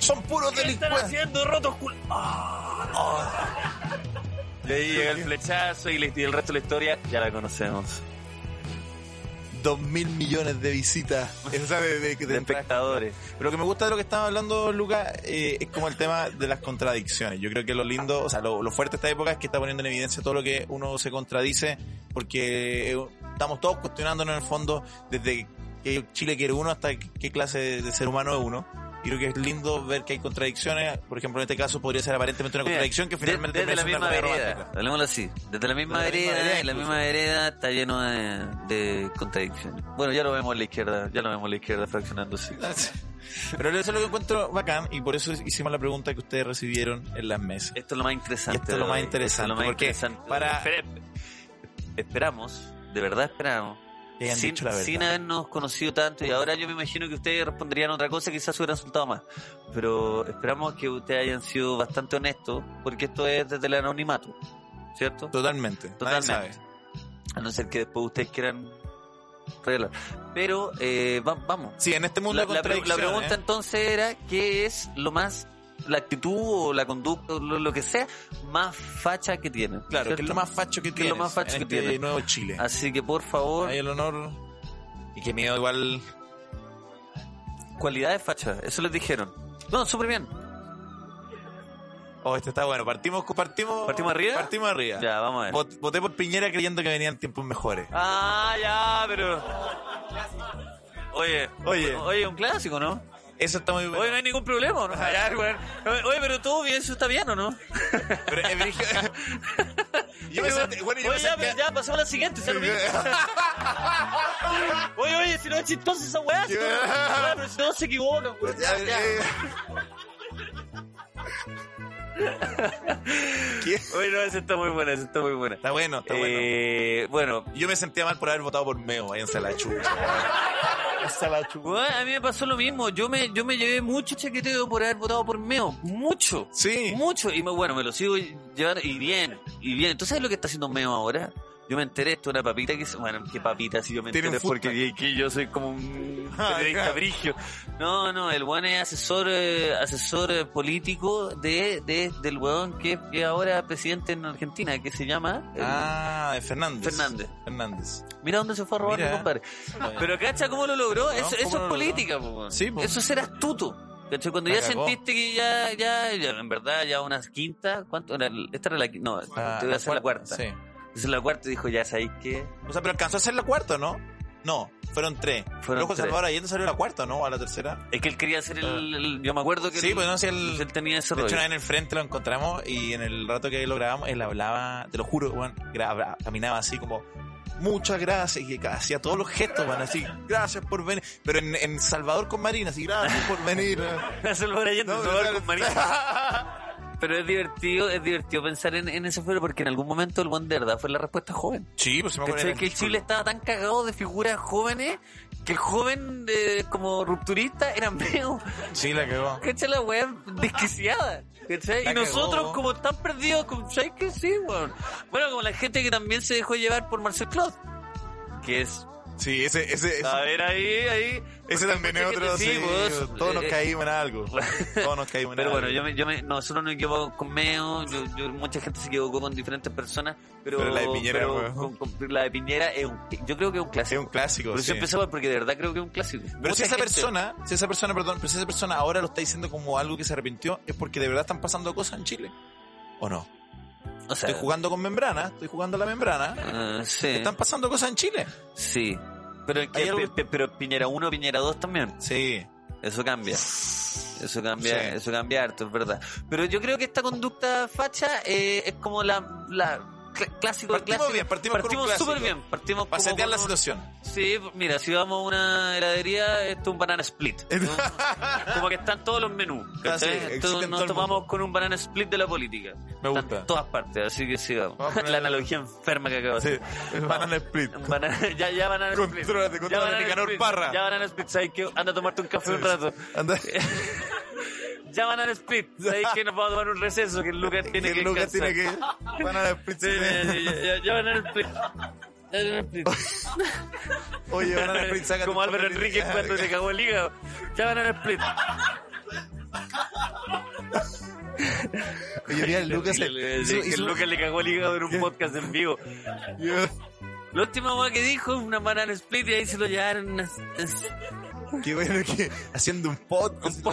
Speaker 2: Son puros delincuentes.
Speaker 1: haciendo rotos cul... Ah, Y ahí llega el flechazo y, le- y el resto de la historia ya la conocemos.
Speaker 2: Dos mil millones de visitas. Eso sabe de, de-
Speaker 1: De
Speaker 2: de-
Speaker 1: espectadores.
Speaker 2: Pero lo que me gusta de lo que estaba hablando, Lucas, eh, es como el tema de las contradicciones. Yo creo que lo lindo, o sea, lo, lo fuerte de esta época es que está poniendo en evidencia todo lo que uno se contradice, porque eh, estamos todos cuestionándonos en el fondo desde qué Chile quiere uno hasta qué clase de ser humano es uno. Y creo que es lindo ver que hay contradicciones. Por ejemplo, en este caso podría ser aparentemente una contradicción que
Speaker 1: Mira,
Speaker 2: finalmente
Speaker 1: de- desde la
Speaker 2: termina
Speaker 1: misma
Speaker 2: siendo una
Speaker 1: vereda.
Speaker 2: comedia romántica.
Speaker 1: Hablemoslo así. Desde la misma
Speaker 2: Desde la misma
Speaker 1: vereda,
Speaker 2: vereda,
Speaker 1: la misma
Speaker 2: incluso.
Speaker 1: vereda está lleno de, de contradicciones. Bueno, ya lo vemos en la izquierda, ya lo vemos en la izquierda fraccionándose.
Speaker 2: <laughs> Pero eso es lo que encuentro bacán y por eso hicimos la pregunta que ustedes recibieron en las mesas.
Speaker 1: Esto es lo más interesante.
Speaker 2: Esto es lo
Speaker 1: de
Speaker 2: más
Speaker 1: hoy.
Speaker 2: interesante,
Speaker 1: Esto es lo más
Speaker 2: porque
Speaker 1: interesante de
Speaker 2: para-
Speaker 1: hoy. Espere- Esperamos, de verdad esperamos,
Speaker 2: Que hayan
Speaker 1: sin,
Speaker 2: dicho la verdad.
Speaker 1: sin habernos conocido tanto, y ahora yo me imagino que ustedes responderían otra cosa, quizás hubieran resultado más. Pero esperamos que ustedes hayan sido bastante honestos, porque esto es desde el anonimato, ¿cierto?
Speaker 2: Totalmente. Nadie
Speaker 1: Totalmente.
Speaker 2: sabe.
Speaker 1: A no ser que después ustedes quieran revelar. Pero eh, va- vamos.
Speaker 2: Sí, en este mundo
Speaker 1: La,
Speaker 2: de
Speaker 1: la pre- la
Speaker 2: contradicciones,
Speaker 1: pregunta entonces era, ¿qué es lo más, la actitud o la conducta, o lo, lo que sea, más facha que tienen?
Speaker 2: Claro, que
Speaker 1: ¿cierto?
Speaker 2: es lo más facho
Speaker 1: Que
Speaker 2: que
Speaker 1: es
Speaker 2: tiene.
Speaker 1: lo más facho
Speaker 2: en
Speaker 1: que
Speaker 2: este
Speaker 1: tiene.
Speaker 2: Nuevo Chile.
Speaker 1: Así que por favor,
Speaker 2: Hay el honor. Y que miedo igual.
Speaker 1: cualidades fachas, eso les dijeron. No, súper bien.
Speaker 2: Oh, este está bueno. Partimos, partimos.
Speaker 1: ¿Partimos arriba?
Speaker 2: Partimos arriba.
Speaker 1: Ya, vamos a ver.
Speaker 2: Vot- Voté por Piñera creyendo que venían tiempos mejores.
Speaker 1: Ah, ya, pero... Oye,
Speaker 2: Oye.
Speaker 1: oye, un clásico, ¿no?
Speaker 2: Eso está muy bueno.
Speaker 1: Oye, no hay ningún problema, ¿no? <laughs> Ya, güey. Oye, pero tú, bien, eso está bien, ¿o no?
Speaker 2: Pero es brígido. <laughs> yo me senté- bueno, yo me
Speaker 1: oye, ya, pero
Speaker 2: senté-
Speaker 1: ya, pasamos a la siguiente, ¿sabes? <laughs> Oye, oye, si no es chistosa esa weá, <laughs> si no- weá, pero si no se pues. equivocan, weón.
Speaker 2: Ya, eh,
Speaker 1: Oye, no, esa está muy buena, esa está muy buena.
Speaker 2: Está bueno, está bueno.
Speaker 1: Eh, bueno,
Speaker 2: Yo me sentía mal por haber votado por Meo. Váyanse a la chucha. Váyanse a la chucha.
Speaker 1: weón, a mí me pasó lo mismo. Yo me, yo me llevé mucho chaqueteo por haber votado por Meo. Mucho.
Speaker 2: Sí.
Speaker 1: Mucho. Y me- bueno, me lo sigo llevando. Y bien, y bien. Entonces, ¿sabes lo que está haciendo Meo ahora? Yo me enteré, esto una papita que... es- Bueno, qué papita, si yo me
Speaker 2: Tiene un
Speaker 1: enteré
Speaker 2: food
Speaker 1: porque
Speaker 2: truck.
Speaker 1: y- que yo soy como un
Speaker 2: <laughs> Ah,
Speaker 1: periodista
Speaker 2: claro.
Speaker 1: brigio. No, no, el weón es asesor eh, asesor eh, político de, de- del weón que es que ahora es presidente en Argentina, que se llama... eh,
Speaker 2: Ah, de Fernández.
Speaker 1: Fernández.
Speaker 2: Fernández.
Speaker 1: Mira dónde se fue a robar mi
Speaker 2: Mira.
Speaker 1: compadre. Pero cacha cómo lo logró, eso,
Speaker 2: ¿cómo
Speaker 1: eso
Speaker 2: lo
Speaker 1: es
Speaker 2: logró?
Speaker 1: política, po, weón.
Speaker 2: Sí, po.
Speaker 1: eso es ser astuto. ¿Cachai? Cuando
Speaker 2: La
Speaker 1: ya
Speaker 2: cagó.
Speaker 1: sentiste que ya, ya, ya, en verdad, ya unas quintas, ¿cuánto? Era el- Esta era la quinta, no, te voy a hacer la cuarta.
Speaker 2: Ah, Sí.
Speaker 1: Hizo la cuarta y dijo, ya sabéis que
Speaker 2: O sea, pero alcanzó a ser la cuarta, ¿no? No, Fueron tres.
Speaker 1: Fueron
Speaker 2: Loco,
Speaker 1: tres.
Speaker 2: Salvador Allende salió a la cuarta, ¿no? A la tercera.
Speaker 1: Es que él quería hacer el, el- Yo me acuerdo que.
Speaker 2: Ah. Sí,
Speaker 1: él-
Speaker 2: pues no hacía el-
Speaker 1: Él tenía ese
Speaker 2: De hecho,
Speaker 1: rollo.
Speaker 2: una vez en el frente lo encontramos y en el rato que lo grabamos, él hablaba, te lo juro, weón, grababa- caminaba así como, muchas gracias, y hacía todos los gestos, weón, así, gracias por venir. Pero en, en Salvador con Marina, así, gracias por
Speaker 1: <laughs>
Speaker 2: venir.
Speaker 1: Salvador Allende,
Speaker 2: No,
Speaker 1: Salvador
Speaker 2: claro.
Speaker 1: con
Speaker 2: <laughs>
Speaker 1: María. Pero es divertido, es divertido pensar en, en ese foro porque en algún momento el buen de verdad fue la respuesta joven.
Speaker 2: Sí, pues se me acuerdo.
Speaker 1: ¿Cachai?
Speaker 2: era-
Speaker 1: Que el Chile estaba tan cagado de figuras jóvenes que el joven eh, como rupturista era <laughs> medio,
Speaker 2: Sí, la cagó.
Speaker 1: ¿cachai? La wea desquiciada. ¿cachai?
Speaker 2: La
Speaker 1: Y nosotros
Speaker 2: cagó.
Speaker 1: como tan perdidos, como, ¿sabes qué? Sí, weón. Bueno, como la gente que también se dejó llevar por Marcel Claude. Que es...
Speaker 2: Sí, ese, ese,
Speaker 1: A ver, ahí, ahí...
Speaker 2: ese también es otro,
Speaker 1: Sí,
Speaker 2: sí,
Speaker 1: vos,
Speaker 2: todos nos
Speaker 1: eh,
Speaker 2: caímos
Speaker 1: <laughs>
Speaker 2: en algo. Todos nos caímos en
Speaker 1: Pero
Speaker 2: algo.
Speaker 1: bueno, yo me, yo me, nosotros nos equivocamos con Meo, yo, yo- mucha gente se equivocó con diferentes personas, pero,
Speaker 2: Pero la de Piñera,
Speaker 1: pero con-
Speaker 2: weón.
Speaker 1: con- la de Piñera es un- yo creo que es un clásico.
Speaker 2: Es un clásico,
Speaker 1: Por
Speaker 2: sí.
Speaker 1: eso empezó por- porque de verdad creo que es un clásico.
Speaker 2: Pero si
Speaker 1: Mucha
Speaker 2: esa
Speaker 1: gente-
Speaker 2: persona, si esa persona, perdón, pero si esa persona ahora lo está diciendo como algo que se arrepintió, es porque de verdad están pasando cosas en Chile. ¿O no?
Speaker 1: o sea,
Speaker 2: Estoy jugando con membrana, estoy jugando a la membrana.
Speaker 1: eh, sí,
Speaker 2: Están pasando cosas en Chile.
Speaker 1: sí. Pero, que-
Speaker 2: Hay algo-
Speaker 1: pe- pe- pero Piñera 1, Piñera 2 también.
Speaker 2: Sí.
Speaker 1: Eso
Speaker 2: <laughs>
Speaker 1: cambia. Eso cambia,
Speaker 2: Sí.
Speaker 1: eso cambia harto, es verdad. Pero yo creo que esta conducta facha eh, es como la, la cl- clásico de
Speaker 2: Partimos
Speaker 1: clásico.
Speaker 2: bien, partimos con un clásico.
Speaker 1: súper bien. Partimos
Speaker 2: Para
Speaker 1: como
Speaker 2: setear la
Speaker 1: con un-
Speaker 2: situación.
Speaker 1: Sí, mira, si vamos a una heladería, esto es un banana
Speaker 2: <laughs>
Speaker 1: split. Como que están todos los menús. ¿cachai?
Speaker 2: Ah, sí, existe
Speaker 1: Entonces
Speaker 2: en
Speaker 1: nos
Speaker 2: todo el
Speaker 1: tomamos con un banana split de la política.
Speaker 2: Me
Speaker 1: Está
Speaker 2: gusta.
Speaker 1: en todas partes, así que sigamos.
Speaker 2: Vamos a poner-
Speaker 1: La analogía enferma que acabo de hacer.
Speaker 2: el banana split.
Speaker 1: Un banana- <laughs> ya, ya banana split.
Speaker 2: Contrólate,
Speaker 1: Ya
Speaker 2: contrólate,
Speaker 1: banana
Speaker 2: Nicanor
Speaker 1: split.
Speaker 2: Parra.
Speaker 1: Ya banana split, ¿sabes qué? Anda a tomarte un café un rato.
Speaker 2: Anda.
Speaker 1: Ya banana
Speaker 2: <laughs>
Speaker 1: split, ¿sabes qué? Nos vamos a tomar un receso que el Lucas <laughs> tiene que
Speaker 2: el Lucas
Speaker 1: descansar.
Speaker 2: tiene que. Banana split.
Speaker 1: Sí, ya, ya, ya, ya banana split. Ya banana
Speaker 2: <laughs>
Speaker 1: split.
Speaker 2: Oye, banana
Speaker 1: <laughs>
Speaker 2: split, saca
Speaker 1: Como Álvaro Enrique cuando le cagó el hígado. Ya banana split. <laughs>
Speaker 2: Oye, mira, el Lucas.
Speaker 1: Le- le-
Speaker 2: hizo-
Speaker 1: le- que
Speaker 2: hizo-
Speaker 1: Lucas le cagó el hígado en
Speaker 2: <laughs>
Speaker 1: un podcast en vivo. La última weá que dijo es una banana split y ahí se lo llevaron. unas- <laughs>
Speaker 2: Qué bueno que haciendo un podcast.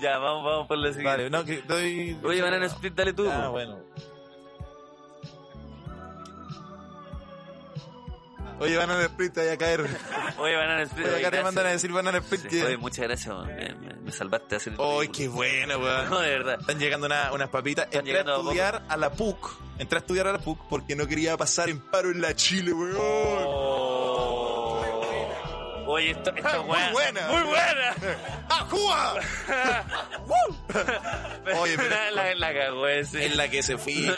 Speaker 1: ya, vamos, vamos por la siguiente.
Speaker 2: Vale, no, que doy.
Speaker 1: Oye, banana split, dale tú.
Speaker 2: Ah,
Speaker 1: po.
Speaker 2: bueno. Ah. Oye, banana split, te vaya a caer.
Speaker 1: Oye, banana split.
Speaker 2: Oye,
Speaker 1: oye,
Speaker 2: acá te
Speaker 1: gracias.
Speaker 2: mandan a decir banana split.
Speaker 1: Sí,
Speaker 2: que-
Speaker 1: oye, muchas gracias, man. me, me- me salvaste de hacer el
Speaker 2: Ay,
Speaker 1: ridículo.
Speaker 2: qué buena,
Speaker 1: <laughs>
Speaker 2: weón.
Speaker 1: No, de verdad.
Speaker 2: Están llegando una- unas papitas.
Speaker 1: Están
Speaker 2: Entré a
Speaker 1: llegando a
Speaker 2: estudiar a la PUC. Entré a estudiar a la PUC porque no quería pasar en paro en la Chile,
Speaker 1: Oh.
Speaker 2: weón.
Speaker 1: Oye, esto, esto
Speaker 2: Ah, muy
Speaker 1: weá-
Speaker 2: buena.
Speaker 1: Muy buena.
Speaker 2: ¡Ah, Cuba! Oye,
Speaker 1: <laughs>
Speaker 2: pero-
Speaker 1: la, la, la cagó ese.
Speaker 2: en la que se
Speaker 1: <laughs>
Speaker 2: fui. Mira,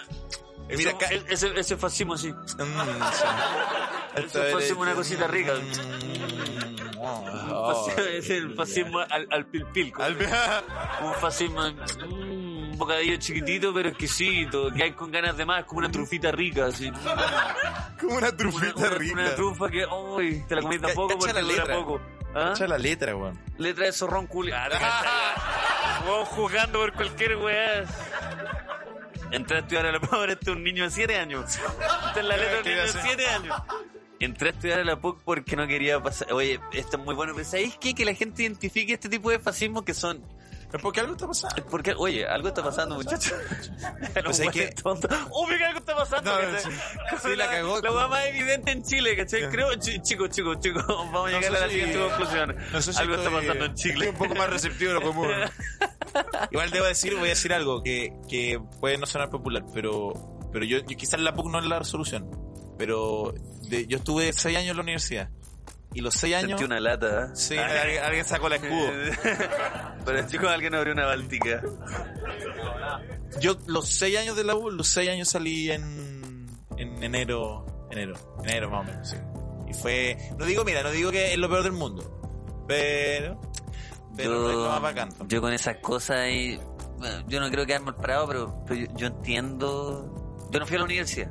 Speaker 1: Eso-
Speaker 2: acá.
Speaker 1: el- ese, ese fascismo, sí.
Speaker 2: Mm, sí.
Speaker 1: <laughs> Eso fue
Speaker 2: Esto es-
Speaker 1: una cosita rica. <laughs>
Speaker 2: Mm, oh.
Speaker 1: Fascismo- es el fascismo al, al pil pil. como Un fascismo. mm, un bocadillo chiquitito, pero exquisito. Que hay con ganas de más, como una trufita rica. Así. Una,
Speaker 2: Como una trufita
Speaker 1: una-
Speaker 2: rica.
Speaker 1: una trufa que. ¡Uy! Te la comí
Speaker 2: Ca-
Speaker 1: tampoco
Speaker 2: cacha
Speaker 1: porque
Speaker 2: la
Speaker 1: dura
Speaker 2: letra.
Speaker 1: poco. ¿Ah?
Speaker 2: Cacha la letra, weón.
Speaker 1: Letra de zorrón culiado.
Speaker 2: <laughs>
Speaker 1: Vos jugando por cualquier weá. Entré a estudiar a la PUC, ahora este es un niño de 7 años. Esta es la letra de un niño de 7 años. Entré a estudiar a la PUC porque no quería pasar. Oye, esto es muy bueno. Pero ¿sabéis qué? Que la gente identifique este tipo de fascismos que son.
Speaker 2: Pero Eh, porque algo está pasando.
Speaker 1: Porque, oye, algo está pasando, muchachos.
Speaker 2: <laughs> Pues hay que-
Speaker 1: tonto. ¡Oh, mira, algo está pasando!
Speaker 2: No,
Speaker 1: ¿cachai? <laughs>
Speaker 2: sí.
Speaker 1: Como
Speaker 2: Sí, la cagó.
Speaker 1: La weá más evidente en Chile, ¿cachai? Creo, chi- chicos, chicos, chicos, <laughs> vamos a
Speaker 2: No
Speaker 1: llegar
Speaker 2: sé
Speaker 1: a la
Speaker 2: si-
Speaker 1: siguiente conclusión.
Speaker 2: No sé si
Speaker 1: algo está
Speaker 2: estoy- eh,
Speaker 1: pasando en Chile.
Speaker 2: estoy un poco más receptivo de lo común. <laughs> Igual debo decir, voy a decir algo que, que puede no sonar popular, pero, pero yo, yo quizás la PUC no es la resolución. Pero de- yo estuve seis años en la universidad. Y los seis años.
Speaker 1: Sentí una lata. ¿eh?
Speaker 2: Sí,
Speaker 1: Ah,
Speaker 2: alguien, alguien sacó el escudo.
Speaker 1: <laughs> Pero chicos, alguien abrió una báltica.
Speaker 2: Yo, los seis años de la U, los seis años salí en, en enero, enero, enero más o menos, sí. Y fue, no digo, mira, no digo que es lo peor del mundo, pero, pero no es lo más bacán. tampoco.
Speaker 1: yo con esas cosas y bueno, yo no quiero quedar mal parado, pero, pero yo, yo entiendo. Yo no fui a la universidad,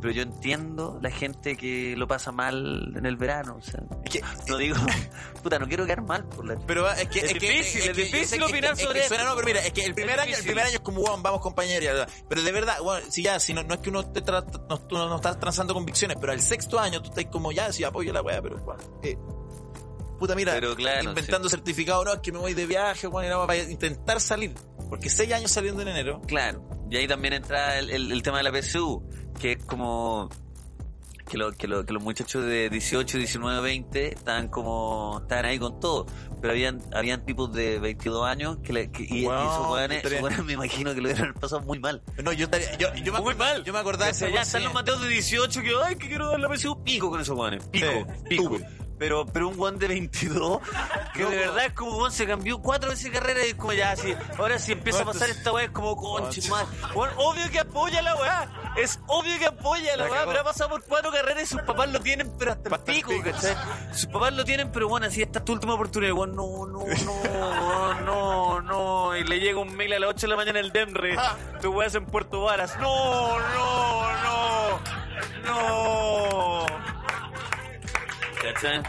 Speaker 1: pero yo entiendo la gente que lo pasa mal en el verano. O sea,
Speaker 2: Es que-
Speaker 1: no digo, <laughs> puta, no quiero quedar mal por la.
Speaker 2: Pero ah, es que
Speaker 1: Es
Speaker 2: que-
Speaker 1: difícil, es
Speaker 2: que-
Speaker 1: difícil
Speaker 2: yo sé que-
Speaker 1: opinar
Speaker 2: es que
Speaker 1: sobre
Speaker 2: suena,
Speaker 1: esto.
Speaker 2: no, pero mira, es que el primer
Speaker 1: Es
Speaker 2: año, el
Speaker 1: difícil.
Speaker 2: primer año es como, weón, vamos compañeros, y bla, bla. pero de verdad, weón, si ya, si no, no es que uno te tra- no, tú no, no estás transando convicciones, pero al sexto año tú estás como, ya, si apoyo la weá, pero weón, eh, puta mira,
Speaker 1: Pero claro,
Speaker 2: inventando certificado, no, es que me voy de viaje, weón, y no, para intentar salir, porque seis años saliendo en enero,
Speaker 1: Claro, y ahí también entra el, el- el tema de la PSU, que es como que, lo- que lo- que los muchachos de 18, 19, 20 estaban como, estaban ahí con todo, pero habían, habían tipos de 22 años que, le- que- y, y
Speaker 2: Wow,
Speaker 1: esos
Speaker 2: qué
Speaker 1: weones,
Speaker 2: historia.
Speaker 1: esos weones me imagino que lo hubieran pasado muy mal.
Speaker 2: No, yo estaría. Yo, yo me,
Speaker 1: Muy mal.
Speaker 2: Yo me acordaba de
Speaker 1: O sea, ya
Speaker 2: ese weón,
Speaker 1: están
Speaker 2: sí.
Speaker 1: los Mateos de 18 que, ay, que quiero dar la PSU, pico con esos guanes, pico,
Speaker 2: Sí,
Speaker 1: pico.
Speaker 2: tú.
Speaker 1: Pero, pero un guan de 22, que de
Speaker 2: pues.
Speaker 1: verdad es como, weón, se cambió cuatro veces de carrera y es como ya así. Ahora si empieza a
Speaker 2: ¿Cuántos?
Speaker 1: pasar esta weá es como, conche, madre. Weón, obvio que apoya la weá. Es obvio que apoya la,
Speaker 2: La
Speaker 1: weá,
Speaker 2: cagó.
Speaker 1: pero ha pasado por cuatro carreras y sus papás lo tienen, pero hasta el pico, ¿cachai? Sus papás lo tienen, pero bueno, así esta es tu última oportunidad. Weón, no, no, no, weón, no, no. Y le llega un mail a las 8 de la mañana el Demre.
Speaker 2: Ah.
Speaker 1: Tu weá es en Puerto Varas. No, no, no, no. ¿Cachai?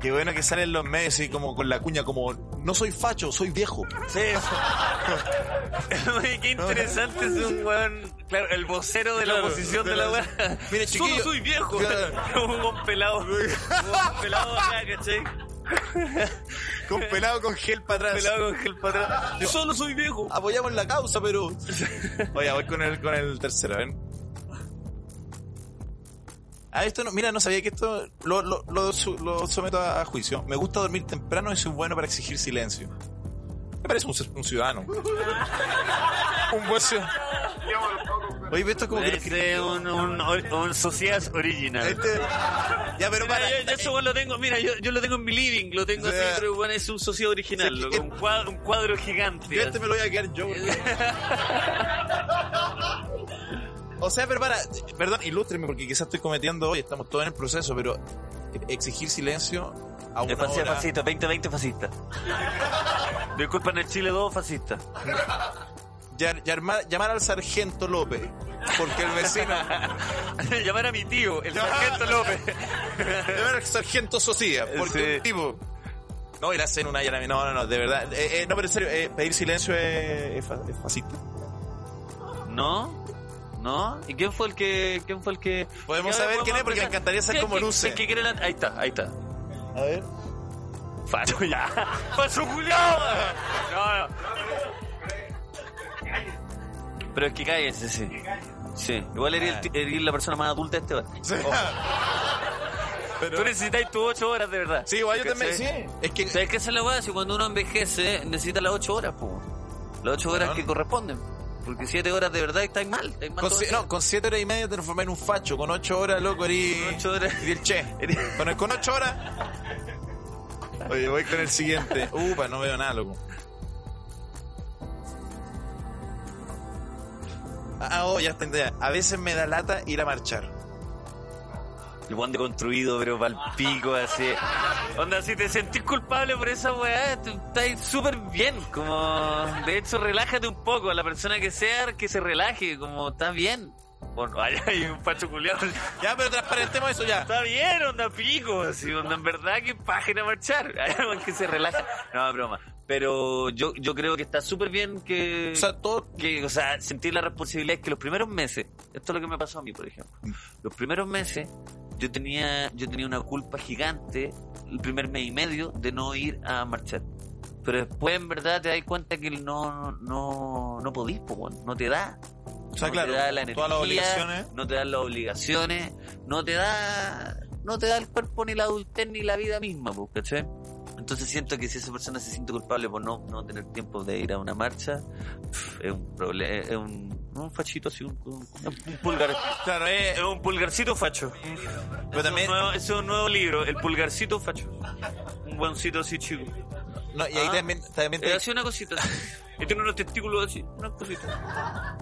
Speaker 2: Qué bueno que salen los medios y como con la cuña, como no soy facho, soy viejo.
Speaker 1: Sí, Oye, qué interesante es un weón. Claro, el vocero de la
Speaker 2: Claro,
Speaker 1: oposición de la
Speaker 2: claro.
Speaker 1: weá.
Speaker 2: Mire,
Speaker 1: Solo
Speaker 2: chiquillo.
Speaker 1: soy viejo. <laughs>
Speaker 2: Claro.
Speaker 1: Un weón pelado. Un weón pelado acá, ¿cachai? <laughs>
Speaker 2: Con pelado con gel para atrás.
Speaker 1: Pelado con gel para atrás. Yo Solo soy viejo.
Speaker 2: Apoyamos la causa, pero. <laughs> Oye, voy con el, con el tercero, ven. A Ah, esto no, mira, no sabía que esto lo, lo, lo su- lo someto a, a juicio. Me gusta dormir temprano y soy bueno para exigir silencio. Me parece un, ci- <laughs> un ciudadano. un buen ciudadano. Oye, pero esto es como que.
Speaker 1: Este es un, un, or- un sociedad original.
Speaker 2: Este- Ya, pero
Speaker 1: Mira,
Speaker 2: para.
Speaker 1: yo, yo ese weón lo tengo, mira, yo, yo lo tengo en mi living, lo tengo
Speaker 2: O sea,
Speaker 1: así, pero bueno, es un socio original,
Speaker 2: o sea,
Speaker 1: loco,
Speaker 2: que-
Speaker 1: un, cuadro, un cuadro gigante.
Speaker 2: Yo este me lo voy a quedar yo. porque- o sea, pero para, perdón, ilústreme porque quizás estoy cometiendo hoy, estamos todos en el proceso, pero exigir silencio a una
Speaker 1: Es fascista,
Speaker 2: hora-
Speaker 1: fascista, 2020
Speaker 2: <laughs>
Speaker 1: fascista. Disculpen, el Chile 2 fascista.
Speaker 2: Ya- llamar, llamar al sargento López, porque el vecino...
Speaker 1: <laughs> Llamar a mi tío, el sargento López.
Speaker 2: <laughs> llamar al sargento Socia, porque
Speaker 1: Sí.
Speaker 2: un tipo... No, ir a hacer un allanamiento. No, no, no, de verdad. Eh, eh, no, pero en serio, eh, pedir silencio es, es fa- es fascista.
Speaker 1: ¿No? ¿No? ¿Y quién fue el que.? ¿Quién fue el que.? Y ahora
Speaker 2: Podemos saber
Speaker 1: podemos
Speaker 2: quién es, porque me
Speaker 1: empezar.
Speaker 2: encantaría saber
Speaker 1: ¿Quién-
Speaker 2: cómo
Speaker 1: quién-
Speaker 2: luce.
Speaker 1: quién- quién quiere la- Ahí está, ahí está.
Speaker 2: A ver.
Speaker 1: Facho ya. Facho culiao. No, no. Pero es que cállese, sí. Sí, igual eres, el ti- eres la persona más adulta de este bar.
Speaker 2: <laughs>
Speaker 1: Tú necesitáis tus 8 horas de verdad.
Speaker 2: Sí, igual yo también. Sí.
Speaker 1: ¿Cachai?
Speaker 2: Es que
Speaker 1: ¿Sabes qué es la base? Cuando uno envejece, necesita las 8 horas, po. Las 8 horas
Speaker 2: Bueno.
Speaker 1: que corresponden. Porque 7 horas de verdad estáis mal. Estáis mal
Speaker 2: Con,
Speaker 1: todo
Speaker 2: si-
Speaker 1: el
Speaker 2: no, con siete horas y media te transformé en un facho. Con ocho horas, loco, erí.
Speaker 1: Con ocho horas.
Speaker 2: erí el che. Con, el- con ocho horas. Oye, voy con el siguiente. Upa, no veo nada, loco. Ah, oh, ya está entendida. A veces me da lata ir a marchar.
Speaker 1: El guante construido, pero pal pico, así. Onda, si te sentís culpable por esa weá, tú estás súper bien. Como, de hecho, relájate un poco. A la persona que sea, que se relaje. Como, está bien. <laughs> Bueno, allá hay un pacho culiado.
Speaker 2: Ya, pero transparentemos eso ya.
Speaker 1: Está bien, onda pico. Así, onda, en verdad, que página marchar. que se relaja. No, broma. Pero yo, yo creo que está súper bien que
Speaker 2: O sea, todo.
Speaker 1: que, o sea, sentir la responsabilidad es que los primeros meses, esto es lo que me pasó a mí, por ejemplo, los primeros meses yo tenía, yo tenía una culpa gigante el primer mes y medio de no ir a marchar. Pero después en verdad te das cuenta que no, no, no podís, po, weón. no te da.
Speaker 2: O sea,
Speaker 1: no
Speaker 2: claro.
Speaker 1: te da la energía,
Speaker 2: todas las obligaciones.
Speaker 1: no te dan las obligaciones, no te da, no te da el cuerpo ni la adultez ni la vida misma, po, ¿cachai? Entonces siento que si esa persona se siente culpable por no, no tener tiempo de ir a una marcha, pf, es un problema, es un, un fachito así, un, un- un pulgar,
Speaker 2: Claro, eh,
Speaker 1: es un pulgarcito facho.
Speaker 2: pero
Speaker 1: Es un,
Speaker 2: también.
Speaker 1: nuevo, es un nuevo libro, el pulgarcito facho. Un buencito así chico.
Speaker 2: No, y ahí
Speaker 1: Ah.
Speaker 2: también. también
Speaker 1: Es
Speaker 2: te-
Speaker 1: así una
Speaker 2: <laughs>
Speaker 1: cosita. así. Y tiene unos testículos así, una cosita.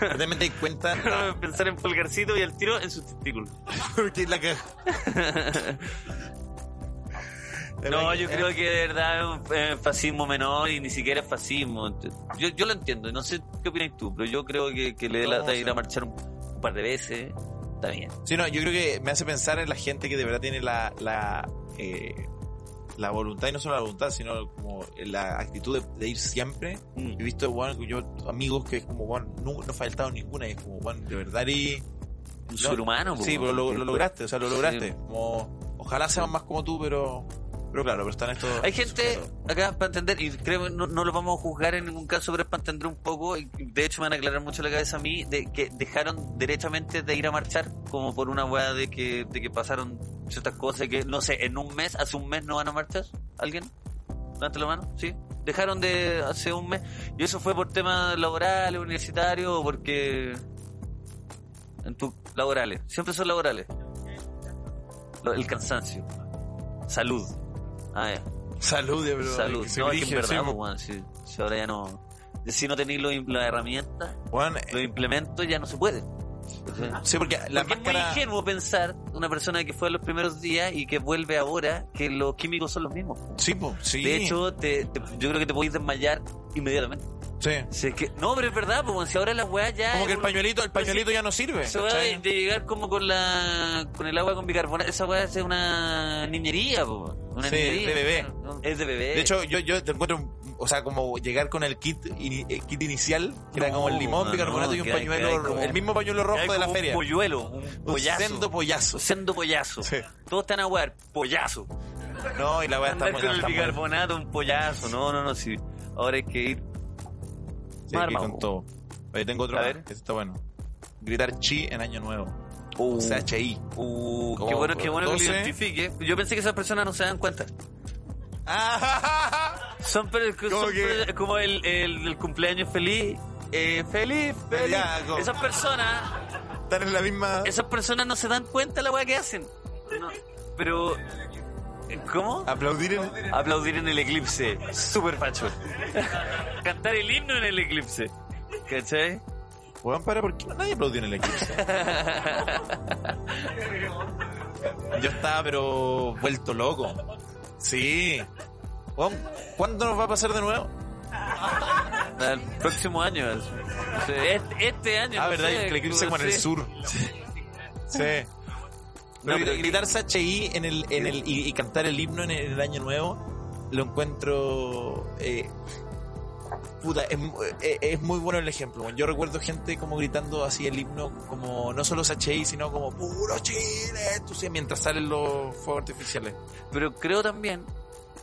Speaker 2: también te das cuenta.
Speaker 1: <laughs> Pensar en pulgarcito y el tiro en sus testículos.
Speaker 2: Porque la <laughs> caja.
Speaker 1: No, yo
Speaker 2: eh.
Speaker 1: creo que de verdad es un eh, fascismo menor y ni siquiera es fascismo. Yo, yo lo entiendo, no sé qué opinas tú, pero yo creo que, que le dé la
Speaker 2: No, o
Speaker 1: ir
Speaker 2: sea-
Speaker 1: a marchar un, un par de veces. Está bien.
Speaker 2: Sí, no, yo creo que me hace pensar en la gente que de verdad tiene la, la, eh, la voluntad, y no solo la voluntad, sino como la actitud de, de ir siempre.
Speaker 1: Mm.
Speaker 2: He visto, bueno, yo amigos que es como, bueno, no, no ha faltado ninguna, y es como, bueno, de verdad y...
Speaker 1: Un ser humano.
Speaker 2: Sí,
Speaker 1: po,
Speaker 2: pero lo, lo
Speaker 1: porque-
Speaker 2: lograste, o sea, lo
Speaker 1: Sí.
Speaker 2: lograste. Como, ojalá sean más como tú, pero Pero claro, pero están estos.
Speaker 1: Hay gente acá para entender, y creo que no, no lo vamos a juzgar en ningún caso, pero es para entender un poco, y de hecho me van a aclarar mucho la cabeza a mí, de que dejaron derechamente de ir a marchar como por una weá de que, de que pasaron ciertas cosas, que no sé, en un mes, hace un mes no van a marchar, ¿alguien? Levante la mano, sí. Dejaron de hace un mes, y eso fue por temas laborales, universitarios, o porque... En tus laborales, siempre son laborales. Lo- El cansancio. Salud. Ah, ya.
Speaker 2: Salud, ya, pero.
Speaker 1: Salud.
Speaker 2: que se
Speaker 1: No, es que en
Speaker 2: origen,
Speaker 1: verdad,
Speaker 2: sí,
Speaker 1: pues, weón, si, si ahora ya no. Si no tenéis los im- las herramientas,
Speaker 2: Juan, eh,
Speaker 1: los implementos, ya no se puede.
Speaker 2: sí, porque la
Speaker 1: Porque es
Speaker 2: máscara.
Speaker 1: muy ingenuo pensar una persona que fue los primeros días y que vuelve ahora que los químicos son los mismos.
Speaker 2: Sí, po, sí.
Speaker 1: De hecho, te- te- yo creo que te podéis desmayar inmediatamente.
Speaker 2: Sí.
Speaker 1: Si es que, no, pero es verdad, pues, weón, si ahora las weas ya.
Speaker 2: Como que
Speaker 1: es
Speaker 2: el
Speaker 1: un-
Speaker 2: pañuelito, el pañuelito ya no sirve.
Speaker 1: Esa weá de,
Speaker 2: ¿cachai?
Speaker 1: de llegar como con la con el agua con bicarbonato, esa weá es una niñería, po, una
Speaker 2: Sí,
Speaker 1: niñería.
Speaker 2: de bebé.
Speaker 1: Es de bebé.
Speaker 2: De hecho, yo, yo te encuentro, o sea, como llegar con el kit, ini- el kit inicial, que era
Speaker 1: No,
Speaker 2: como el limón,
Speaker 1: no,
Speaker 2: bicarbonato
Speaker 1: no,
Speaker 2: y un
Speaker 1: que hay-
Speaker 2: pañuelo,
Speaker 1: que hay como-
Speaker 2: el mismo pañuelo
Speaker 1: Hay
Speaker 2: rojo de la
Speaker 1: como
Speaker 2: feria.
Speaker 1: Un polluelo, un
Speaker 2: Un
Speaker 1: pollazo.
Speaker 2: sendo pollazo.
Speaker 1: Sendo pollazo.
Speaker 2: Sí.
Speaker 1: Todos están a huear, pollazo.
Speaker 2: No, y la weá está
Speaker 1: Andar
Speaker 2: muy
Speaker 1: con el
Speaker 2: está muy-
Speaker 1: bicarbonato, un pollazo. No, no, no, sí. Ahora hay que ir.
Speaker 2: Sí, aquí
Speaker 1: Marmao.
Speaker 2: con todo. Oye, tengo otro.
Speaker 1: A
Speaker 2: más,
Speaker 1: ver.
Speaker 2: Este está bueno. Gritar chi en año nuevo.
Speaker 1: Uh,
Speaker 2: CHI.
Speaker 1: uh, qué
Speaker 2: Como
Speaker 1: bueno, qué bueno que
Speaker 2: 12.
Speaker 1: lo identifique. Yo pensé que esas personas no se dan cuenta.
Speaker 2: Ah,
Speaker 1: Son, per- son
Speaker 2: que-
Speaker 1: per- como el, el, el cumpleaños feliz. Eh, feliz, feliz.
Speaker 2: Ya, como-
Speaker 1: Esas personas
Speaker 2: <laughs> Están en la misma.
Speaker 1: esas personas no se dan cuenta de la weá que hacen. No, pero. ¿Cómo?
Speaker 2: Aplaudir en.
Speaker 1: Aplaudir en el eclipse. Super facho. <laughs> Cantar el himno en el eclipse. ¿Cachai?
Speaker 2: Weón, para, ¿por qué nadie aplaudió en el eclipse? Yo estaba, pero vuelto loco. Sí. Weón, ¿cuándo nos va a pasar de nuevo?
Speaker 1: Al próximo año. es- o sea, Este, este año.
Speaker 2: <laughs> Ah,
Speaker 1: no
Speaker 2: verdad,
Speaker 1: sé,
Speaker 2: el eclipse como en el
Speaker 1: sí.
Speaker 2: sur. Sí.
Speaker 1: No,
Speaker 2: Pero
Speaker 1: pero-
Speaker 2: gritar SHI en el, en el, y, y cantar el himno en el, en el año nuevo, lo encuentro. eh, puta, es, mu- eh, es muy bueno el ejemplo. Yo recuerdo gente como gritando así el himno, como no solo SHI, sino como puro Chile, tú sabes, mientras salen los fuegos artificiales.
Speaker 1: Pero creo también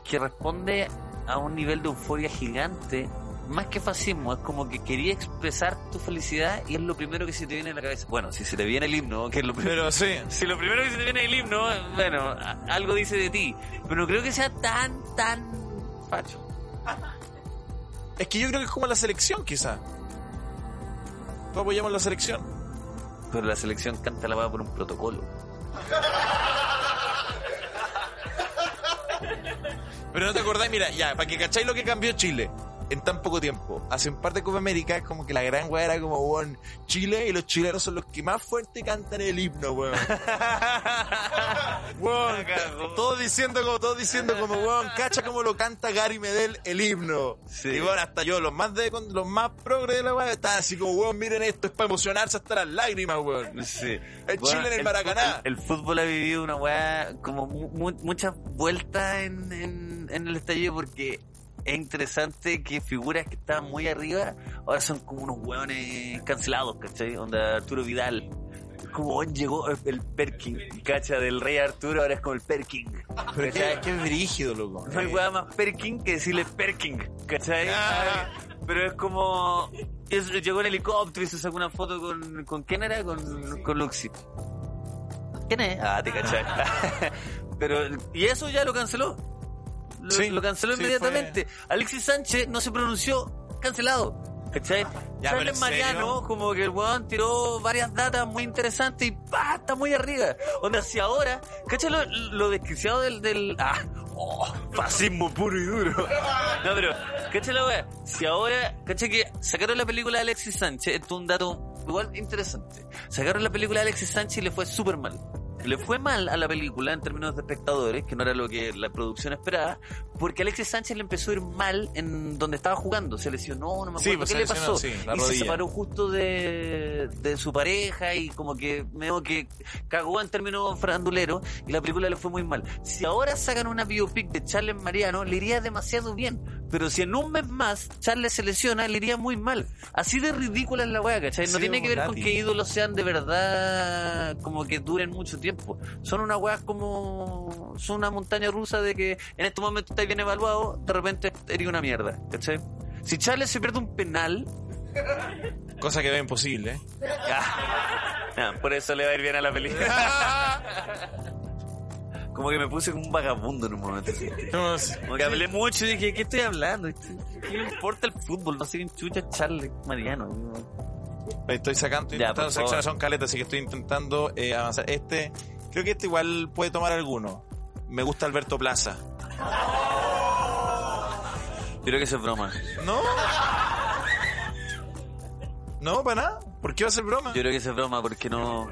Speaker 1: que responde a un nivel de euforia gigante. Más que fascismo, es como que quería expresar tu felicidad y es lo primero que se te viene a la cabeza. Bueno, si se te viene el himno, que es lo primero.
Speaker 2: Pero sí.
Speaker 1: Si lo primero que se te viene es el himno, bueno, a- algo dice de ti. Pero no creo que sea tan, tan facho.
Speaker 2: Es que yo creo que es como la selección, quizá. Todos apoyamos la selección.
Speaker 1: Pero la selección canta la va por un protocolo.
Speaker 2: Pero no te acordás, mira, ya, para que cacháis lo que cambió Chile en tan poco tiempo. Hace un par de Copa América, como que la gran weá era como, weón, Chile y los chilenos son los que más fuerte cantan el himno, <laughs> weón. Weón, todos diciendo como, todos diciendo como, weón, cacha como lo canta Gary Medel el himno.
Speaker 1: Sí.
Speaker 2: Y bueno, hasta yo, los más de, los más progres de la weá, estaban así como, weón, miren esto, es para emocionarse hasta las lágrimas, weón.
Speaker 1: <laughs> Sí.
Speaker 2: El Chile en el Maracaná.
Speaker 1: El, el fútbol ha vivido una weá como mu- mu- muchas vueltas en, en- en el estallido porque es interesante que figuras que estaban muy arriba ahora son como unos weones cancelados, ¿cachai? Onda Arturo Vidal. Como weón, llegó el- el Perkin, cacha, del rey Arturo, ahora es como el
Speaker 2: <laughs>
Speaker 1: Perkin.
Speaker 2: Pero es
Speaker 1: ¿cachai?
Speaker 2: que es brígido, loco.
Speaker 1: No hay weá más Perkin que decirle Perkin, ¿cachai?
Speaker 2: Ah.
Speaker 1: Pero es como. es- llegó en helicóptero y se sacó una foto con. ¿Con quién era? Con, con Luxi. ¿Quién es? Ah, te cachai. <laughs> Pero. Y eso ya lo canceló. Lo,
Speaker 2: Sí,
Speaker 1: lo canceló
Speaker 2: sí,
Speaker 1: inmediatamente. Alexis Sánchez no se pronunció, cancelado. ¿Cachai?
Speaker 2: Ya, pero
Speaker 1: Charles
Speaker 2: ¿en
Speaker 1: Mariano,
Speaker 2: serio?
Speaker 1: como que el weón tiró varias datas muy interesantes y ¡pa! está muy arriba. Onda, si ahora, ¿cachai lo, lo desquiciado del, del. ¡Ah! ¡Oh! Fascismo puro y duro. No, pero, ¿cachai la weá? Si ahora, ¿cachai que sacaron la película de Alexis Sánchez? Esto es un dato igual interesante. Sacaron la película de Alexis Sánchez y le fue súper mal. Le fue mal a la película en términos de espectadores, que no era lo que la producción esperaba, porque a Alexis Sánchez le empezó a ir mal en donde estaba jugando. Se lesionó, no me acuerdo
Speaker 2: Sí, pues
Speaker 1: qué
Speaker 2: se
Speaker 1: le
Speaker 2: lesionó,
Speaker 1: pasó.
Speaker 2: sí, la
Speaker 1: y se
Speaker 2: rodilla.
Speaker 1: separó justo de, de su pareja y como que medio que cagó en términos franduleros y la película le fue muy mal. Si ahora sacan una biopic de Charles Mariano, le iría demasiado bien, Pero si en un mes más Charles se lesiona, le iría muy mal. Así de ridícula es la weá, ¿cachai? No
Speaker 2: Sí,
Speaker 1: tiene que ver con
Speaker 2: volátil.
Speaker 1: que ídolos sean de verdad como que duren mucho tiempo. Son una weá como. Son una montaña rusa de que en este momento estás bien evaluado, de repente eres una mierda, ¿cachai? Si Charles se pierde un penal,
Speaker 2: Cosa que veo imposible, ¿eh?
Speaker 1: Ah, por eso le va a ir bien a la
Speaker 2: <laughs>
Speaker 1: película. Como que me puse como un vagabundo en un momento. así.
Speaker 2: No, sí.
Speaker 1: Como que hablé mucho y dije, ¿qué estoy hablando? ¿Qué me importa el fútbol? No sé quién chucha Charles Mariano.
Speaker 2: Estoy sacando, estoy
Speaker 1: Ya,
Speaker 2: intentando
Speaker 1: por favor.
Speaker 2: secciones, son caletas, así que estoy intentando eh, avanzar. Este, creo que este igual puede tomar alguno. Me gusta Alberto Plaza.
Speaker 1: Yo creo que eso es broma.
Speaker 2: ¿No? ¿No? ¿Para nada? ¿Por qué va a ser broma?
Speaker 1: Yo creo que eso es broma porque no...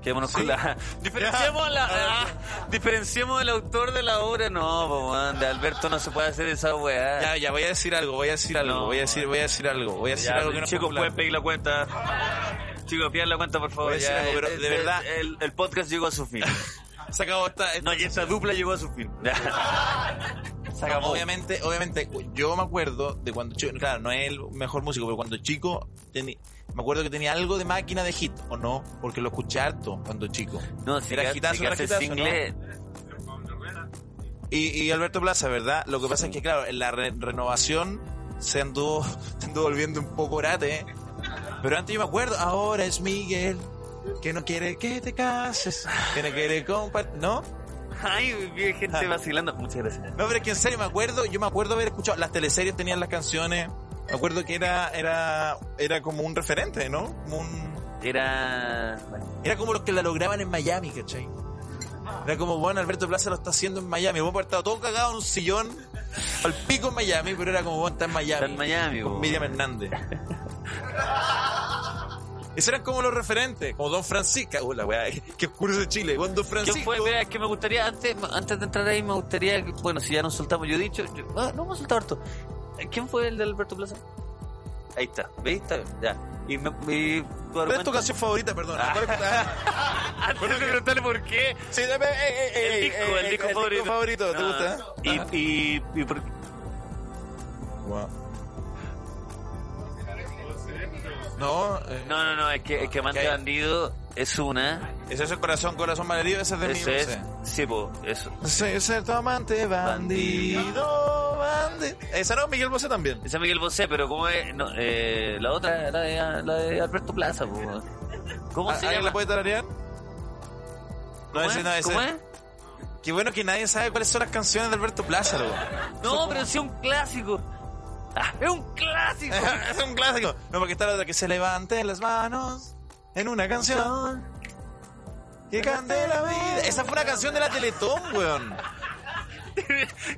Speaker 1: Quedémonos con
Speaker 2: <laughs>
Speaker 1: la... Diferenciemos, la... ah, <laughs> diferenciemos el autor de la obra. No, po, man, de Alberto no se puede hacer esa weá.
Speaker 2: Ya, ya, voy a decir algo, voy a decir algo,
Speaker 1: No.
Speaker 2: voy a decir, voy a decir algo, voy a decir algo que no es
Speaker 1: Chicos,
Speaker 2: popular.
Speaker 1: pueden pedir la cuenta. Chicos, pidan la cuenta, por favor.
Speaker 2: Voy a decir
Speaker 1: ya.
Speaker 2: algo, pero
Speaker 1: El-
Speaker 2: de
Speaker 1: el-
Speaker 2: verdad.
Speaker 1: el- el podcast llegó a su fin.
Speaker 2: Se acabó esta,
Speaker 1: No, y esa dupla llegó a su fin.
Speaker 2: Obviamente, obviamente, yo me acuerdo de cuando chico, claro, no es el mejor músico, pero cuando chico teni- me acuerdo que tenía algo de máquina de hit, ¿o no? Porque lo escuché harto cuando chico.
Speaker 1: <laughs> No, si
Speaker 2: Era
Speaker 1: era
Speaker 2: gitazo,
Speaker 1: gitazo,
Speaker 2: era gitazo,
Speaker 1: single.
Speaker 2: Y, y Alberto Plaza, ¿verdad? Lo que pasa es que, claro, en la re- renovación se anduvo, <laughs> se anduvo volviendo un poco orate, ¿eh? Pero antes yo me acuerdo, ahora es Miguel, que no quiere que te cases, que no quiere compartir, ¿no?
Speaker 1: <laughs> Ay, vi <laughs> gente vacilando. Muchas gracias.
Speaker 2: No, pero es que en serio me acuerdo, yo me acuerdo haber escuchado, las teleseries tenían las canciones, me acuerdo que era, era, era como un referente, ¿no? Como un-
Speaker 1: Era.
Speaker 2: era como los que la lograban en Miami, ¿cachai? Era como, bueno, Alberto Plaza lo está haciendo en Miami, vos estado todo cagado en un sillón, al pico en Miami, pero era como, bueno, está en Miami.
Speaker 1: Está en Miami,
Speaker 2: Con
Speaker 1: po.
Speaker 2: Miriam Hernández. Esos eran como los referentes, como Don Francisco. Hola, weá, qué oscuro es de Chile. Bueno, Don
Speaker 1: ¿Qué
Speaker 2: Francisco.
Speaker 1: fue? Mira, es que me gustaría, antes, antes de entrar ahí, me gustaría, que- bueno, si ya nos soltamos, yo he dicho, yo- ah, no hemos soltado harto. ¿Quién fue el de Alberto Plaza? Ahí está, ¿viste? Ya. Y, me, y tu
Speaker 2: ¿Cuál es tu
Speaker 1: argumento-
Speaker 2: canción favorita, perdón? ¿Cuál es- ah,
Speaker 1: Antes de preguntarle por qué,
Speaker 2: sí, dame, eh, eh, eh,
Speaker 1: el disco,
Speaker 2: eh,
Speaker 1: el disco favorito. Ah.
Speaker 2: favorito, ¿Te
Speaker 1: No,
Speaker 2: gusta?
Speaker 1: Y, y, y por
Speaker 2: No, eh,
Speaker 1: No, no, no, es que, es que Amante
Speaker 2: ¿Qué hay?
Speaker 1: Bandido es una.
Speaker 2: ese es el corazón, corazón malherido, ese es de mí.
Speaker 1: Ese es. Sí, po, eso.
Speaker 2: Ese es el tu amante bandido, bandido. Esa no, Miguel Bosé también.
Speaker 1: Esa es Miguel Bosé, pero ¿cómo es? No, eh, la otra, la de, la de Alberto Plaza, po. ¿Cómo
Speaker 2: ¿A-
Speaker 1: se
Speaker 2: ¿Alguien
Speaker 1: llama?
Speaker 2: la puede tararear? No,
Speaker 1: ¿Cómo
Speaker 2: ese
Speaker 1: es?
Speaker 2: no, ese.
Speaker 1: ¿Cómo es?
Speaker 2: Qué bueno que nadie sabe cuáles son las canciones de Alberto Plaza, loco. <laughs>
Speaker 1: No, pero sí un clásico. Ah, es un
Speaker 2: <laughs>
Speaker 1: clásico.
Speaker 2: es un clásico. No, porque está la otra que se levante las manos en una canción. Que cante la vida. Esa fue una canción de la Teletón, weón.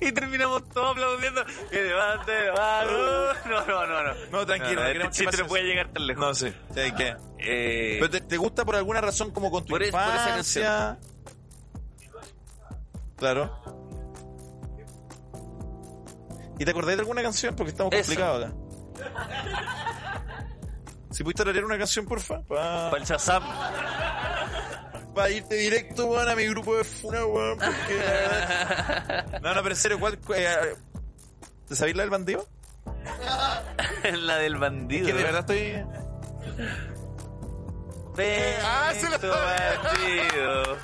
Speaker 1: y terminamos todos aplaudiendo. Y levante,
Speaker 2: <laughs>
Speaker 1: vamos. No, no, no, no.
Speaker 2: No, tranquilo, no
Speaker 1: no,
Speaker 2: queremos
Speaker 1: este
Speaker 2: que
Speaker 1: chiste
Speaker 2: pase
Speaker 1: no puede
Speaker 2: eso.
Speaker 1: llegar tan lejos.
Speaker 2: No sé. ¿sabes qué?
Speaker 1: Eh,
Speaker 2: Pero te, te gusta por alguna razón como con tu
Speaker 1: Por es- por esa
Speaker 2: infancia. claro. ¿Y te acordás de alguna canción? Porque estamos
Speaker 1: Eso.
Speaker 2: complicados acá. Si pudiste leer una canción, porfa. Pa-
Speaker 1: para el Shazam. <laughs>
Speaker 2: Para irte directo, weón, a mi grupo de funa, weón. porque la
Speaker 1: <laughs>
Speaker 2: verdad- No, no, pero en serio, ¿cuál? cu- eh, ¿Te sabéis la del bandido?
Speaker 1: la del bandido.
Speaker 2: Que de verdad estoy.
Speaker 1: Ven,
Speaker 3: Ah, se la
Speaker 1: tu
Speaker 2: <laughs>
Speaker 1: bandido.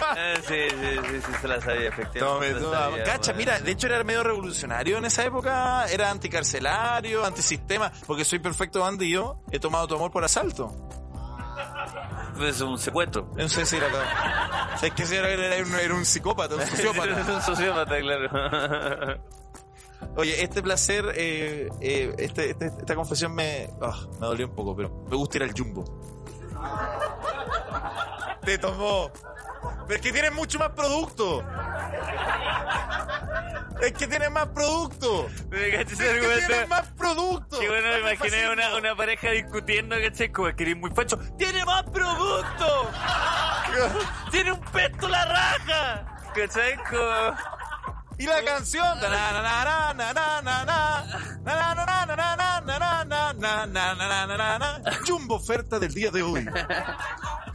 Speaker 1: Ah, sí, sí, sí, sí, se la sabía, efectivamente.
Speaker 2: Tome,
Speaker 1: se la
Speaker 2: tome.
Speaker 1: sabía,
Speaker 2: Cacha,
Speaker 1: bueno.
Speaker 2: mira, de hecho era medio revolucionario en esa época, era anticarcelario, antisistema, porque soy perfecto bandido, he tomado tu amor por asalto.
Speaker 1: Es un secuestro.
Speaker 2: No sé si era... O <laughs> sea, es que ese era, era un, era un psicópata, un
Speaker 1: Es
Speaker 2: <laughs> sociópata.
Speaker 1: un sociópata, claro.
Speaker 2: <laughs> Oye, este placer, eh, eh, este- este- esta confesión me... ah, me dolió un poco, pero me gusta ir al jumbo. Te tomó. Pero es que tienes mucho más producto. Es que tienes más producto.
Speaker 1: Me caché ese
Speaker 2: Es que tienes
Speaker 1: argumento.
Speaker 2: más producto.
Speaker 1: Que este. bueno, me imaginé una, una pareja discutiendo, ¿cachai? Como que eres muy facho. ¡Tiene más
Speaker 2: <laughs>
Speaker 1: producto! ¡Tiene un pesto la raja! ¿Cachai? Como... <laughs>
Speaker 2: Y la canción. Jumbo oferta del día de hoy.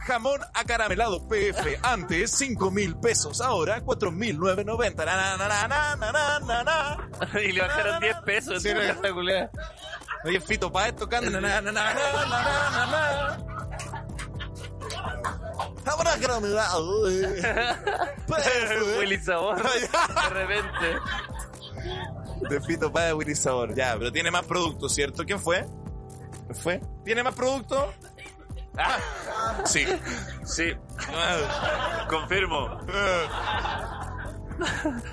Speaker 3: Jamón acaramelado PF. Antes 5 mil pesos. Ahora 4 mil 990. Na, na, na, na, na, na, na, na.
Speaker 1: y le bajaron 10 pesos. <laughs>
Speaker 2: Sí,
Speaker 1: entonces, esta culea.
Speaker 2: Oye, Fito Páez tocando. na, na, na, na, na, na, na, na. Jamón
Speaker 1: <laughs>
Speaker 2: acaramelado. eh. PF.
Speaker 1: Willy
Speaker 2: <laughs>
Speaker 1: Sabor. De repente.
Speaker 2: De Fito Páez, Willy Sabor. Ya, pero tiene más productos, ¿cierto? ¿Quién fue? ¿Quién ¿Fue? ¿Tiene más productos? Ah, sí.
Speaker 1: Sí. Confirmo.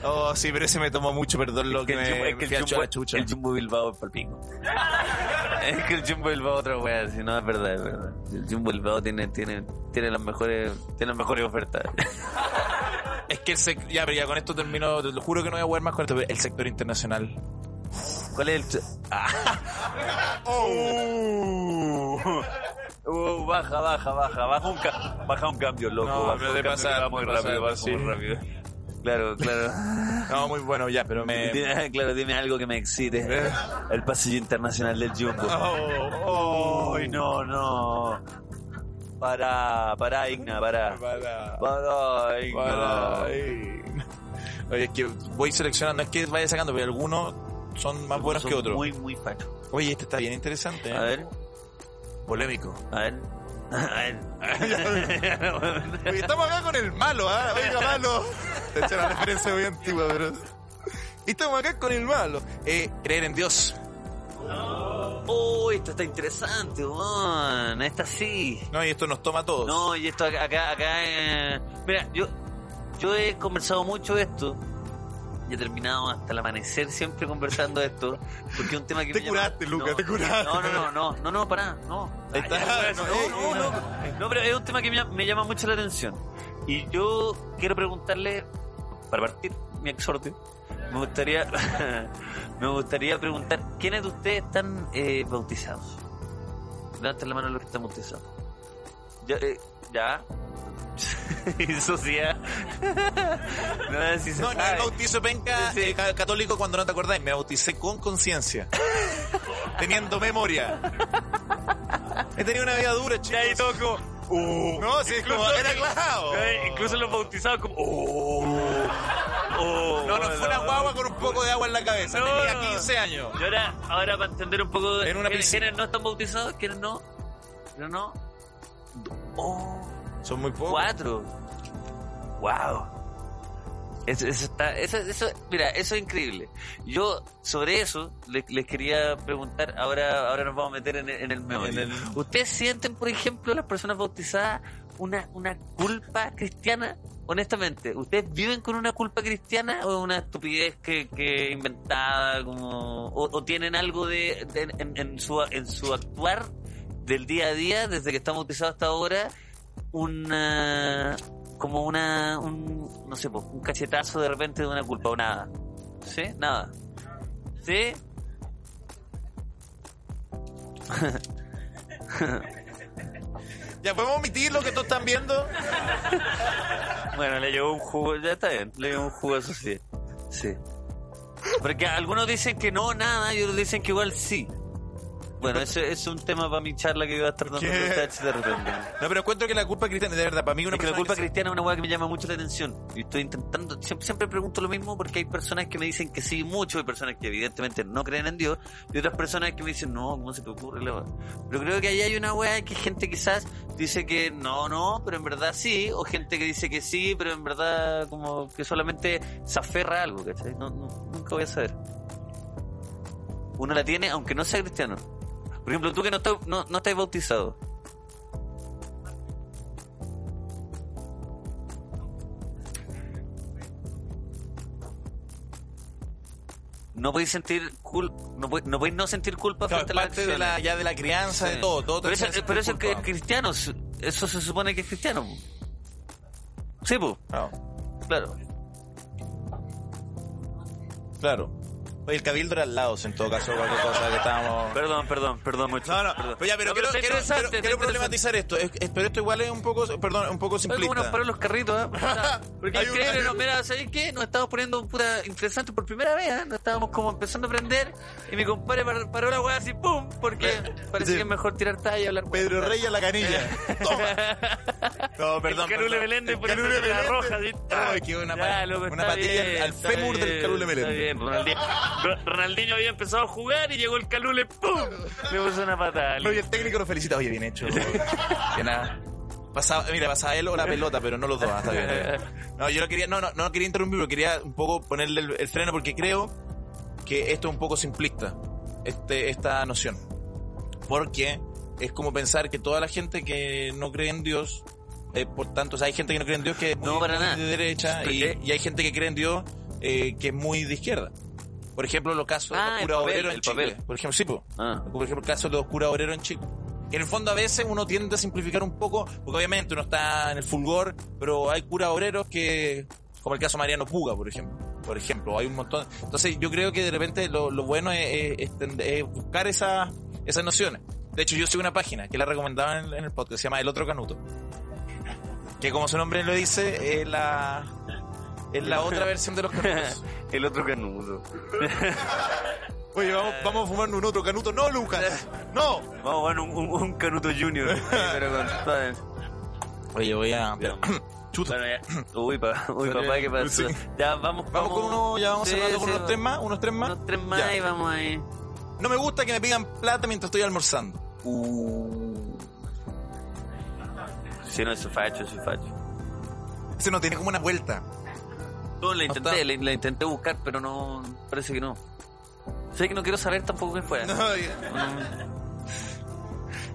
Speaker 2: Oh, sí, pero ese me tomó mucho, perdón lo que,
Speaker 1: el
Speaker 2: me,
Speaker 1: Jumbo- es que el
Speaker 2: me fui al
Speaker 1: Jumbo-
Speaker 2: la chucha.
Speaker 1: el Jumbo Bilbao es pa'l pico.
Speaker 2: <laughs>
Speaker 1: Es que el Jumbo Bilbao es otra wea, si no es verdad, es verdad. El Jumbo Bilbao tiene, tiene, tiene las mejores, tiene las mejores ofertas.
Speaker 2: Es que el sec- ya, pero ya con esto termino, te lo juro que no voy a jugar más con esto, pero el sector internacional.
Speaker 1: ¿Cuál es el
Speaker 2: Oh.
Speaker 1: Uh, baja, baja, baja, baja un, ca- baja un cambio, loco.
Speaker 2: No,
Speaker 1: baja
Speaker 2: pero
Speaker 1: un
Speaker 2: de
Speaker 1: cambio que
Speaker 2: pasar,
Speaker 1: va muy
Speaker 2: de pasar,
Speaker 1: rápido, va
Speaker 2: sí.
Speaker 1: muy rápido. Claro,
Speaker 2: <laughs>
Speaker 1: claro.
Speaker 2: No, muy bueno, ya, pero me...
Speaker 1: Dime- <laughs> claro, dime algo que me excite.
Speaker 2: Eh.
Speaker 1: El pasillo internacional del Jumbo.
Speaker 2: Oh,
Speaker 1: Uy, no, no. Para, para, Igna, para.
Speaker 2: para-
Speaker 1: Para, Igna.
Speaker 2: para- ay. Oye, es que voy seleccionando, es que vaya sacando, pero algunos son más buenos
Speaker 1: Son
Speaker 2: que otros.
Speaker 1: Muy, muy fachos.
Speaker 2: Oye, este está bien interesante, ¿eh?
Speaker 1: A ver,
Speaker 2: Polémico.
Speaker 1: a ver. A
Speaker 2: <laughs>
Speaker 1: ver. <laughs>
Speaker 3: Oye, estamos acá con el malo, ¿ah? Venga, malo. Te eché una referencia muy antigua, pero. Y estamos acá con el malo.
Speaker 2: Eh, creer en Dios.
Speaker 1: Uy, Oh, esto está interesante, weón. Esta sí.
Speaker 2: No, y esto nos toma a todos.
Speaker 1: No, y esto acá, acá, acá, eh, mira, yo, yo he conversado mucho de esto. Y he terminado hasta el amanecer siempre conversando de esto. Porque es un tema que
Speaker 3: Te
Speaker 1: me llama-
Speaker 3: curaste, Luca,
Speaker 1: no,
Speaker 3: te curaste.
Speaker 1: No, no, no, no, no, no, pará, no.
Speaker 2: Ahí está.
Speaker 1: Ay, no, no, no, no. No, pero es un tema que me llama, me llama mucho la atención. Y yo quiero preguntarle, para partir mi exhorte, me gustaría, <laughs> me gustaría preguntar, ¿quiénes de ustedes están eh, bautizados? Levanten la mano los que están bautizados. Ya, eh, ya. <laughs> y sociedad. <laughs> no, si se
Speaker 2: No, no,
Speaker 1: sabe.
Speaker 2: el bautizo penca
Speaker 1: Sí.
Speaker 2: eh, ca- católico cuando no te acordáis. Me bauticé con conciencia. teniendo memoria. He tenido una vida dura, chicos.
Speaker 1: ahí todo como,
Speaker 2: no, sí, es como,
Speaker 1: incluso-
Speaker 2: era claro.
Speaker 1: eh, incluso los bautizados como, oh, oh,
Speaker 2: No, no, fue una
Speaker 1: no.
Speaker 2: guagua con un poco de agua en la cabeza.
Speaker 1: No, no.
Speaker 2: Tenía 15 años.
Speaker 1: Y ahora, ahora para entender un poco
Speaker 2: En una
Speaker 1: quiénes,
Speaker 2: piscina.
Speaker 1: quiénes no están bautizados, quiénes no, pero no. Oh,
Speaker 2: Son muy pocos.
Speaker 1: cuatro. Wow. Eso, eso está, eso, eso, mira, eso es increíble. Yo sobre eso les, les quería preguntar, ahora, ahora nos vamos a meter en el, en el meollo.
Speaker 2: En el-
Speaker 1: ¿Ustedes sienten, por ejemplo, las personas bautizadas una, una culpa cristiana? Honestamente, ¿ustedes viven con una culpa cristiana o una estupidez que, que inventada? Como, o, o tienen algo de, de- en, en su, en su actuar del día a día, desde que están bautizados hasta ahora, una como una un, no sé po, un cachetazo de repente de una culpa o nada sí nada sí
Speaker 2: Ya podemos omitir lo que todos están viendo.
Speaker 1: bueno le llevó un jugo ya está bien le llevó un jugo eso sí sí porque algunos dicen que no nada y otros dicen que igual sí bueno eso es un tema para mi charla que iba a estar dando
Speaker 2: ¿Qué?
Speaker 1: con ustedes de repente
Speaker 2: No, pero encuentro que la culpa cristiana, de verdad, para mí una
Speaker 1: Es que la
Speaker 2: persona
Speaker 1: culpa
Speaker 2: que se-
Speaker 1: cristiana es una hueá que me llama mucho la atención. Y estoy intentando, siempre, siempre pregunto lo mismo porque hay personas que me dicen que sí mucho, hay personas que evidentemente no creen en Dios, y otras personas que me dicen, no, ¿cómo se te ocurre? la hueá?". Pero creo que ahí hay una hueá que gente quizás dice que no, no, pero en verdad sí, o gente que dice que sí, pero en verdad como que solamente se aferra a algo, ¿cachai? No, no- nunca voy a saber. Uno la tiene aunque no sea cristiano. Por ejemplo, tú que no estás, no, no estás bautizado. No podéis sentir cul no, podéis, no podéis no sentir culpa
Speaker 2: Claro,
Speaker 1: frente
Speaker 2: es
Speaker 1: a las
Speaker 2: parte de la,
Speaker 1: acciones.
Speaker 2: ya de la crianza, de
Speaker 1: Sí.
Speaker 2: todo. todo
Speaker 1: pero
Speaker 2: te
Speaker 1: eso,
Speaker 2: hacen
Speaker 1: pero eso es que es
Speaker 2: culpa.
Speaker 1: cristiano, su- eso se supone que es cristiano. po. Sí, pues,
Speaker 2: No,
Speaker 1: claro.
Speaker 2: claro. Oye, el cabildo era al lado, en todo caso, cualquier cosa que estábamos...
Speaker 1: Perdón, perdón, perdón mucho.
Speaker 2: No, no, pero ya, pero,
Speaker 1: No, pero
Speaker 2: quiero,
Speaker 1: está
Speaker 2: quiero-
Speaker 1: interesante,
Speaker 2: quiero-
Speaker 1: está
Speaker 2: quiero
Speaker 1: interesante.
Speaker 2: problematizar esto. Es- es- pero esto igual es un poco, perdón, un poco
Speaker 1: Oye, ¿cómo nos
Speaker 2: simplista.
Speaker 1: paró los carritos, ¿eh?
Speaker 2: <laughs>
Speaker 1: O sea, Porque
Speaker 2: Hay un-
Speaker 1: increíble,
Speaker 2: hay
Speaker 1: no,
Speaker 2: un-
Speaker 1: mira, ¿sabéis qué? Nos estábamos poniendo puta interesante por primera vez, ¿eh? Nos estábamos como empezando a aprender y mi compadre par- paró la weá así, ¡pum! Porque parece
Speaker 2: sí.
Speaker 1: que es mejor tirar talla y hablar weá.
Speaker 2: Pedro Rey a la canilla.
Speaker 1: <laughs>
Speaker 2: Toma. No, perdón.
Speaker 1: el Carule
Speaker 2: perdón.
Speaker 1: Meléndez
Speaker 2: El
Speaker 1: por eso de
Speaker 2: Carule
Speaker 1: la
Speaker 2: Meléndez.
Speaker 1: roja, así, ta.
Speaker 2: Ay, que una,
Speaker 1: Ya,
Speaker 2: pa-
Speaker 1: loco,
Speaker 2: una
Speaker 1: está
Speaker 2: patilla
Speaker 1: bien,
Speaker 2: al
Speaker 1: está
Speaker 2: fémur del
Speaker 1: bien,
Speaker 2: Carule
Speaker 1: está
Speaker 2: Meléndez.
Speaker 1: bien. Ronaldinho, Ronaldinho había empezado a jugar y llegó el Calule, ¡pum! Le puso una patada.
Speaker 2: No, y el técnico lo felicita. Oye, bien hecho. que nada. Pasaba, mira, pasaba él o la pelota, pero no los dos. ah, Está bien, está bien. No, yo no quería, no, no, no quería interrumpirlo, quería un poco ponerle el, el freno porque creo que esto es un poco simplista, este, esta noción. Porque es como pensar que toda la gente que no cree en Dios, eh, por tanto, o sea, hay gente que no cree en Dios que es muy,
Speaker 1: No, para
Speaker 2: muy
Speaker 1: nada.
Speaker 2: de derecha y,
Speaker 1: Porque-
Speaker 2: y hay gente que cree en Dios eh, que es muy de izquierda. Por ejemplo, los
Speaker 1: Ah,
Speaker 2: casos de
Speaker 1: el
Speaker 2: los curas
Speaker 1: papel,
Speaker 2: obreros en
Speaker 1: el
Speaker 2: Chile.
Speaker 1: papel.
Speaker 2: Por ejemplo, sí, po.
Speaker 1: Ah.
Speaker 2: Por ejemplo, el caso de los curas obreros en Chile. Que en el fondo a veces uno tiende a simplificar un poco, porque obviamente uno está en el fulgor, pero hay curas obreros que, como el caso de Mariano Puga, por ejemplo. Por ejemplo, hay un montón. Entonces yo creo que de repente lo, lo bueno es, es- es tend- es buscar esas, esas nociones. De hecho, yo sigo una página que la recomendaba en, en el podcast, se llama El Otro Canuto. Que como su nombre lo dice, es la, es la otra versión de los canutos.
Speaker 1: El otro canudo.
Speaker 2: <laughs> Oye, vamos, vamos a fumarnos un otro canuto. No, <laughs> Lucas. No.
Speaker 1: Vamos a jugar un, un, un Canuto
Speaker 2: <laughs>
Speaker 1: Junior. Pero con todas.
Speaker 2: Oye, voy a... <clears throat> eh, Chuta.
Speaker 1: Bueno, ya. Eh, Uy, pa- uy, papá, ¿qué pasó?
Speaker 2: Sí.
Speaker 1: Ya, vamos,
Speaker 2: Vamos con uno, ya vamos
Speaker 1: Sí,
Speaker 2: cerrando con
Speaker 1: sí,
Speaker 2: unos
Speaker 1: va-
Speaker 2: tres más, unos tres más.
Speaker 1: Unos tres más
Speaker 2: Ya.
Speaker 1: y vamos ahí.
Speaker 2: No me gusta que me pidan plata mientras estoy almorzando.
Speaker 1: Uh. Si no, eso es facho, eso es facho.
Speaker 2: Ese no tiene como una <laughs> vuelta.
Speaker 1: No, la
Speaker 2: está.
Speaker 1: intenté, la, la intenté buscar, pero no, parece que no. Sé que no quiero saber tampoco qué fue.
Speaker 2: No, ya. Ah.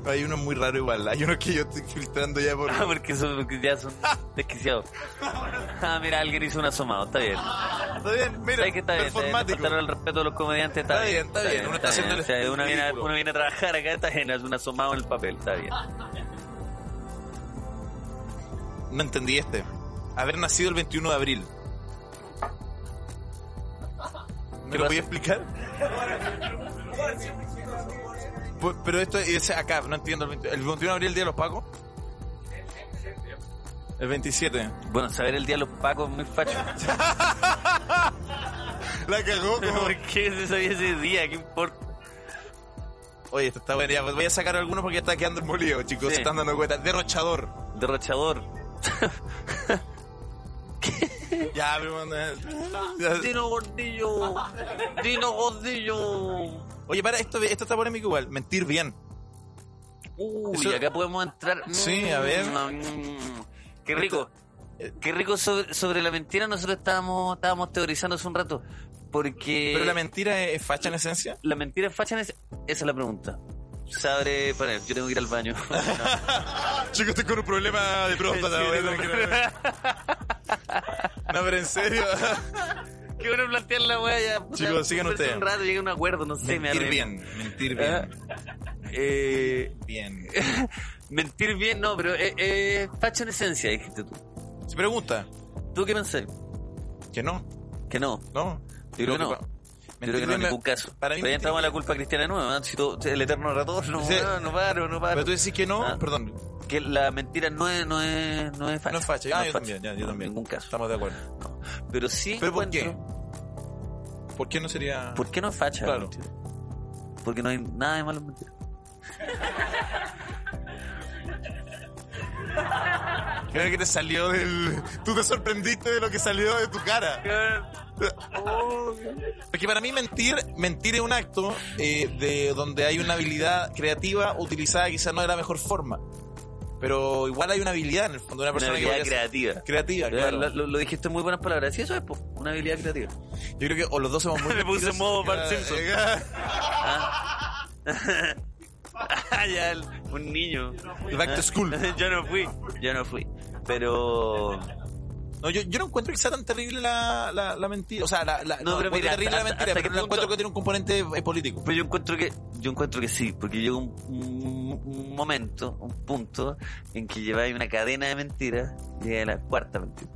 Speaker 1: Mm.
Speaker 2: hay uno muy raro igual. ¿ah? Hay uno que yo estoy filtrando ya
Speaker 1: <laughs>
Speaker 2: por.
Speaker 1: Ah, porque son, porque ya son desquiciados. Ah, mira, alguien hizo un asomado, está bien.
Speaker 2: Está bien, mira.
Speaker 1: ¿Sabes que está bien? Está bien,
Speaker 2: performático.
Speaker 1: faltaron el respeto de los comediantes, está,
Speaker 2: Está bien, está bien, uno está haciendo
Speaker 1: bien.
Speaker 2: el
Speaker 1: O sea, uno, viene a,
Speaker 2: ridículo.
Speaker 1: uno viene a trabajar acá, está bien, es un asomado en el papel, está bien.
Speaker 2: No entendí este. Haber nacido el 21 de abril. ¿Me lo voy a explicar? Pu- Pero esto es acá, no entiendo. ¿El 20 el 21 de abril el día de los pacos? El 27.
Speaker 1: Bueno, saber el día de los pacos es muy
Speaker 2: <laughs>
Speaker 1: facho.
Speaker 2: La <laughs> cagó.
Speaker 1: Pero ¿Por qué se sabía ese día? ¿Qué importa?
Speaker 2: Oye, esto está bueno. Ya, pues voy a sacar algunos porque ya está quedando el molido, chicos.
Speaker 1: Sí.
Speaker 2: Se están dando cuenta. Derrochador.
Speaker 1: Derrochador.
Speaker 2: Ya, pero, eh, ya.
Speaker 1: Dino Gordillo. Dino Gordillo.
Speaker 2: Oye, para, esto, esto está polémico igual. Mentir bien.
Speaker 1: Uy,
Speaker 2: Eso-
Speaker 1: acá podemos entrar.
Speaker 2: Sí, a ver. eh,
Speaker 1: Mm, Qué rico. Qué rico sobre, sobre la mentira. Nosotros estábamos, estábamos teorizando hace un rato. Porque.
Speaker 2: ¿Pero la mentira es, es facha en esencia?
Speaker 1: ¿La mentira es facha? Esa es la pregunta. Sabré poner, yo tengo que ir al
Speaker 2: <laughs>
Speaker 1: baño.
Speaker 2: Chicos, estoy con un problema de próstata.
Speaker 1: Sí,
Speaker 2: voy a
Speaker 1: tengo
Speaker 2: tener que- No, pero en serio.
Speaker 1: Qué bueno plantear la wea ya. puta,
Speaker 2: Chicos, sigan
Speaker 1: conversa
Speaker 2: ustedes.
Speaker 1: Un rato, llegué a un acuerdo, no sé, me
Speaker 2: mentir
Speaker 1: arrepiento. Ah.
Speaker 2: bien. Mentir bien.
Speaker 1: Eh,
Speaker 2: Bien.
Speaker 1: mentir bien, no, pero eh, eh, facha en esencia, dijiste tú.
Speaker 2: Se pregunta.
Speaker 1: ¿Tú qué pensás?
Speaker 2: Que no,
Speaker 1: Que no.
Speaker 2: no.
Speaker 1: Yo creo que no. Yo creo que no en
Speaker 2: me-
Speaker 1: ningún caso.
Speaker 2: para mí
Speaker 1: Pero ya
Speaker 2: mentir
Speaker 1: entramos a la culpa cristiana nueva. ¿eh? Si todo- el eterno retorno,
Speaker 2: Sí.
Speaker 1: weón, no paro, no paro.
Speaker 2: Pero tú decís que no,
Speaker 1: Ah.
Speaker 2: perdón.
Speaker 1: Que la mentira no es, no es, no es facha.
Speaker 2: No es facha. Ah,
Speaker 1: facha.
Speaker 2: yo también, ya, yo
Speaker 1: No,
Speaker 2: también.
Speaker 1: En ningún caso.
Speaker 2: Estamos de acuerdo.
Speaker 1: Pero sí.
Speaker 2: ¿Pero por qué?
Speaker 1: encuentro-
Speaker 2: ¿Por qué no sería.?
Speaker 1: ¿Por qué no es facha?
Speaker 2: Claro.
Speaker 1: mentira? Porque no hay nada de malo en mentir.
Speaker 2: Creo que te salió del. Tú te sorprendiste de lo que salió de tu cara. Porque para mí mentir, mentir es un acto eh, de donde hay una habilidad creativa utilizada quizás no de la mejor forma. Pero igual hay una habilidad en el fondo de
Speaker 1: Una
Speaker 2: una persona
Speaker 1: habilidad
Speaker 2: que vaya a ser
Speaker 1: creativa.
Speaker 2: creativa, claro.
Speaker 1: Eh, Lo, lo- lo dijiste en muy buenas palabras. Sí, eso es, po, una habilidad
Speaker 2: <laughs>
Speaker 1: creativa.
Speaker 2: Yo creo que o los dos
Speaker 1: <laughs>
Speaker 2: somos muy
Speaker 1: Le puse
Speaker 2: mentirosos.
Speaker 1: modo Bart
Speaker 2: Ah,
Speaker 1: Simpson.
Speaker 2: eh,
Speaker 1: <laughs> Ah, ya, el- un niño.
Speaker 2: Back to school.
Speaker 1: <laughs> yo no fui. Yo no fui. Pero.
Speaker 2: No, yo, yo no encuentro quizá tan terrible la, la, la mentira. O sea, la, la-
Speaker 1: No,
Speaker 2: no,
Speaker 1: pero
Speaker 2: encuentro
Speaker 1: mira,
Speaker 2: terrible la
Speaker 1: hasta-
Speaker 2: mentira,
Speaker 1: hasta qué
Speaker 2: pero no encuentro
Speaker 1: punto-
Speaker 2: que tiene un componente eh, político.
Speaker 1: Pero yo encuentro que yo encuentro que sí, porque llega un, un- un momento, un punto en que lleváis una cadena de mentiras y llega la cuarta mentira.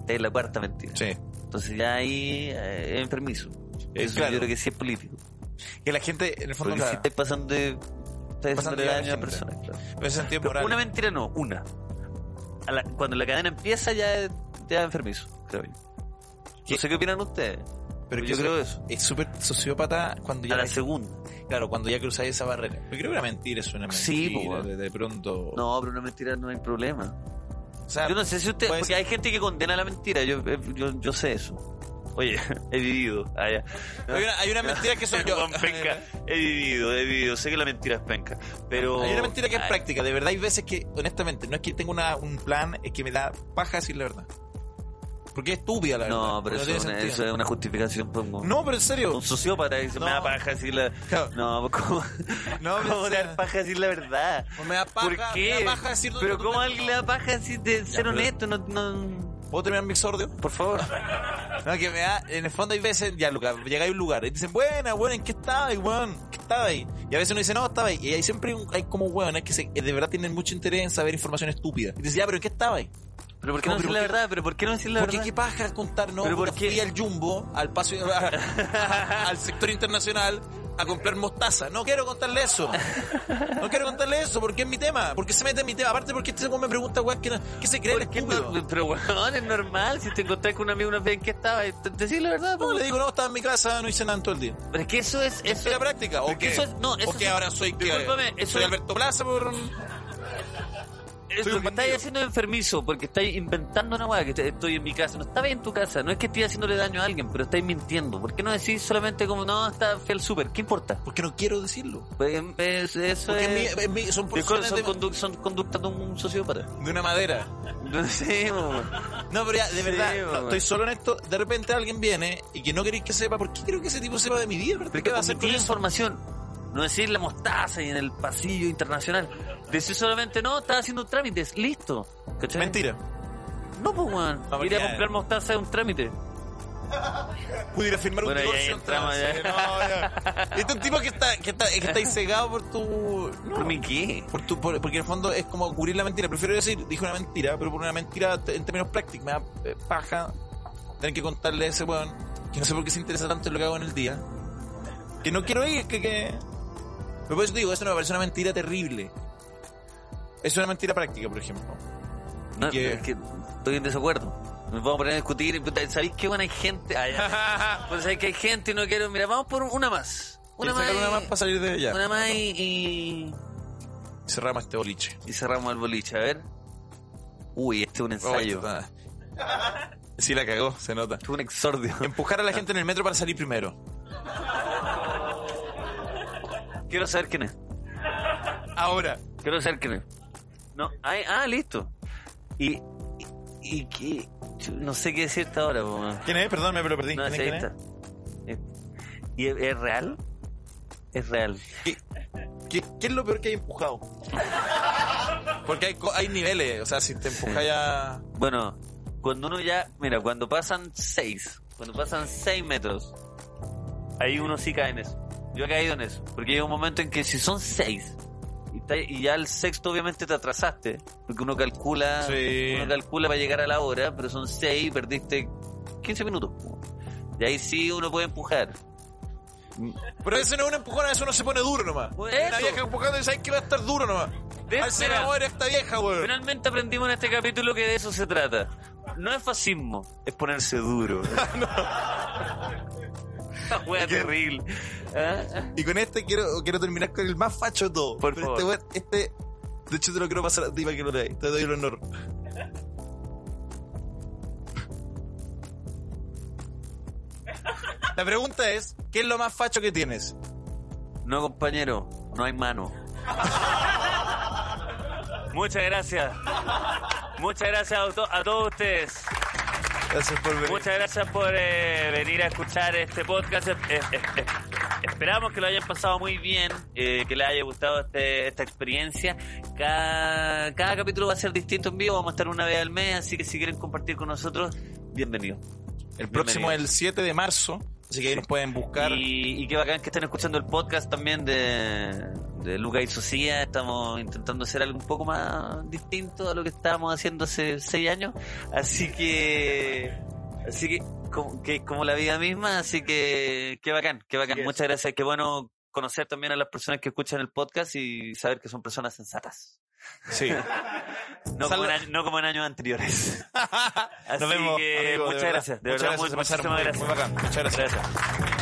Speaker 1: Esta es la cuarta mentira.
Speaker 2: Sí.
Speaker 1: Entonces ya ahí eh, es enfermizo. Eso
Speaker 2: claro.
Speaker 1: yo creo que sí es político.
Speaker 2: Que la gente, en el fondo,
Speaker 1: Porque si
Speaker 2: claro,
Speaker 1: estáis pasando de. Estáis
Speaker 2: Pasando
Speaker 1: pasando de
Speaker 2: la
Speaker 1: daño a la
Speaker 2: gente.
Speaker 1: persona, claro.
Speaker 2: pero ese sentido
Speaker 1: Pero
Speaker 2: moral.
Speaker 1: una mentira no, una. A la- cuando la cadena empieza ya es ya es enfermizo, creo yo.
Speaker 2: ¿Qué?
Speaker 1: No sé qué opinan ustedes.
Speaker 2: pero
Speaker 1: yo
Speaker 2: que
Speaker 1: creo eso.
Speaker 2: Es súper sociópata cuando
Speaker 1: A
Speaker 2: ya,
Speaker 1: la segunda.
Speaker 2: claro, cuando ya cruzáis esa barrera. Yo creo que una mentira es una mentira.
Speaker 1: Sí, po,
Speaker 2: de, de pronto.
Speaker 1: No, pero una mentira no hay problema.
Speaker 2: O sea,
Speaker 1: Ah, Yo no sé si usted,
Speaker 2: puede
Speaker 1: porque hay gente que condena la mentira, yo, eh, yo, yo sé eso. Oye, <laughs> he vivido. Ah, ya.
Speaker 2: hay, una,
Speaker 1: <laughs>
Speaker 2: hay una mentira que soy yo.
Speaker 1: Juan Penca, he vivido, he vivido. Sé que la mentira es penca, pero...
Speaker 2: <laughs> Hay una mentira que es
Speaker 1: Ay,
Speaker 2: práctica. De verdad, hay veces que, honestamente, no es que tenga una- un plan, es que me da paja decir la verdad. Porque es estúpida la verdad.
Speaker 1: No, pero eso,
Speaker 2: tiene
Speaker 1: es una,
Speaker 2: sentido.
Speaker 1: eso es una justificación pues, por un,
Speaker 2: No, pero en serio.
Speaker 1: un sociópata que se me
Speaker 2: No.
Speaker 1: da paja decir la...
Speaker 2: Claro.
Speaker 1: No, ¿cómo,
Speaker 2: No,
Speaker 1: <laughs>
Speaker 2: pero
Speaker 1: cómo
Speaker 2: en
Speaker 1: te
Speaker 2: serio.
Speaker 1: da paja decir la verdad?
Speaker 2: Me da paja,
Speaker 1: ¿Por qué?
Speaker 2: Me da paja decir
Speaker 1: Pero ¿cómo a alguien le da paja decir de ser
Speaker 2: pero-
Speaker 1: honesto? No, no...
Speaker 2: ¿Puedo terminar mi exordio?
Speaker 1: Por favor.
Speaker 2: No, que me da, en el fondo hay veces, ya Lucas, llegáis a un lugar y dicen, buena, buena, ¿en qué estaba ahí, weón? ¿Qué estaba ahí? Y a veces uno dice, no, estaba ahí. Y ahí siempre hay un- hay como weón, es que se- eh, de verdad tienen mucho interés en saber información estúpida. Y dice, ya, pero ¿en qué estaba ahí?
Speaker 1: ¿Pero por qué no,
Speaker 2: No, pero
Speaker 1: decir la
Speaker 2: ¿por qué?
Speaker 1: verdad? ¿Pero por qué no decir la
Speaker 2: Porque
Speaker 1: verdad?
Speaker 2: qué paja contar, no,
Speaker 1: Pero
Speaker 2: puta,
Speaker 1: ¿por qué?
Speaker 2: fui al jumbo, al paso <laughs> al sector internacional a comprar mostaza. No quiero contarle eso. No quiero contarle eso porque es mi tema. Porque se mete en mi tema. Aparte porque este weón me pregunta, weón, ¿qué, qué se cree el
Speaker 1: ¿Por qué
Speaker 2: estúpido?
Speaker 1: no? pero weón, es normal. Si te encontrás con un amigo una vez en que estaba, decir la verdad.
Speaker 2: No,
Speaker 1: po.
Speaker 2: le digo, no, estaba en mi casa, no hice nada en todo el día.
Speaker 1: Pero es que eso es. Eso
Speaker 2: ¿Soy la práctica? ¿O
Speaker 1: porque
Speaker 2: qué?
Speaker 1: eso es- no, eso
Speaker 2: ¿O qué
Speaker 1: es-
Speaker 2: ahora soy, que,
Speaker 1: discúlpame, eso
Speaker 2: soy
Speaker 1: es-
Speaker 2: Alberto Plaza por...
Speaker 1: es
Speaker 2: soy
Speaker 1: lo
Speaker 2: un
Speaker 1: que estáis
Speaker 2: bandido.
Speaker 1: haciendo es enfermizo, porque estáis inventando una weá que te- estoy en mi casa. No estabas en tu casa. No es que estés haciéndole daño a alguien, pero estáis mintiendo. ¿Por qué no decís solamente como, no, está fiel súper? ¿Qué importa?
Speaker 2: Porque no quiero decirlo.
Speaker 1: Pues, es- eso
Speaker 2: Porque
Speaker 1: es.
Speaker 2: es mi- eh, es mi- son
Speaker 1: de- son,
Speaker 2: porciones de,
Speaker 1: condu- son conductas de un sociópata.
Speaker 2: de una madera.
Speaker 1: No <laughs> sé, po.
Speaker 2: No, pero ya,
Speaker 1: Sí,
Speaker 2: de verdad,
Speaker 1: weón.
Speaker 2: no, estoy solo en esto. De repente alguien viene y que no queréis que sepa. ¿Por qué quiero que ese tipo sepa de mi vida? ¿Pero ¿Qué va a hacer con
Speaker 1: Omitir
Speaker 2: eso?
Speaker 1: información. No decir la mostaza y en el pasillo internacional. Decir solamente, no, estaba haciendo trámites. Listo. ¿Cachai?
Speaker 2: Mentira.
Speaker 1: No, pues, weón.
Speaker 2: No, porque
Speaker 1: Ir a
Speaker 2: ya-
Speaker 1: comprar mostaza es un trámite.
Speaker 2: Pudiera firmar
Speaker 1: Bueno,
Speaker 2: un
Speaker 1: ya, ya
Speaker 2: divorcio.
Speaker 1: entramos,
Speaker 2: entonces, <laughs> no, ya. Este es un tipo que está, que está, que está ahí cegado por tu... no,
Speaker 1: ¿Por mí qué?
Speaker 2: Por tu, por- porque en el fondo es como cubrir la mentira. Prefiero decir, dije una mentira, pero por una mentira t- en términos prácticos. Me da eh, paja tener que contarle a ese weón que no sé por qué se interesa tanto en lo que hago en el día. Que no quiero ir, que... que... Pero por eso te digo, eso no me parece una mentira terrible. Es una mentira práctica, por ejemplo.
Speaker 1: No,
Speaker 2: ¿Qué?
Speaker 1: es que estoy en desacuerdo. Nos vamos a poner a discutir. y puta, ¿Sabéis qué buena hay gente? Ah,
Speaker 2: <laughs>
Speaker 1: ya. pues sabéis que hay gente y no quiero. Mira, vamos por una más. Una más.
Speaker 2: ¿Quieres sacar una más para salir de allá.
Speaker 1: una más y,
Speaker 2: Cerramos este boliche.
Speaker 1: y- y cerramos el boliche. A ver. Uy, este es un ensayo.
Speaker 2: Oh, esto está- sí la cagó, se nota.
Speaker 1: Esto es un exordio.
Speaker 2: Empujar a
Speaker 1: Ah.
Speaker 2: la gente en el metro para salir primero.
Speaker 1: Quiero saber quién es.
Speaker 2: Ahora.
Speaker 1: Quiero saber quién es. No, ay, ah, listo. Y. y, y qué- No sé qué decirte ahora, po, man.
Speaker 2: ¿Quién es? Perdón, me lo perdí.
Speaker 1: No,
Speaker 2: ¿Quién es?
Speaker 1: sí, ahí
Speaker 2: ¿Quién es?
Speaker 1: está. Eh, ¿Y es, es real? Es real.
Speaker 2: ¿Qué, qué es lo peor que hay empujado? Porque hay, co- hay niveles, o sea, si te empujáis a...
Speaker 1: Bueno, cuando uno ya. Mira, cuando pasan 6, cuando pasan 6 metros, ahí uno sí cae en eso. Yo he caído en eso. Porque llega un momento en que si son 6 y, está- y ya el sexto obviamente te atrasaste. Porque uno calcula.
Speaker 2: Sí.
Speaker 1: Uno calcula para llegar a la hora, pero son 6 y perdiste 15 minutos. Y ahí sí uno puede empujar.
Speaker 2: Pero eso no es una empujona, eso no se pone duro nomás.
Speaker 1: Pues
Speaker 2: Hay una
Speaker 1: eso.
Speaker 2: vieja empujando y sabes que va a estar duro nomás.
Speaker 1: ¿Ves?
Speaker 2: Al ser
Speaker 1: Mira.
Speaker 2: amor a esta vieja, weón.
Speaker 1: Finalmente aprendimos en este capítulo que de eso se trata. No es fascismo, es ponerse duro. Esta wea terrible. ¿Ah?
Speaker 2: Y con este quiero, quiero terminar con el más facho de todo.
Speaker 1: Por
Speaker 2: Pero
Speaker 1: favor.
Speaker 2: Este, weón- este, de hecho te lo quiero pasar a ti para que lo leas. Te doy el honor. La pregunta es, ¿qué es lo más facho que tienes?
Speaker 1: No, compañero, no hay mano. Muchas gracias. Muchas gracias a, to- a todos ustedes.
Speaker 2: Gracias por venir.
Speaker 1: Muchas gracias por eh, venir a escuchar este podcast. Es- es- es- Esperamos que lo hayan pasado muy bien, eh, que les haya gustado este- esta experiencia. Cada, cada capítulo va a ser distinto en vivo, vamos a estar una vez al mes, así que si quieren compartir con nosotros, bienvenidos.
Speaker 2: El próximo es
Speaker 1: Bienvenido.
Speaker 2: el 7 de marzo, así que ahí nos pueden buscar.
Speaker 1: Y, y qué bacán que estén escuchando el podcast también de, de Luca y Socia. Estamos intentando hacer algo un poco más distinto a lo que estábamos haciendo hace seis años. Así que Así que, como, que es como la vida misma, así que qué bacán, qué bacán.
Speaker 3: Yes.
Speaker 1: Muchas gracias, qué bueno conocer también a las personas que escuchan el podcast y saber que son personas sensatas.
Speaker 2: Sí.
Speaker 1: No, como
Speaker 2: Salva-
Speaker 1: en, año- no como en años anteriores. Así
Speaker 2: <laughs> Nos vemos.
Speaker 1: que
Speaker 2: amigo,
Speaker 1: muchas
Speaker 2: verdad.
Speaker 1: gracias, de
Speaker 2: Muchas
Speaker 1: verdad,
Speaker 2: gracias,
Speaker 1: mu-
Speaker 2: se
Speaker 1: muchísimas
Speaker 2: pasaron muy bien,
Speaker 1: gracias.
Speaker 2: muy bacán. Muchas gracias.
Speaker 1: Gracias.